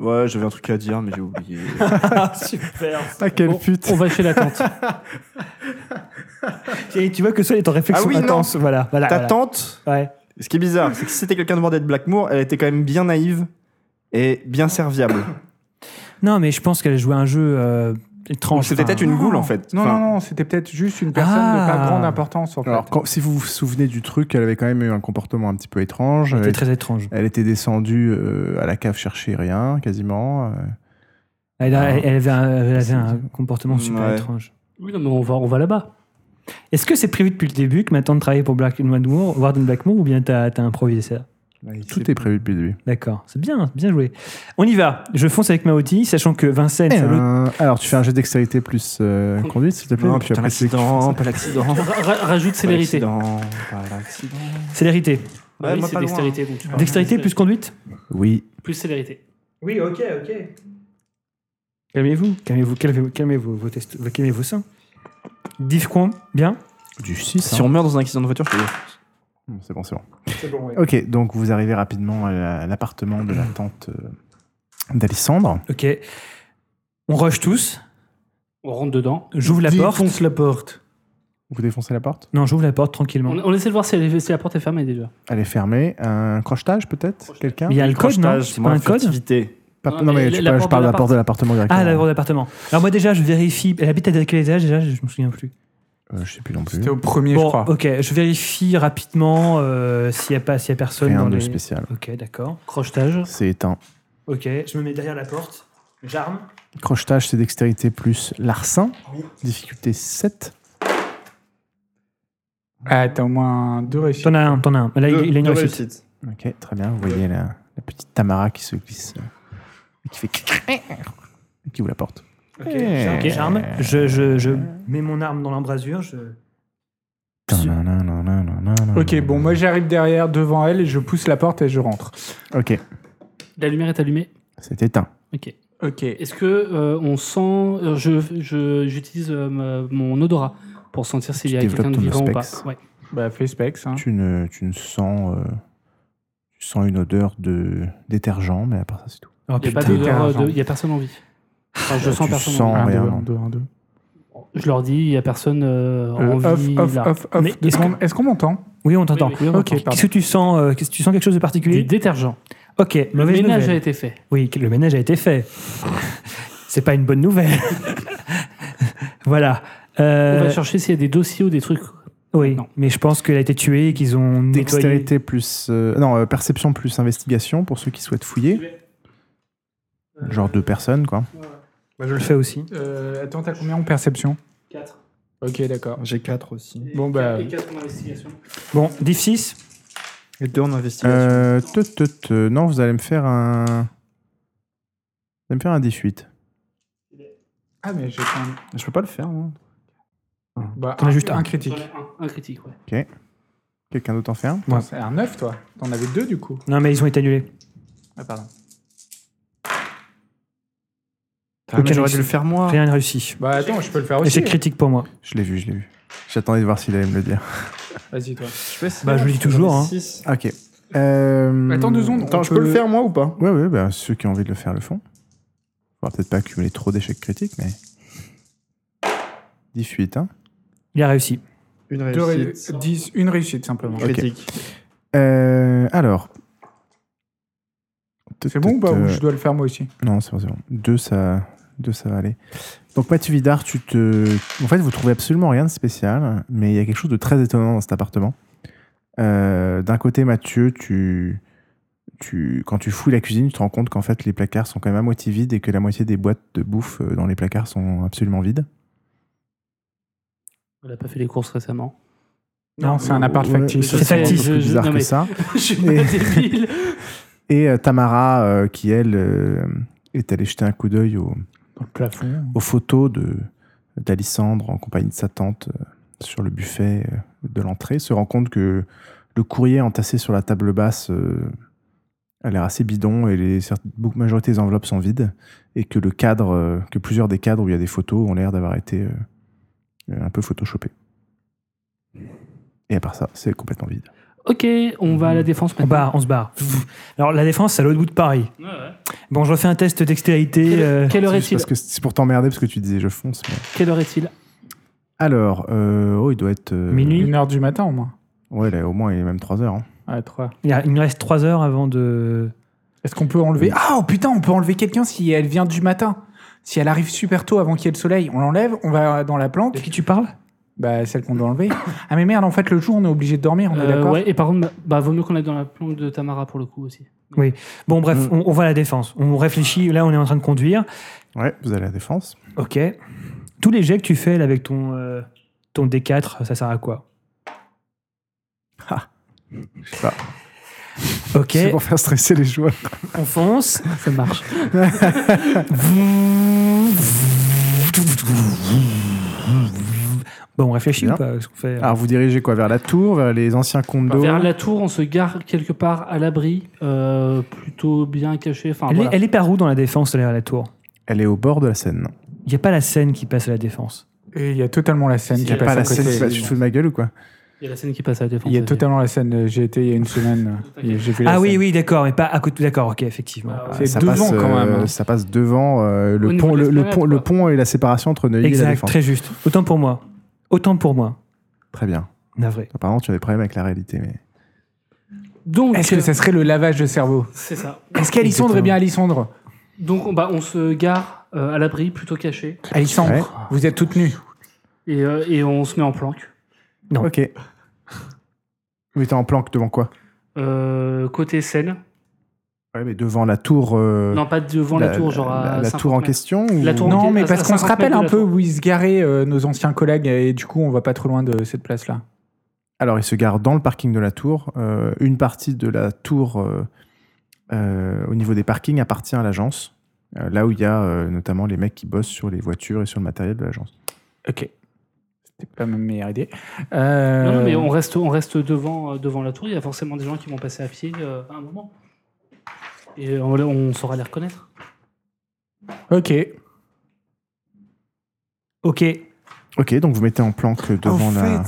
S4: Ouais, j'avais un truc à dire, mais j'ai oublié.
S5: Bah, super.
S1: Ah, quelle
S6: Bon,
S1: pute.
S6: On va chez la tante.
S5: Et tu vois que ça est en réflexion
S4: Ah oui, non.
S5: intense. Voilà, voilà.
S4: Ta
S5: voilà.
S4: tante,
S5: Ouais.
S4: ce qui est bizarre, c'est que si c'était quelqu'un de Bordel Blackmoor, elle était quand même bien naïve et bien serviable.
S5: Non, mais je pense qu'elle jouait un jeu euh,
S4: Donc
S5: étrange.
S4: C'était
S5: Enfin,
S4: peut-être une goule en fait.
S3: Non,
S4: Enfin,
S3: non, non, c'était peut-être juste une personne de pas
S5: Ah.
S3: grande importance, en fait.
S1: Alors, quand- si vous vous souvenez du truc, elle avait quand même eu un comportement un petit peu étrange.
S5: C'était
S1: Elle,
S5: très étrange.
S1: elle était descendue euh, à la cave chercher rien, quasiment. euh.
S5: Elle, a-
S1: Ah.
S5: elle avait un, elle avait un
S1: C'est-
S5: comportement super
S4: Ouais.
S5: étrange.
S6: Oui, non, mais on va, on va là-bas.
S5: Est-ce que c'est prévu depuis le début que ma tante travaillait pour Black Blackmoor, Warden Blackmoor, ou bien t'as t'as improvisé ça
S1: Bah, Tout est prévu depuis le début.
S5: D'accord, c'est bien, bien joué. On y va. Je fonce avec ma Audi, sachant que Vincennes, c'est à l'autre-
S1: Euh, alors, tu fais un jet d'extérité plus euh, conduite, s'il te plaît.
S4: Non,
S1: et puis
S4: putain,
S1: après, tu-
S4: l'accident, pas l'accident.
S6: Ra- ra- rajoute
S4: Pas
S6: célérité.
S4: l'accident, pas l'accident.
S5: hein. célérité.
S6: Bah
S4: Ouais,
S6: oui,
S4: moi,
S6: c'est
S4: Bah, pas loin.
S6: dextérité. donc tu parles.
S5: Dextérité plus conduite
S1: Oui.
S6: plus célérité.
S5: Oui, ok, ok. Calmez-vous, calmez-vous, calmez-vous, calmez-vous, vos test- vos- calmez vos seins. 10 coins, bien.
S1: Du 6.
S4: Si on meurt dans un accident de voiture, je te dis.
S1: C'est bon, c'est bon. Ok, donc vous arrivez rapidement à la- à l'appartement de la tante euh, d'Alissandre.
S5: Ok. On rush tous,
S6: On rentre dedans.
S5: j'ouvre la porte.
S3: la porte.
S1: Vous défoncez la porte
S5: Non, j'ouvre la porte tranquillement.
S6: On, on essaie de voir si, elle est- si la porte est fermée déjà.
S1: Elle est fermée. Un crochetage, peut-être Quelqu'un
S5: Mais il y a le code, non C'est pas un code
S1: Pas-
S6: Non,
S1: Non,
S6: mais
S1: mais,
S6: la-
S1: tu
S6: la
S1: parles- je
S6: porte
S1: parle
S6: de
S1: de la porte de Euh, l'appartement directement.
S5: Ah, la porte d'appartement. Alors moi déjà, je vérifie. Elle habite à quel étage déjà Je me souviens plus.
S1: Euh, je sais plus non plus.
S3: C'était au premier, je
S5: Bon, oh.
S3: crois.
S5: ok, je vérifie rapidement euh, s'il y a pas, s'il y a personne
S1: Rien
S5: dans
S1: de
S5: les-
S1: spécial.
S5: Ok, d'accord.
S6: Crochetage.
S1: C'est éteint.
S5: Ok, je me mets derrière la porte. J'arme.
S1: Crochetage, c'est dextérité plus larcin. Difficulté 7.
S3: Ah, t'as au moins deux réussites.
S5: T'en as un, t'en as un. Là, Ah, il- il a une réussite.
S1: Ok, très bien. Vous voyez la, la petite Tamara qui se glisse. euh, et qui fait. Et qui vous la porte.
S5: Ok, j'arme. j'arme. Je, je, je mets mon arme dans l'embrasure. Je...
S3: Ok, bon, moi j'arrive derrière, devant elle, et je pousse la porte et je rentre.
S1: Ok,
S6: La lumière est allumée.
S1: c'est éteint.
S6: Ok.
S3: Ok.
S6: Est-ce que euh, on sent euh, Je je- j'utilise euh, ma- mon odorat pour sentir s'il y a
S1: développes
S6: quelqu'un de
S1: ton
S6: vivant ou pas.
S1: specs.
S6: Ouais.
S3: Bah, fais specs, hein.
S1: Tu ne, tu ne sens. euh, tu sens une odeur de détergent, mais à part ça, c'est tout.
S5: Oh,
S6: Il y a pas
S5: putain.
S6: d'odeur, euh, de-
S3: Jean.
S6: Il y a personne en vie. Enfin, je
S1: Euh,
S6: sens
S1: tu
S6: personne. en
S1: sens
S6: vie.
S1: rien.
S3: deux, deux, un, deux.
S6: Je leur dis, il y a personne euh,
S3: Euh,
S6: en
S3: off,
S6: vie
S3: off,
S6: là.
S3: off, off,
S5: Mais
S3: deux
S5: est-ce que-
S3: secondes. Est-ce qu'on m'entend
S5: Oui, on t'entend.
S6: Oui, oui, oui, on
S3: Ok,
S6: entend.
S3: pardon.
S5: Qu'est-ce que tu sens euh, Qu'est-ce que tu sens quelque chose de particulier
S6: Du détergent.
S5: Ok,
S6: Le
S5: mauvaise
S6: ménage a
S5: nouvelle.
S6: été fait.
S5: Oui, que le ménage a été fait. C'est pas une bonne nouvelle. voilà. Euh,
S6: On va chercher s'il y a des dossiers ou des trucs.
S5: oui,
S6: non.
S5: mais je pense qu'elle a été tuée et qu'ils ont nettoyé.
S1: Dextérité plus. euh, non, euh, perception plus investigation pour ceux qui souhaitent fouiller. Genre deux personnes, quoi.
S5: Je le fais aussi.
S3: Euh, attends, t'as combien en perception
S6: 4.
S3: Ok, d'accord.
S7: J'ai 4 aussi.
S3: Bon, bah.
S6: Et 4 en investigation.
S5: Bon, diff 6.
S7: Et 2 en investigation.
S1: Euh, te, te, te. Non, vous allez me faire un. Vous allez me faire un 18.
S3: Ah, mais j'ai quand même.
S7: Je peux pas le faire, moi.
S3: Bah,
S5: T'en as juste un.
S3: critique.
S6: Un, un critique, ouais.
S1: Quelqu'un d'autre en fait un
S3: Attends, C'est un 9, toi. T'en avais deux, du coup.
S5: Non, mais ils ont été annulés.
S3: Ah, pardon.
S7: Ah, mais
S5: Aucun
S7: J'aurais dû le
S5: réussi.
S7: faire moi.
S5: Rien n'est réussi.
S3: Bah, attends, je peux le faire
S5: Et
S3: aussi.
S5: c'est critique pour moi.
S1: Je l'ai vu, je l'ai vu. J'attendais de voir s'il allait me le dire.
S3: Vas-y, toi.
S5: Bah, je le dis toujours, hein.
S7: Six.
S1: Ok. Euh,
S3: Attends deux secondes.
S7: Attends,
S3: on
S7: je peux le faire moi ou pas
S1: Ouais, ouais, bah, ceux qui ont envie de le faire le font. Faudra peut-être pas accumuler trop d'échecs critiques, mais. 18, hein.
S5: Il a réussi.
S7: Une
S3: Deux ré-
S7: réussite.
S3: dix- une réussite, simplement.
S1: Ok.
S7: Critique.
S1: Euh, alors.
S3: C'est bon ou pas Ou je dois le faire moi aussi
S1: Non, c'est bon, c'est bon. Deux, ça, deux, ça va aller. Donc, Mathieu Vidard, tu te. En fait, vous trouvez absolument rien de spécial, mais il y a quelque chose de très étonnant dans cet appartement. Euh, D'un côté, Mathieu, tu. Tu, quand tu fouilles la cuisine, tu te rends compte qu'en fait les placards sont quand même à moitié vides et que la moitié des boîtes de bouffe euh, dans les placards sont absolument vides.
S6: On n'a pas fait les courses récemment.
S3: Non, c'est un appart
S1: Ouais,
S3: factice.
S6: Je
S1: C'est
S6: sais,
S1: un peu
S6: je-
S1: plus
S6: je-
S1: bizarre
S6: non,
S1: que
S6: mais-
S1: ça.
S6: Je suis pas
S1: Et-
S6: débile.
S1: Et euh, Tamara, euh, qui elle euh, est allée jeter un coup d'œil au,
S3: Dans le plafond.
S1: aux photos de d'Alissandre en compagnie de sa tante euh, sur le buffet euh, de l'entrée, se rend compte que le courrier entassé sur la table basse euh, a l'air assez bidon et les certes- beaucoup- majorité des enveloppes sont vides et que le cadre, euh, que plusieurs des cadres où il y a des photos ont l'air d'avoir été euh, euh, un peu photoshopés. Et à part ça, c'est complètement vide.
S6: Ok, on va à la défense
S5: On
S6: maintenant.
S1: Bah,
S5: barre, on se barre. Alors, la défense, c'est à l'autre bout de Paris. Bon, je refais un test dextérité.
S6: Quelle,
S5: euh,
S6: quelle heure
S1: C'est juste
S6: est-il
S1: parce que c'est pour t'emmerder parce que tu disais je fonce. mais-
S6: Quelle heure est-il
S1: Alors, euh, oh, il doit être euh,
S5: Minuit.
S3: Une heure du matin, au moins.
S1: Ouais, là, au moins il est même 3 heures. hein.
S3: À 3.
S5: Il y a- il nous reste 3 heures avant de.
S3: Est-ce qu'on peut enlever. Ah, oh, putain, on peut enlever quelqu'un si elle vient du matin. Si elle arrive super tôt avant qu'il y ait le soleil, on l'enlève, on va dans la planque.
S5: De qui tu parles
S3: Bah, celle qu'on doit enlever. Ah, mais merde, en fait, le jour, on est obligé de dormir, on est
S6: Euh,
S3: d'accord
S6: Ouais, et par contre, bah, bah, vaut mieux qu'on aille dans la planque de Tamara pour le coup aussi.
S5: Bon, bref, on, on va à la défense. On réfléchit. Là, on est en train de conduire.
S1: Ouais, vous allez à la défense.
S5: Ok. Tous les jets que tu fais là, avec ton, euh, ton D4, ça sert à quoi
S1: Je sais pas.
S5: Ok,
S1: C'est pour faire stresser les joueurs.
S5: on fonce.
S6: Ça marche.
S5: Bon, on réfléchit
S1: Bien.
S5: ou pas ce qu'on fait hein
S1: Alors vous dirigez quoi Vers la tour, vers les anciens condos
S6: Bah, Vers la tour, on se gare quelque part à l'abri, euh, plutôt bien caché. Enfin,
S5: elle,
S6: Ah, voilà.
S5: est, elle est par où dans la défense, derrière la tour
S1: Elle est au bord de la Seine.
S5: Il n'y a pas la scène qui passe à la défense.
S3: Et il y a totalement la scène
S6: Il
S1: Il
S6: y
S3: qui
S1: n'y a
S3: passe
S1: pas
S3: à
S1: la
S3: côté.
S1: Seine. qui passe- Tu te fous de ma gueule ou quoi
S6: Il y a la scène qui passe à la défense.
S3: Il y a
S6: aussi.
S3: totalement la scène. euh, J'ai été il y a une semaine. euh, et J'ai vu la
S5: ah oui,
S3: scène.
S5: oui, d'accord, mais pas à côté. D'accord, ok, effectivement.
S6: Ah,
S3: C'est
S1: ça
S3: devant,
S1: passe, euh,
S3: quand même, hein.
S1: Ça passe devant euh,
S6: Au
S1: le,
S6: niveau
S1: pont,
S6: de
S1: le, le
S6: l'esplanade,
S1: pont,
S6: quoi.
S1: le pont et la séparation entre Neuilly et la
S5: exact,
S1: défense.
S5: très juste. Autant pour moi. Autant pour moi.
S1: Très bien.
S5: Navré.
S1: Apparemment, tu as des problèmes avec la réalité, mais
S6: Donc, euh,
S5: euh,
S3: Est-ce que ça serait le lavage de cerveau
S6: c'est ça.
S3: Est-ce qu'Alissandre est bien Alissandre
S6: Donc, on, bah, on se gare euh, à l'abri, plutôt caché,
S3: Alissandre,
S1: Ouais.
S3: vous êtes toute nue.
S6: et, euh, et on se met en planque.
S5: Non.
S1: ok. Mais t'es en planque devant quoi
S6: Euh, côté scène.
S1: Ouais, mais devant la tour. euh,
S6: non, pas devant
S7: bah,
S6: la, tour, genre à
S1: la, la
S6: 50
S1: tour en
S6: mètres.
S1: question. ou-
S6: La tour
S3: Non,
S6: Ok,
S3: mais
S6: à- à
S3: parce qu'on se
S6: 50
S3: rappelle
S6: mètres de
S3: un
S6: la
S3: peu
S6: tour.
S3: où ils se garaient euh, nos anciens collègues et du coup, on va pas trop loin de cette place-là.
S1: Alors, il se gare dans le parking de la tour. Euh, une partie de la tour, euh, euh, au niveau des parkings, appartient à l'agence. Euh, là où il y a euh, notamment les mecs qui bossent sur les voitures et sur le matériel de l'agence.
S3: Ok. C'était pas ma meilleure idée. Euh,
S6: Non, non, mais on reste, on reste devant, euh, devant la tour. Il y a forcément des gens qui vont passer à pied euh, à un moment. Et euh, on, on saura les reconnaître.
S3: Ok.
S5: Ok.
S1: Ok, donc vous mettez en planque devant la-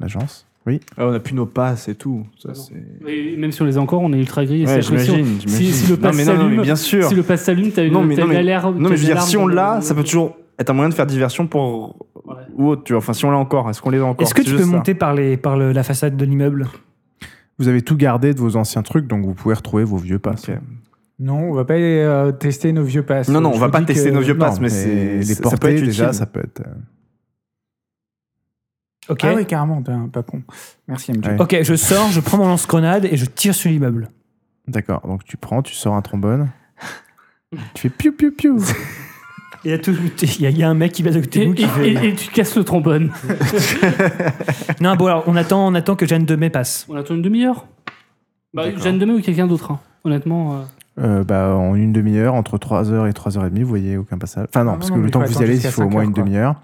S1: l'agence. Oui.
S7: Ah, on a plus nos passes et tout. Ça,
S6: Ah non.
S7: c'est-
S6: Et même si on les a encore, on est ultra gris. et
S7: Ouais,
S6: c'est-à-dire que si on-
S7: j'imagine. j'imagine.
S6: si le
S7: Non,
S6: pass
S7: mais non, non, mais
S6: s'allume,
S7: bien sûr.
S6: Si le pass s'allume, t'as une,
S7: Non, mais-
S6: t'as
S7: non,
S6: une
S7: mais-
S6: alerte.
S7: Non, mais je veux
S6: t'as
S7: dire,
S6: une
S7: si on
S6: alarme dans
S7: l'a,
S6: le-
S7: ça peut toujours être un moyen de faire diversion pour.
S6: Ouais.
S7: Ou autre, tu vois. Enfin, si on l'a encore, est-ce qu'on les a encore
S5: Est-ce que
S7: C'est
S5: tu peux
S7: juste ça.
S5: monter par, les, par le- la façade de l'immeuble
S1: Vous avez tout gardé de vos anciens trucs, donc vous pouvez retrouver vos vieux passes.
S4: Ok.
S3: Non, on va pas euh, tester nos vieux passes.
S4: Non, non,
S3: Je
S4: on va
S3: vous
S4: pas
S3: dis
S4: tester
S3: que-
S4: nos vieux
S1: Non,
S4: passes, Ah, mais c'est.
S1: les
S4: ça- ça peut
S1: portées
S4: être
S1: déjà,
S4: utile.
S1: ça peut être. euh,
S5: Ok.
S3: Ah oui, carrément, t'es un pas con. Merci, MJ.
S1: Ouais.
S5: Ok, je sors, je prends mon lance-grenade et je tire sur l'immeuble.
S1: D'accord. Donc tu prends, tu sors un trombone. tu fais piou piou piou.
S5: Il y a, tout- il y a- il y a un mec qui passe à côté
S6: Et,
S5: de nous qui
S6: et-
S5: fait-
S6: et- et tu casses le trombone.
S5: Non, bon, alors, on attend, on attend que Jeanne Demey passe.
S6: On attend une demi-heure. Bah,
S1: D'accord.
S6: Jeanne Demey ou quelqu'un d'autre, hein. honnêtement. euh.
S1: Euh, bah, en une demi-heure, entre 3h et 3h30, vous voyez aucun passage. Enfin, non,
S3: Ah non,
S1: parce
S3: non,
S1: que
S3: mais
S1: le
S3: il
S1: temps
S3: faut
S1: que vous y
S3: attendre
S1: allez, il
S3: jusqu'à
S1: faut au
S3: 5
S1: moins une
S3: heures, quoi.
S1: demi-heure.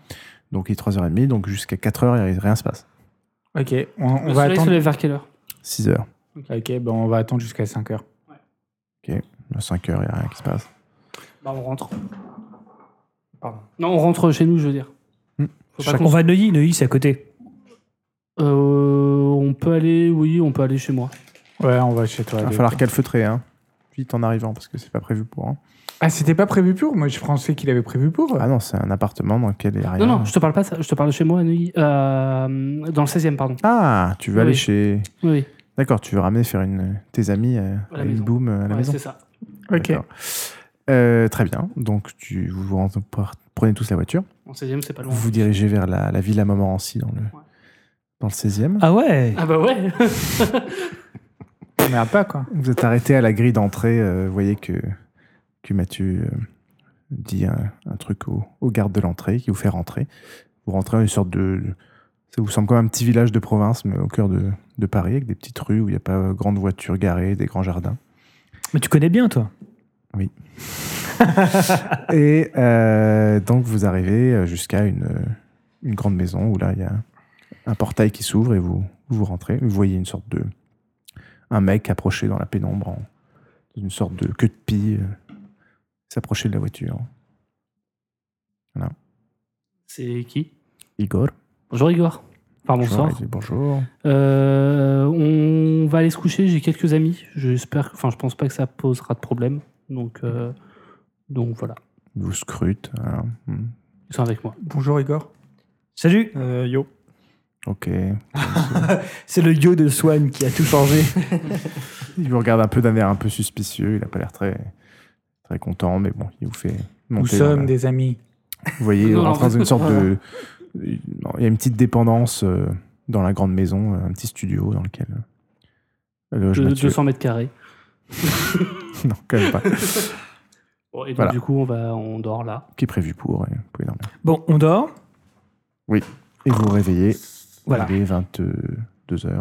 S1: Donc, il est 3h30, donc jusqu'à 4h, rien se passe.
S3: Ok, on, on
S6: le
S3: va
S6: soleil se
S3: attendre.
S6: lève vers quelle heure
S1: 6h,
S3: Ok, ben on va attendre jusqu'à 5 heures.
S1: 5h, il n'y a rien qui se passe.
S6: Bah, on rentre.
S4: Pardon.
S6: Non, on rentre chez nous, je veux dire.
S1: Hmm.
S6: Faut pas
S5: Chaque-
S6: qu'on-
S5: On va à Neuilly, Neuilly c'est à côté.
S6: Euh, on peut aller, oui, on peut aller chez moi.
S3: Ouais, on va chez toi.
S1: il va
S3: allez.
S1: falloir calfeutrer, hein. Vite en arrivant, parce que c'est pas prévu pour. hein.
S3: Ah, c'était pas prévu pour Moi, je pensais qu'il avait prévu pour.
S1: Ah non, c'est un appartement dans lequel il n'y Ah, a rien.
S6: Non, non, je te parle pas de ça. Je te parle de chez moi à Neuilly. Euh, dans le 16e, pardon.
S1: Ah, tu veux
S6: Oui.
S1: aller chez.
S6: Oui, oui.
S1: D'accord, tu veux ramener faire une... tes amis euh,
S6: À la
S1: à une
S6: maison.
S1: boum euh, à la
S6: Ouais,
S1: maison.
S6: c'est ça.
S3: ok.
S1: D'accord. Euh, très bien. Donc, tu, vous vous rentre- prenez tous la voiture.
S6: En 16e, c'est pas loin.
S1: Vous vous dirigez vers la, la villa Montmorency dans le, dans le 16e.
S5: Ah ouais
S6: Ah bah ouais
S3: On verra pas, quoi.
S1: Vous êtes arrêté à la grille d'entrée. euh, vous voyez que, que Mathieu euh, dit un, un truc au, au garde de l'entrée qui vous fait rentrer. Vous rentrez dans une sorte de. Ça vous semble comme un petit village de province, mais au cœur de, de Paris, avec des petites rues où il n'y a pas euh, grande voiture garée, des grands jardins.
S5: Mais tu connais bien, toi.
S1: Et euh, donc vous arrivez euh, jusqu'à une, euh, une grande maison où là il y a un portail qui s'ouvre et vous, vous rentrez. Vous voyez une sorte de. un mec approché dans la pénombre, en- dans une sorte de queue de pie, euh, s'approcher de la voiture.
S6: C'est qui
S1: Igor.
S6: Bonjour Igor. Enfin, bonsoir.
S1: Bonjour. il dit bonjour.
S6: Euh, on va aller se coucher, j'ai quelques amis. J'espère, enfin, je pense pas que ça posera de problème. Donc, euh, donc voilà,
S1: Il vous scrute. hein. Hmm.
S6: ils sont avec moi.
S3: Bonjour, Igor.
S5: Salut
S7: yo.
S1: Ok.
S5: C'est le yo de Swan qui a tout changé.
S1: Il vous regarde un peu d'un air un peu suspicieux. Il n'a pas l'air très, très content, mais bon, il vous fait
S3: Nous
S1: monter. dans la-
S3: sommes des amis.
S1: Vous voyez,
S6: Non,
S1: on
S6: non,
S1: rentre dans une sorte
S6: voilà.
S1: de. Il y a une petite dépendance euh, dans la grande maison, euh, un petit studio dans lequel. euh, loge
S6: De-
S1: Mathieu.
S6: 200 mètres carrés.
S1: Non, quand même pas.
S6: Bon, et donc,
S1: Voilà.
S6: du coup, on, va, on dort là.
S1: Qui est prévu pour. et vous pouvez dormir.
S5: Bon, on dort.
S1: Et vous vous réveillez.
S5: Voilà.
S1: Il est Ah 22h.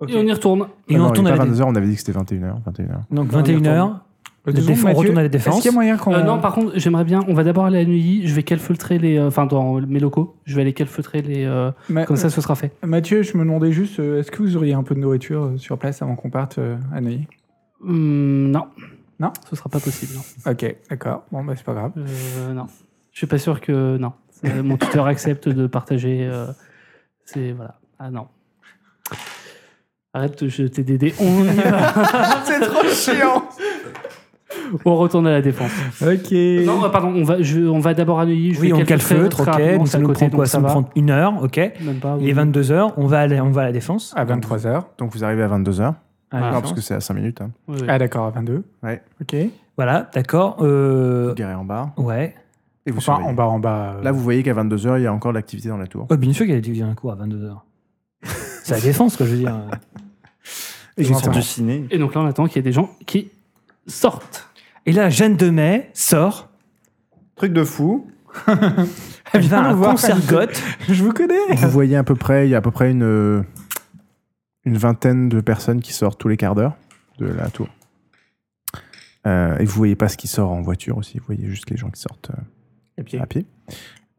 S5: Ok.
S6: Et on y retourne.
S3: Ah
S5: Et on retourne à la
S1: 22h, on avait dit que c'était 21h. 21h.
S5: Donc
S3: Non, on y
S5: 21h,
S3: Euh,
S5: La
S3: disons,
S5: défense- on
S3: Mathieu,
S5: retourne à la
S3: Est-ce
S5: défense.
S3: qu'il y a moyen qu'on.
S6: Euh, non, par contre, j'aimerais bien. On va d'abord aller à Neuilly. Je vais calfeutrer les. euh, Enfin, dans mes locaux. Je vais aller calfeutrer les. euh,
S3: Ma-
S6: comme ça, ce sera fait.
S3: Mathieu, je me demandais juste, euh, est-ce que vous auriez un peu de nourriture euh, sur place avant qu'on parte euh, à Neuilly
S6: Hum, non.
S3: Non
S6: Ce sera pas possible, non.
S3: Ok, d'accord. Bon, bah, c'est pas grave.
S6: Euh, non. Je suis pas sûr que. Non. C'est- Mon tuteur accepte de partager. euh, C'est. Voilà. Ah non. Arrête de jeter des dés. On y va.
S4: C'est trop chiant
S6: on retourne à la défense.
S3: Ok.
S6: Non, euh, pardon. On va, je- on va d'abord à Neuilly. Je
S5: oui,
S6: vais
S5: on
S6: calfeutrer
S5: calfeutre,
S6: très
S5: ok.
S6: rapidement,
S5: donc
S6: c'est
S5: ça
S6: à
S5: nous
S6: côté,
S5: prend
S6: donc
S5: quoi
S6: ça
S5: Ça nous
S6: va.
S5: prend une heure, ok. Et
S6: Même pas. Ah oui.
S5: 22h, on va à la, on va à la défense.
S3: À 23h.
S1: Donc vous arrivez à 22h.
S5: À la
S6: Ah, Bah.
S1: non,
S5: défense.
S1: parce que c'est à 5 minutes. Hein.
S6: Oui, oui.
S3: Ah, d'accord, à 22.
S1: Ouais.
S3: Ok.
S5: Voilà, d'accord. euh,
S1: Guéret en barre.
S5: Ouais.
S1: Et vous
S3: Enfin,
S1: surveillez.
S3: en bas, en bas. euh,
S1: Là, vous voyez qu'à 22h, il y a encore de l'activité dans la tour.
S5: Oh, bien sûr qu'il a divisé un cours à 22h. C'est la défense, quoi, je veux dire.
S4: Et
S3: Exactement.
S4: sortent du ciné.
S6: Et donc là, on attend qu'il y ait des gens qui sortent.
S5: Et là, Jeanne Demey sort.
S4: Truc de fou.
S5: Elle va à
S3: nous
S5: un
S3: voir,
S5: concert
S3: Jeanne
S5: goth.
S3: Je vous connais
S1: Vous voyez à peu près, il y a à peu près une, euh, une vingtaine de personnes qui sortent tous les quarts d'heure de la tour. Euh, et vous voyez pas ce qui sort en voiture aussi, vous voyez juste les gens qui sortent euh, à pied.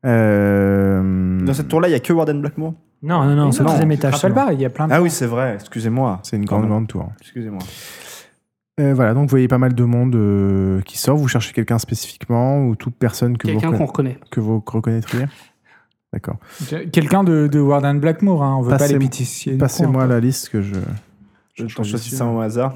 S1: Euh,
S4: Dans cette
S7: Hmm.
S4: tour-là, il n'y a que Warden Blackmore.
S5: Non, non, non, c'est au
S3: Non,
S5: 13
S3: tu te
S5: étage.
S3: rappelles
S5: seulement.
S3: pas, il y a plein de.
S4: Ah oui, c'est vrai, excusez-moi.
S1: c'est une grande, grande tour.
S4: Excusez-moi.
S1: Euh, voilà, donc vous voyez pas mal de monde euh, qui sort. Vous cherchez quelqu'un spécifiquement ou toute personne que, vous,
S6: Quelqu'un qu'on
S1: reconna-
S6: reconnaît.
S1: que vous reconnaîtriez D'accord.
S3: Quelqu'un de, de Warden Blackmore, hein, on veut
S1: Passez-
S3: pas les pitiés.
S1: Passez-moi la liste que je.
S4: Je
S1: je
S4: t'en choisis
S1: suis-
S4: ça au hasard.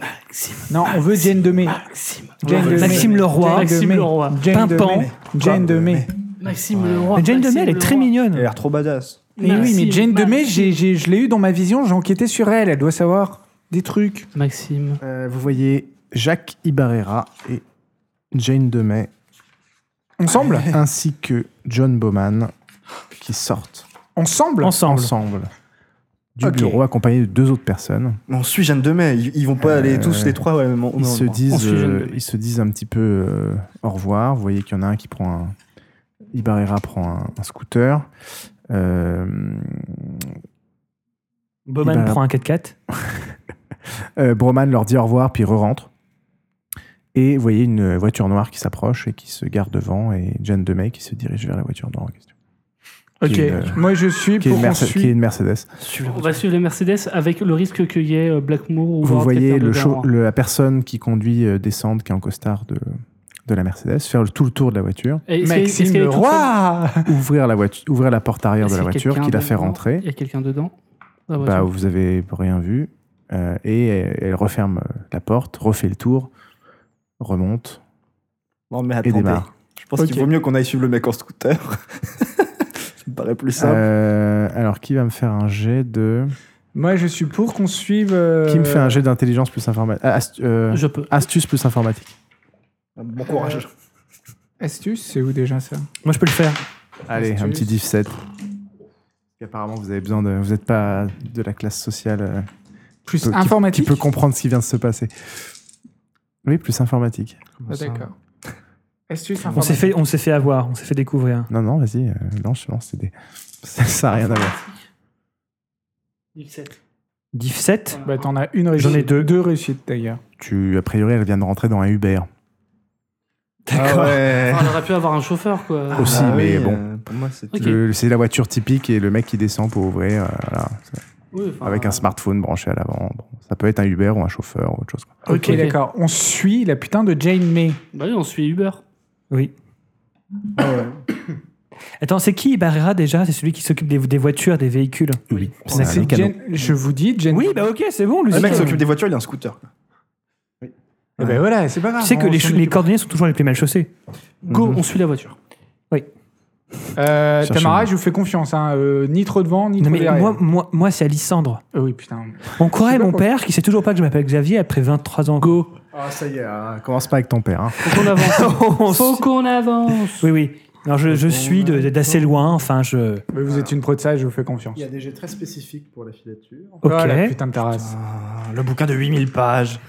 S3: Non, on veut Jane de May.
S6: Maxime.
S3: Jane de May.
S5: Maxime Leroy.
S3: Jane de
S6: Maxime
S3: May.
S6: Leroy.
S3: Jane de
S5: Pimpant.
S3: May. Jane de May.
S6: Maxime Leroy.
S5: Mais Jane Demey, elle est très mignonne.
S4: Elle a l'air trop badass.
S3: Mais oui, mais
S6: Maxime,
S3: Jane de May,
S6: Maxime.
S3: j'ai- j'ai- je l'ai eu dans ma vision, j'ai enquêté sur elle, elle doit savoir. des trucs.
S6: Maxime.
S1: Euh, vous voyez Jacques Ibarrera et Jane Demey,
S3: Ensemble
S6: Eh.
S1: ainsi que John Bowman, qui sortent
S6: Oh
S3: Ensemble
S5: Ensemble.
S1: ensemble du
S3: Ok.
S1: bureau, accompagnés de deux autres personnes.
S4: Mais on suit Jeanne Demey, ils, ils vont pas aller tous les trois. Ouais, mais
S6: Oh,
S4: on-
S1: Ils
S4: on-
S1: se
S4: on-
S6: on
S1: disent,
S6: suit Jeanne
S1: euh,
S6: Demey.
S1: ils se disent un petit peu euh, au revoir. Vous voyez qu'il y en a un qui prend un, Ibarrera prend un, un scooter. Euh,
S5: Bowman
S1: Ibarra-
S5: prend un 4x4.
S1: euh, Broman leur dit au revoir puis re-rentre. Et vous voyez une voiture noire qui s'approche et qui se gare devant et Jane Demey qui se dirige vers la voiture noire en question.
S3: Ok,
S1: Qui est une-
S3: moi je suis
S1: Qui est une,
S3: pour qu'on
S1: Merce-
S3: suit.
S1: qui est une Mercedes.
S6: On va suivre les Mercedes avec le risque qu'il y ait euh, Blackmoor ou
S1: Vous
S6: Ward
S1: voyez
S6: quelqu'un hein.
S1: le
S6: de
S1: chau-
S6: bien.
S1: le- la personne qui conduit euh, descendre, qui est en costard de, de la Mercedes, faire le- tout le tour de la voiture,
S6: Et est-ce qu'elle- est-ce
S3: Maxime
S6: qu'elle est
S3: le
S6: toute
S3: roi
S1: ouvrir la, voiture, ouvrir la porte arrière de
S6: Est-ce
S1: la
S6: qu'il y a
S1: voiture,
S6: Ah. quelqu'un
S1: qui la fait
S6: dedans
S1: rentrer.
S6: Il y a quelqu'un dedans Ah, ouais,
S1: Bah,
S6: ça-
S1: vous avez rien vu. Euh, et elle, elle referme euh, la porte, refait le tour, remonte
S4: Non, mais
S1: et
S4: attendez.
S1: démarre.
S4: Je pense
S3: Ok.
S4: qu'il vaut mieux qu'on aille suivre le mec en scooter. ça me paraît plus simple.
S1: Euh, alors, qui va me faire un jet de.
S3: Moi je suis pour qu'on suive. euh,
S1: Qui me fait un jet d'intelligence plus informatique
S6: Je peux.
S1: euh, Astuce plus informatique.
S4: Ah, Bon courage.
S3: Astuce, c'est où déjà ça
S5: Moi, je peux le faire.
S1: Allez, un
S3: Astuce.
S1: petit div 7. Apparemment, vous avez besoin de. Vous n'êtes pas de la classe sociale euh,
S3: Plus
S1: qui- qui
S3: informatique.
S1: peut comprendre ce qui vient de se passer. Oui, plus informatique.
S3: Ah, D'accord. Astuce
S5: On s'est
S3: informatique.
S5: fait, on s'est fait avoir, on s'est fait découvrir.
S1: Non, non, vas-y, euh, lance, lance, c'est des. Ça n'a rien à voir.
S5: Div 7.
S3: Bah t'en as une réussite.
S5: J'en ai deux.
S3: Deux réussites d'ailleurs.
S1: Tu, a priori, elle vient de rentrer dans un Uber.
S4: D'accord.
S6: Ah, on aurait pu avoir un chauffeur, quoi. Ah,
S1: Aussi, mais bon.
S4: Ah euh, pour moi, c'était.
S6: Ok.
S1: Le- C'est la voiture typique et le mec qui descend pour ouvrir euh, voilà,
S6: Oui, enfin,
S1: avec un smartphone branché à l'avant. Bon, ça peut être un Uber ou un chauffeur ou autre chose. quoi.
S3: Ok,
S6: Ok.
S3: d'accord. On suit la putain de Jane May.
S6: Bah oui, on suit Uber.
S5: Oui. Attends, c'est qui Barrera déjà C'est celui qui s'occupe des, des voitures, des véhicules.
S1: Oui, c'est un
S3: C'est
S1: mécano.
S3: Jane- Je vous dis, Jane.
S5: Oui, bah ok, c'est bon, Lucie.
S4: Le mec s'occupe des voitures, il a un scooter.
S3: Eh ben voilà, c'est pas grave.
S5: Tu sais que
S3: on
S5: les,
S3: s'en
S5: les
S3: occupe.
S5: coordonnées sont toujours les plus mal chaussées.
S6: Go, on suit la voiture.
S3: Euh,
S1: Cherchez-le.
S3: Tamara, je vous fais confiance. hein, euh, ni trop devant, ni
S5: Non,
S3: trop
S5: mais
S3: derrière.
S5: moi, moi, moi c'est Alissandre.
S3: Ah oui, putain.
S5: On croirait
S3: Je sais pas
S5: mon
S3: pourquoi.
S5: père qui sait toujours pas que je m'appelle Xavier après 23 ans. Go
S1: Ah, ça y est, euh, commence pas avec ton père. hein.
S6: Faut qu'on avance.
S5: On
S6: Faut
S5: suit-
S6: qu'on avance.
S5: Oui, oui. Alors je, je suis de- d'assez loin, enfin je.
S3: Mais vous êtes une pro de ça, je vous fais confiance.
S1: y a des jets très spécifiques pour la filature.
S5: Ok.
S3: Oh la putain de terrasse.
S4: Ah, le bouquin de 8000 pages.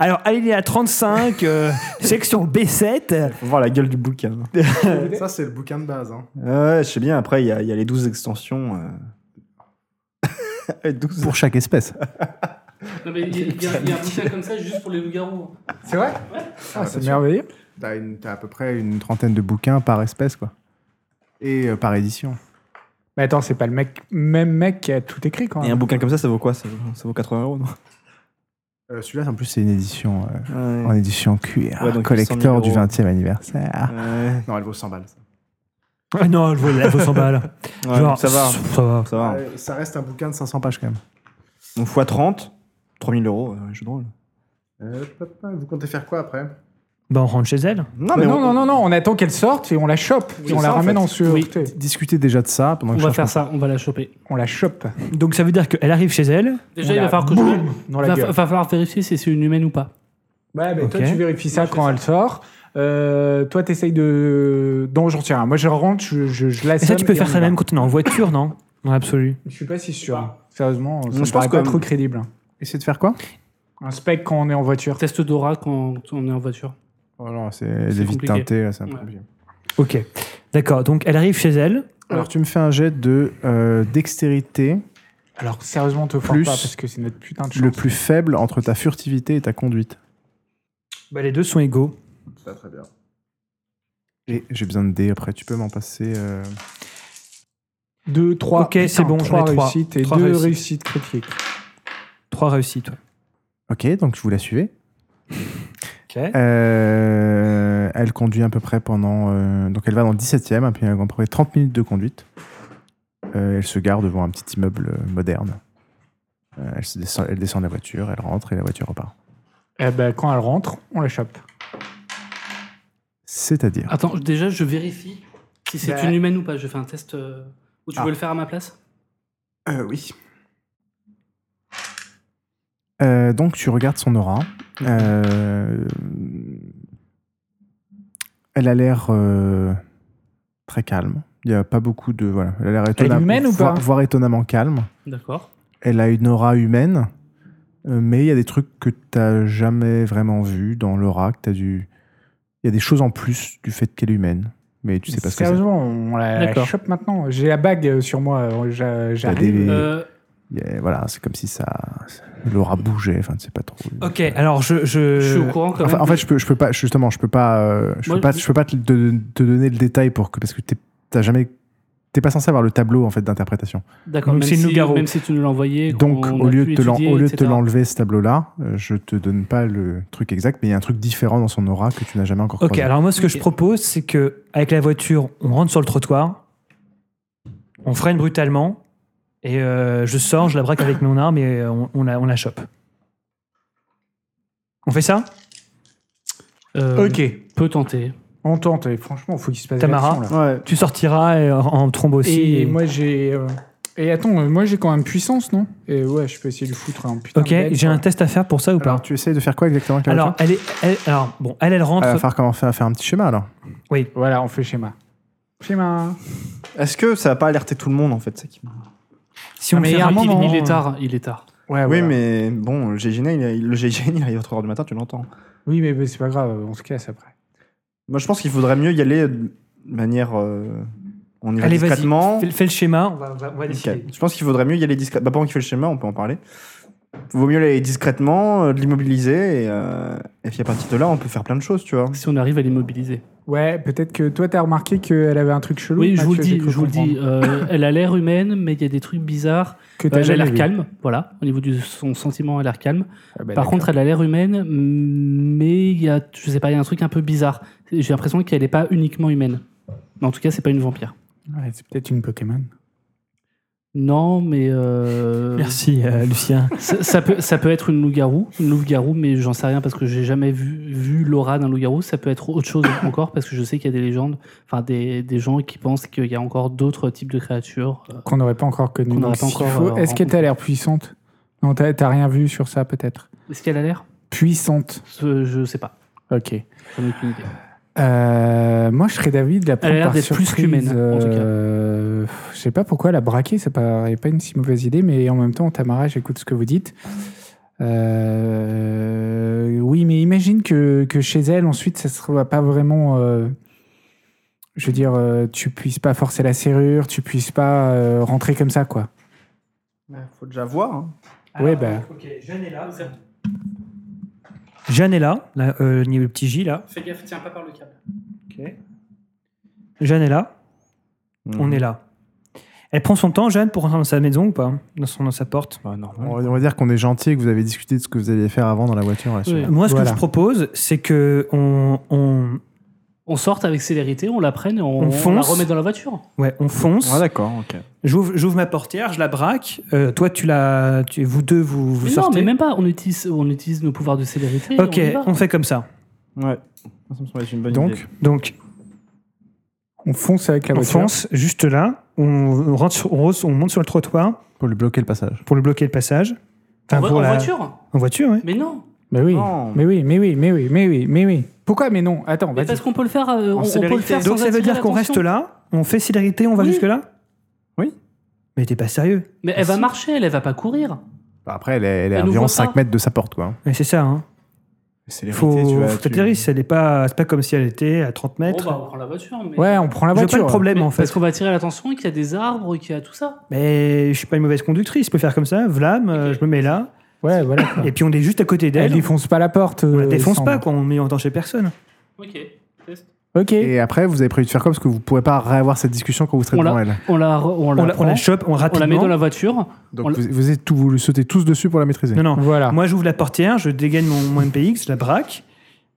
S5: Alors alinéa 35, euh, section B7. euh,
S4: Faut voir la gueule du bouquin. Ah
S1: Ça, c'est le bouquin de base. hein.
S4: Ouais, je sais bien. Après, il y, a- il y a les 12 extensions. euh. 12.
S1: Pour chaque espèce.
S6: Non, mais il y, a- il y a- il y a un bouquin comme ça juste pour les loups-garous. hein.
S3: C'est vrai Ah,
S1: bien
S3: C'est
S1: sûr.
S3: merveilleux.
S1: T'as une- t'as à peu près une trentaine de bouquins par espèce, quoi. Et euh, par édition.
S3: Mais attends, c'est pas le mec, même mec qui a tout écrit quand
S4: Et un
S3: même.
S4: bouquin comme ça, ça vaut quoi ça vaut, ça vaut 80 euros, non
S1: Euh, Celui-là, en plus, c'est une édition euh, en
S4: ouais.
S1: édition QR,
S4: Ouais, donc
S1: collector
S4: 800 000
S1: du
S4: euros.
S1: 20e anniversaire.
S4: Ouais.
S1: Non, elle vaut 100 balles.
S5: Ah non, je vois, elle vaut 100 balles.
S4: Ouais,
S5: Genre,
S4: donc ça va.
S5: Ça va.
S4: Ça va.
S1: Euh, ça reste un bouquin de 500 pages, quand même.
S4: Donc x 30, 3000 euros, euh, jeu de rôle.
S1: Euh, vous comptez faire quoi après
S5: Bah on rentre chez elle.
S4: Non,
S3: Ah, Mais
S4: mais
S3: non,
S4: on-
S3: non, non, non, on attend qu'elle sorte et on la chope.
S4: Oui,
S3: et on
S4: c'est
S3: la
S4: ça, en
S3: ramène
S4: fait.
S3: en
S6: Oui.
S3: sûreté.
S1: Discuter déjà de ça pendant
S6: On
S1: que je
S6: va
S1: cherche
S6: faire ça, on va la choper.
S3: On la chope.
S5: Donc ça veut dire qu'elle arrive chez elle.
S6: Déjà,
S3: On
S6: il
S3: la
S6: va falloir que
S3: boum
S6: je.
S3: Dans la
S6: Va,
S3: gueule.
S6: va falloir vérifier si c'est une humaine ou pas.
S3: Ouais, mais
S5: Ok.
S3: toi, tu vérifies ça quand elle sort. Euh, toi, t'essayes de. Non, j'en tiens. Moi, je rentre, je, je, je
S5: Et ça,
S3: l'assomme
S5: tu peux
S3: et
S5: faire
S3: on
S5: ça
S3: y va.
S5: même quand on est en voiture, non Dans l'absolu.
S3: Je suis pas si sûr. Sérieusement, ça
S4: Je
S3: me
S4: pense
S3: paraît
S4: que-
S3: pas trop crédible. hein.
S1: Essayer de faire quoi
S3: Un spec quand on est en voiture.
S6: Test d'aura quand on est en voiture.
S1: Oh non, c'est les vides
S6: compliqué.
S1: teintées, là, c'est un peu
S6: Ouais.
S1: compliqué.
S5: Ok. D'accord. Donc elle arrive chez elle.
S1: Alors, tu me fais un jet de euh, dextérité,
S3: Alors, sérieusement, te force
S1: Plus
S3: pas parce que c'est notre putain de chance.
S1: le plus faible entre ta furtivité et ta conduite.
S5: Bah, les deux sont égaux.
S1: très bien. Et j'ai besoin de dés après, tu peux m'en passer. euh,
S3: 2, 3.
S5: Ok, c'est bon, j'en ai
S3: 3
S5: trois.
S3: réussites et
S5: Trois
S3: 2
S5: réussites.
S3: réussites critiques.
S5: Trois réussites. ouais.
S1: Ok, donc vous la suivez.
S5: Ok.
S1: Euh, elle conduit à peu près pendant. euh, donc elle va dans le 17ème, hein, puis elle a à peu près 30 minutes de conduite. Euh, elle se gare devant un petit immeuble euh, moderne. Euh, elle, se descend, elle descend de la voiture, elle rentre et la voiture repart.
S3: Eh ben, quand elle rentre, on la chope.
S1: C'est-à-dire.
S6: Attends, déjà, je vérifie si c'est
S3: Bah.
S6: une humaine ou pas. Je fais un test. euh, Ou tu
S4: Ah.
S6: veux le faire à ma place
S4: Euh, oui.
S1: Euh, donc tu regardes son aura.
S3: Mhm.
S1: Euh, elle a l'air euh, très calme. Il n'y a pas beaucoup de voilà. Elle a l'air
S3: est
S1: étonnamment
S3: humaine ou
S1: voire-
S3: pas
S1: voire étonnamment calme.
S6: D'accord.
S1: Elle a une aura humaine, euh, mais il y a des trucs que tu n'as jamais vraiment vu dans l'aura. que t'as dû- Il y a des choses en plus du fait qu'elle est humaine, mais tu sais pas ce que c'est.
S3: Sérieusement, on la la
S6: D'accord.
S3: chope maintenant. J'ai la bague euh, sur moi. euh, j'a-
S1: T'as
S3: J'arrive.
S1: des-
S6: Euh,
S1: il y a- Voilà, c'est comme si ça l'aura bougeait. Enfin, tu sais pas trop.
S5: Ok, alors je. je...
S6: je suis au courant quand
S1: Enfin,
S6: même.
S1: en fait, je peux, je peux pas, justement, je peux pas, euh, je
S6: Moi,
S1: peux pas,
S6: je-
S1: je peux pas te, te- te donner le détail pour que, parce que t'es- t'as jamais, t'es pas censé avoir le tableau en fait d'interprétation.
S6: D'accord,
S5: Donc,
S6: même,
S5: c'est
S6: si,
S5: Nougaro.
S6: même si tu nous l'envoyais.
S1: Donc,
S6: qu'on
S1: au
S6: a
S1: lieu,
S6: pu
S1: de te l'en-
S6: étudier,
S1: au lieu de te
S6: etc.
S1: l'enlever ce tableau-là, euh, je te donne pas le truc exact, mais il y a un truc différent dans son aura que tu n'as jamais encore
S5: Ok,
S1: croisé.
S5: alors moi, ce que
S6: Ok.
S5: je propose, c'est que avec la voiture, on rentre sur le trottoir, on freine brutalement, et euh, je sors, je la braque avec mon arme et euh, on, on la, on la chope. On fait ça
S6: Euh,
S3: Ok,
S6: Peut tenter.
S3: on tente. Et franchement, faut qu'il se passe
S5: Tamara
S3: l'action, là.
S7: Ouais.
S5: Tu sortiras et en, en trombe aussi.
S3: Et,
S5: et-
S3: moi j'ai. euh, Et attends, euh, moi j'ai quand même puissance, non Et ouais, je peux essayer de le foutre en putain.
S5: ok,
S3: de bête,
S5: j'ai
S3: quoi.
S5: un test à faire pour ça ou
S1: Alors,
S5: pas
S1: tu essayes de faire quoi exactement avec la
S5: Alors,
S1: voiture
S5: elle est, elle- alors, bon, elle, elle rentre.
S1: Ah, faire comment faire, faire un petit schéma alors.
S3: Voilà, on fait schéma. Schéma.
S4: Est-ce que ça va pas alerter tout le monde en fait c'est qui-
S5: si on
S3: mais
S5: fait
S3: il y a un
S5: rapidement,
S6: Ah, il, il
S5: euh,
S6: est tard, il est tard.
S3: Ouais,
S4: Oui,
S3: voilà.
S4: mais bon, le GIGN, il, il- le GIGN, il arrive à 3h du matin, tu l'entends.
S3: Oui, mais, mais c'est pas grave, on se casse après.
S4: Moi, je pense qu'il faudrait mieux y aller euh, de manière. euh, on y va
S5: Allez, vas-y,
S4: discrètement.
S5: fais, fais le schéma, on va, on va- on va
S4: Ok.
S5: décider.
S4: Je pense qu'il faudrait mieux y aller discrètement. Bah, pendant qu'il fait le schéma, on peut en parler. Vaut mieux aller discrètement, euh, de l'immobiliser, et, euh, et puis à partir de là, on peut faire plein de choses, tu vois.
S6: Si on arrive à l'immobiliser.
S3: Ouais, peut-être que toi t'as remarqué qu'elle avait un truc chelou.
S6: Oui, je vous le
S3: Mathieu, j'ai
S6: dis,
S3: cru
S6: je vous le
S3: comprendre.
S6: dis. euh, elle a l'air humaine, mais il y a des trucs bizarres.
S3: Que
S6: Euh,
S3: t'as
S6: elle a
S3: jamais
S6: l'air
S3: vu.
S6: calme, voilà. Au niveau de son sentiment, elle a l'air calme.
S3: Ah bah,
S6: Par contre, elle a l'air humaine, mais il y a, je sais pas, il y a un truc un peu bizarre. J'ai l'impression qu'elle n'est pas uniquement humaine. Mais en tout cas, c'est pas une vampire.
S3: d'accord. Ouais, c'est peut-être une Pokémon.
S6: Non, mais euh,
S5: Merci, euh, Lucien.
S6: ça, ça peut, ça peut être une loup-garou, une loup-garou, mais j'en sais rien parce que j'ai jamais vu, vu l'aura d'un loup-garou. Ça peut être autre chose encore parce que je sais qu'il y a des légendes, enfin des, des gens qui pensent qu'il y a encore d'autres types de créatures. Euh,
S3: Qu'on n'aurait pas encore connu.
S6: Qu'on
S3: Donc,
S6: n'aurait pas
S3: s'il
S6: encore,
S3: faut-
S6: euh,
S3: Est-ce qu'elle a l'air puissante Non, t'as t'as rien vu sur ça peut-être.
S6: Est-ce qu'elle a l'air
S3: Puissante.
S6: Je je sais pas.
S3: Ok.
S6: J'en ai aucune idée.
S3: Euh, moi, je serais David. La
S6: Elle a l'air
S3: par
S6: d'être plus
S3: surprise,
S6: qu'humaine, en tout cas.
S3: euh, je sais pas pourquoi la braquer, ça paraît pas une si mauvaise idée, mais en même temps, Tamara, j'écoute ce que vous dites. Euh, oui, mais imagine que, que chez elle, ensuite, ça sera pas vraiment. euh, je veux dire, euh, tu puisses pas forcer la serrure, tu puisses pas euh, rentrer comme ça, quoi.
S4: faut déjà voir.
S3: Ouais, bah.
S5: Ah, Ok, Jeanne est là. Jeanne est là, là, euh, il y a le petit J là.
S6: Fais gaffe, tiens pas par le câble.
S5: Jeanne est là, on
S3: Mhm.
S4: Mm.
S5: est là. Elle prend son temps, Jeanne, pour rentrer dans sa maison ou pas dans, son, dans sa porte
S1: On va, on va dire qu'on est gentil et que vous avez discuté de ce que vous alliez faire avant dans la voiture. là, sur-
S6: Oui.
S5: Moi, ce
S3: Voilà.
S5: que je propose, c'est que on, on,
S6: On sorte avec célérité, on la prenne et on,
S5: On
S6: on la
S5: fonce.
S6: remet dans la voiture.
S5: ouais, on fonce.
S4: Ah, d'accord, ok.
S5: J'ouvre j'ouvre ma portière, je la braque. Euh, toi, tu la, tu- vous deux, vous, vous
S6: Mais non,
S5: sortez.
S6: mais même pas. On utilise, on utilise nos pouvoirs de célérité.
S5: ok,
S6: et on y va.
S5: on, fait comme ça.
S4: Ouais. Ça me semble être une bonne idée.
S1: Donc,
S5: Donc,
S3: On fonce avec la
S5: on
S3: voiture.
S5: fonce juste là. On, on rentre, sur- on, on monte sur le trottoir
S1: pour lui bloquer le passage.
S5: pour le bloquer le passage. Enfin,
S6: En vo-
S5: pour
S6: en
S5: la-
S6: voiture
S5: En voiture, oui.
S6: Mais non.
S3: Mais oui,
S4: Non.
S3: mais oui, mais oui, mais oui, mais oui, mais oui. Pourquoi Mais non, attends,
S5: Bah,
S6: Mais
S3: vas-y.
S6: parce qu'on peut le faire. euh, on, on peut le faire.
S5: Donc
S6: sans
S5: ça veut
S6: attirer
S5: dire qu'on reste
S6: l'attention.
S5: là, on fait célérité, on va
S6: Oui.
S5: jusque-là
S4: Oui.
S5: Mais t'es pas sérieux.
S6: Mais elle va marcher, elle, elle va pas courir.
S1: Bah, Après, elle est, elle est
S6: Elle
S1: à
S6: nous
S1: environ
S6: voit
S1: 5
S6: pas.
S1: mètres de sa porte, quoi.
S5: Mais c'est ça, hein.
S4: C'est les
S5: Faut,
S4: vérités, tu vois,
S5: faut
S4: tu-
S5: peut-être les risques, elle est pas, c'est pas comme si elle était à 30
S6: Bon,
S5: mètres.
S6: bah, on prend la voiture. Mais...
S3: Ouais, on prend la
S5: Je vois pas
S3: voiture.
S5: le problème
S6: Mais-
S5: en
S6: Parce
S5: fait.
S6: qu'on va attirer l'attention et qu'il y a des arbres, qu'il y a tout ça.
S5: Mais je suis pas une mauvaise conductrice, je peux faire comme ça, vlam, euh,
S6: Ok. Ah.
S5: je me mets là,
S3: Ouais, voilà. quoi.
S5: et puis on est juste à côté
S3: Elle
S5: d'elle.
S3: défonce pas la porte.
S5: On la
S3: euh,
S5: défonce
S3: Sandra.
S5: pas, quoi, on met en temps chez personne.
S6: Ok.
S3: Ok.
S1: Et après, vous avez prévu de faire quoi Parce que vous pourrez pas réavoir cette discussion quand vous serez
S6: On
S1: devant elle.
S6: On la, re- on la,
S5: On la,
S6: prend,
S5: on la chope, on
S6: on
S5: rapidement.
S6: la met dans la voiture.
S1: Donc
S6: On la-
S1: vous, vous êtes tout, vous le sautez tous dessus pour la maîtriser.
S5: Non, non.
S3: Voilà.
S5: Moi j'ouvre la portière, je dégaine mon, mon MPX, je la braque.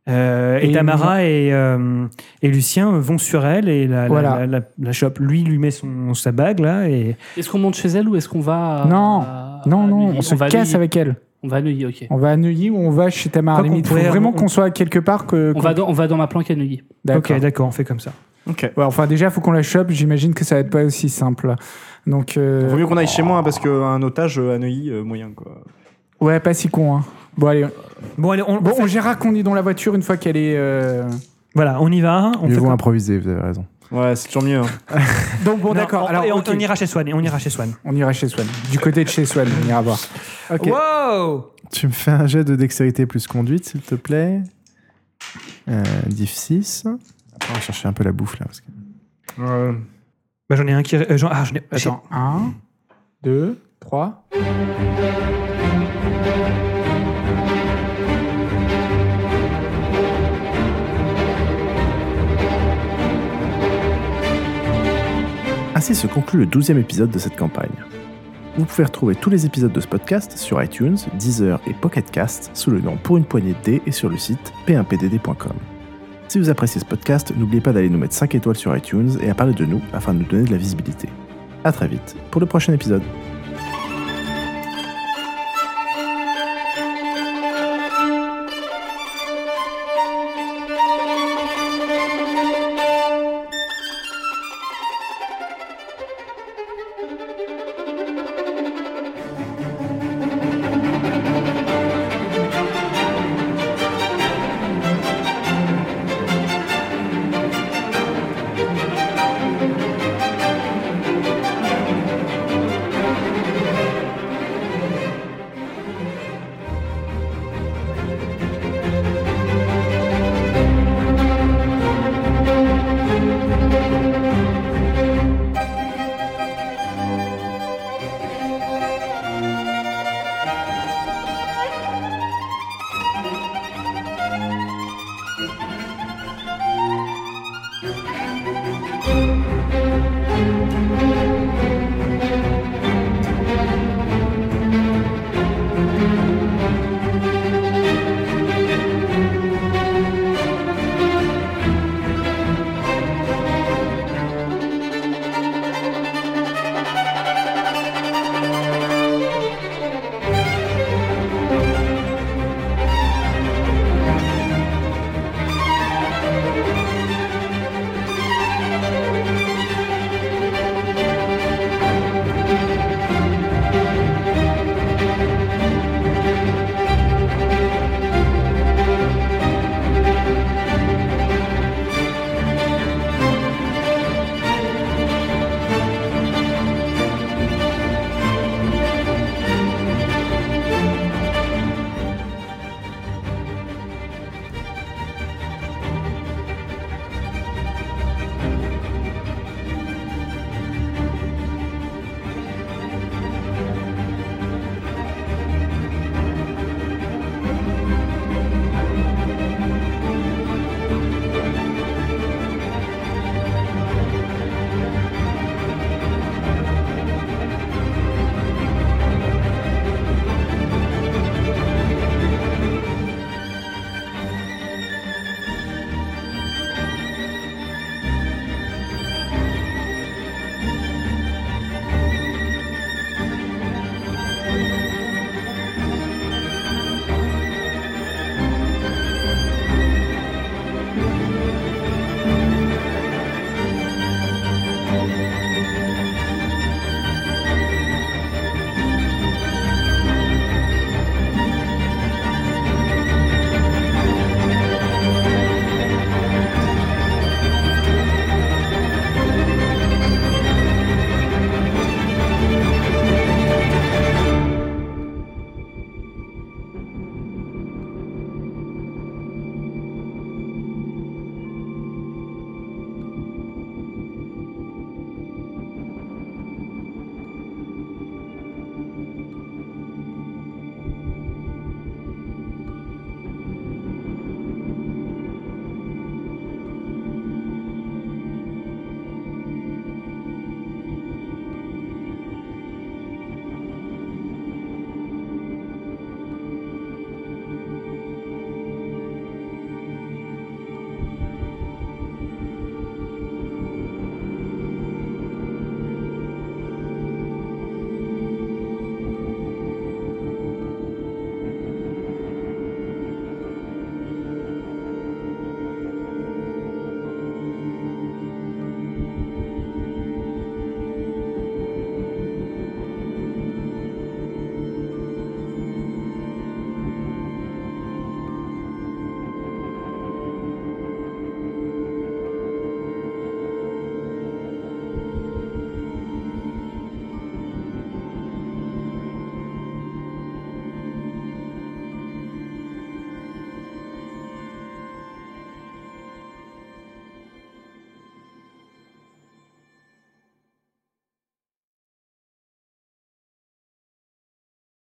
S5: euh, et,
S3: Et
S5: Tamara et, euh, et Lucien vont sur elle et la, la-
S3: Voilà.
S5: la, la- la chopent. Lui, lui met son, sa bague là et,
S6: Est-ce qu'on monte chez elle ou est-ce qu'on va. à-
S3: Non.
S6: à-
S3: non,
S6: à
S3: non,
S6: Neuilly
S3: on se
S6: va à
S3: casse
S6: Neuilly.
S3: avec elle.
S6: On va à Neuilly, ok.
S3: On va à Neuilly ou on va chez Tamara
S5: Pas qu'on
S3: limite. Faut
S5: pourrait-
S3: vraiment
S5: on-
S3: qu'on soit quelque part que.
S6: On va, dans, on va dans ma planque à Neuilly.
S3: D'accord.
S5: Ok, d'accord, on fait comme ça.
S4: Ok.
S3: Ouais, enfin, déjà, faut qu'on la chope. J'imagine que ça va être pas aussi simple. Donc. euh,
S4: Oh. Vaut mieux qu'on aille chez moi, hein, parce qu'un otage euh, à Neuilly, euh, moyen, quoi.
S3: Ouais, pas si con. Hein. Bon, allez.
S5: Bon, allez, on,
S3: Bon, on gérera qu'on est dans la voiture une fois qu'elle est. euh,
S5: voilà, on y va. hein, On
S4: Mieux
S5: fait
S4: vaut
S5: comme-
S4: improviser, vous avez raison.
S9: Ouais, c'est toujours mieux. hein.
S3: Donc, bon,
S5: Non,
S3: d'accord.
S5: on-
S3: Alors,
S5: et on,
S3: ok.
S5: on ira chez Swan. et On ira chez Swan.
S3: On ira chez Swan. Du côté de chez Swan, on ira voir.
S4: Ok.
S5: Wow
S4: Tu me fais un jet de dextérité plus conduite, s'il te plaît. Euh, diff 6. Après, on va chercher un peu la bouffe là. Parce que...
S5: Bah, j'en ai un qui. euh, j'en- ah, j'en ai- j'ai-
S3: Attends, 1, 2, 3.
S4: Ainsi se conclut le 12e épisode de cette campagne. Vous pouvez retrouver tous les épisodes de ce podcast sur iTunes, Deezer et Pocket Cast sous le nom Pour une poignée de dés et sur le site p1pdd.com. Si vous appréciez ce podcast, n'oubliez pas d'aller nous mettre 5 étoiles sur iTunes et à parler de nous afin de nous donner de la visibilité. A très vite pour le prochain épisode.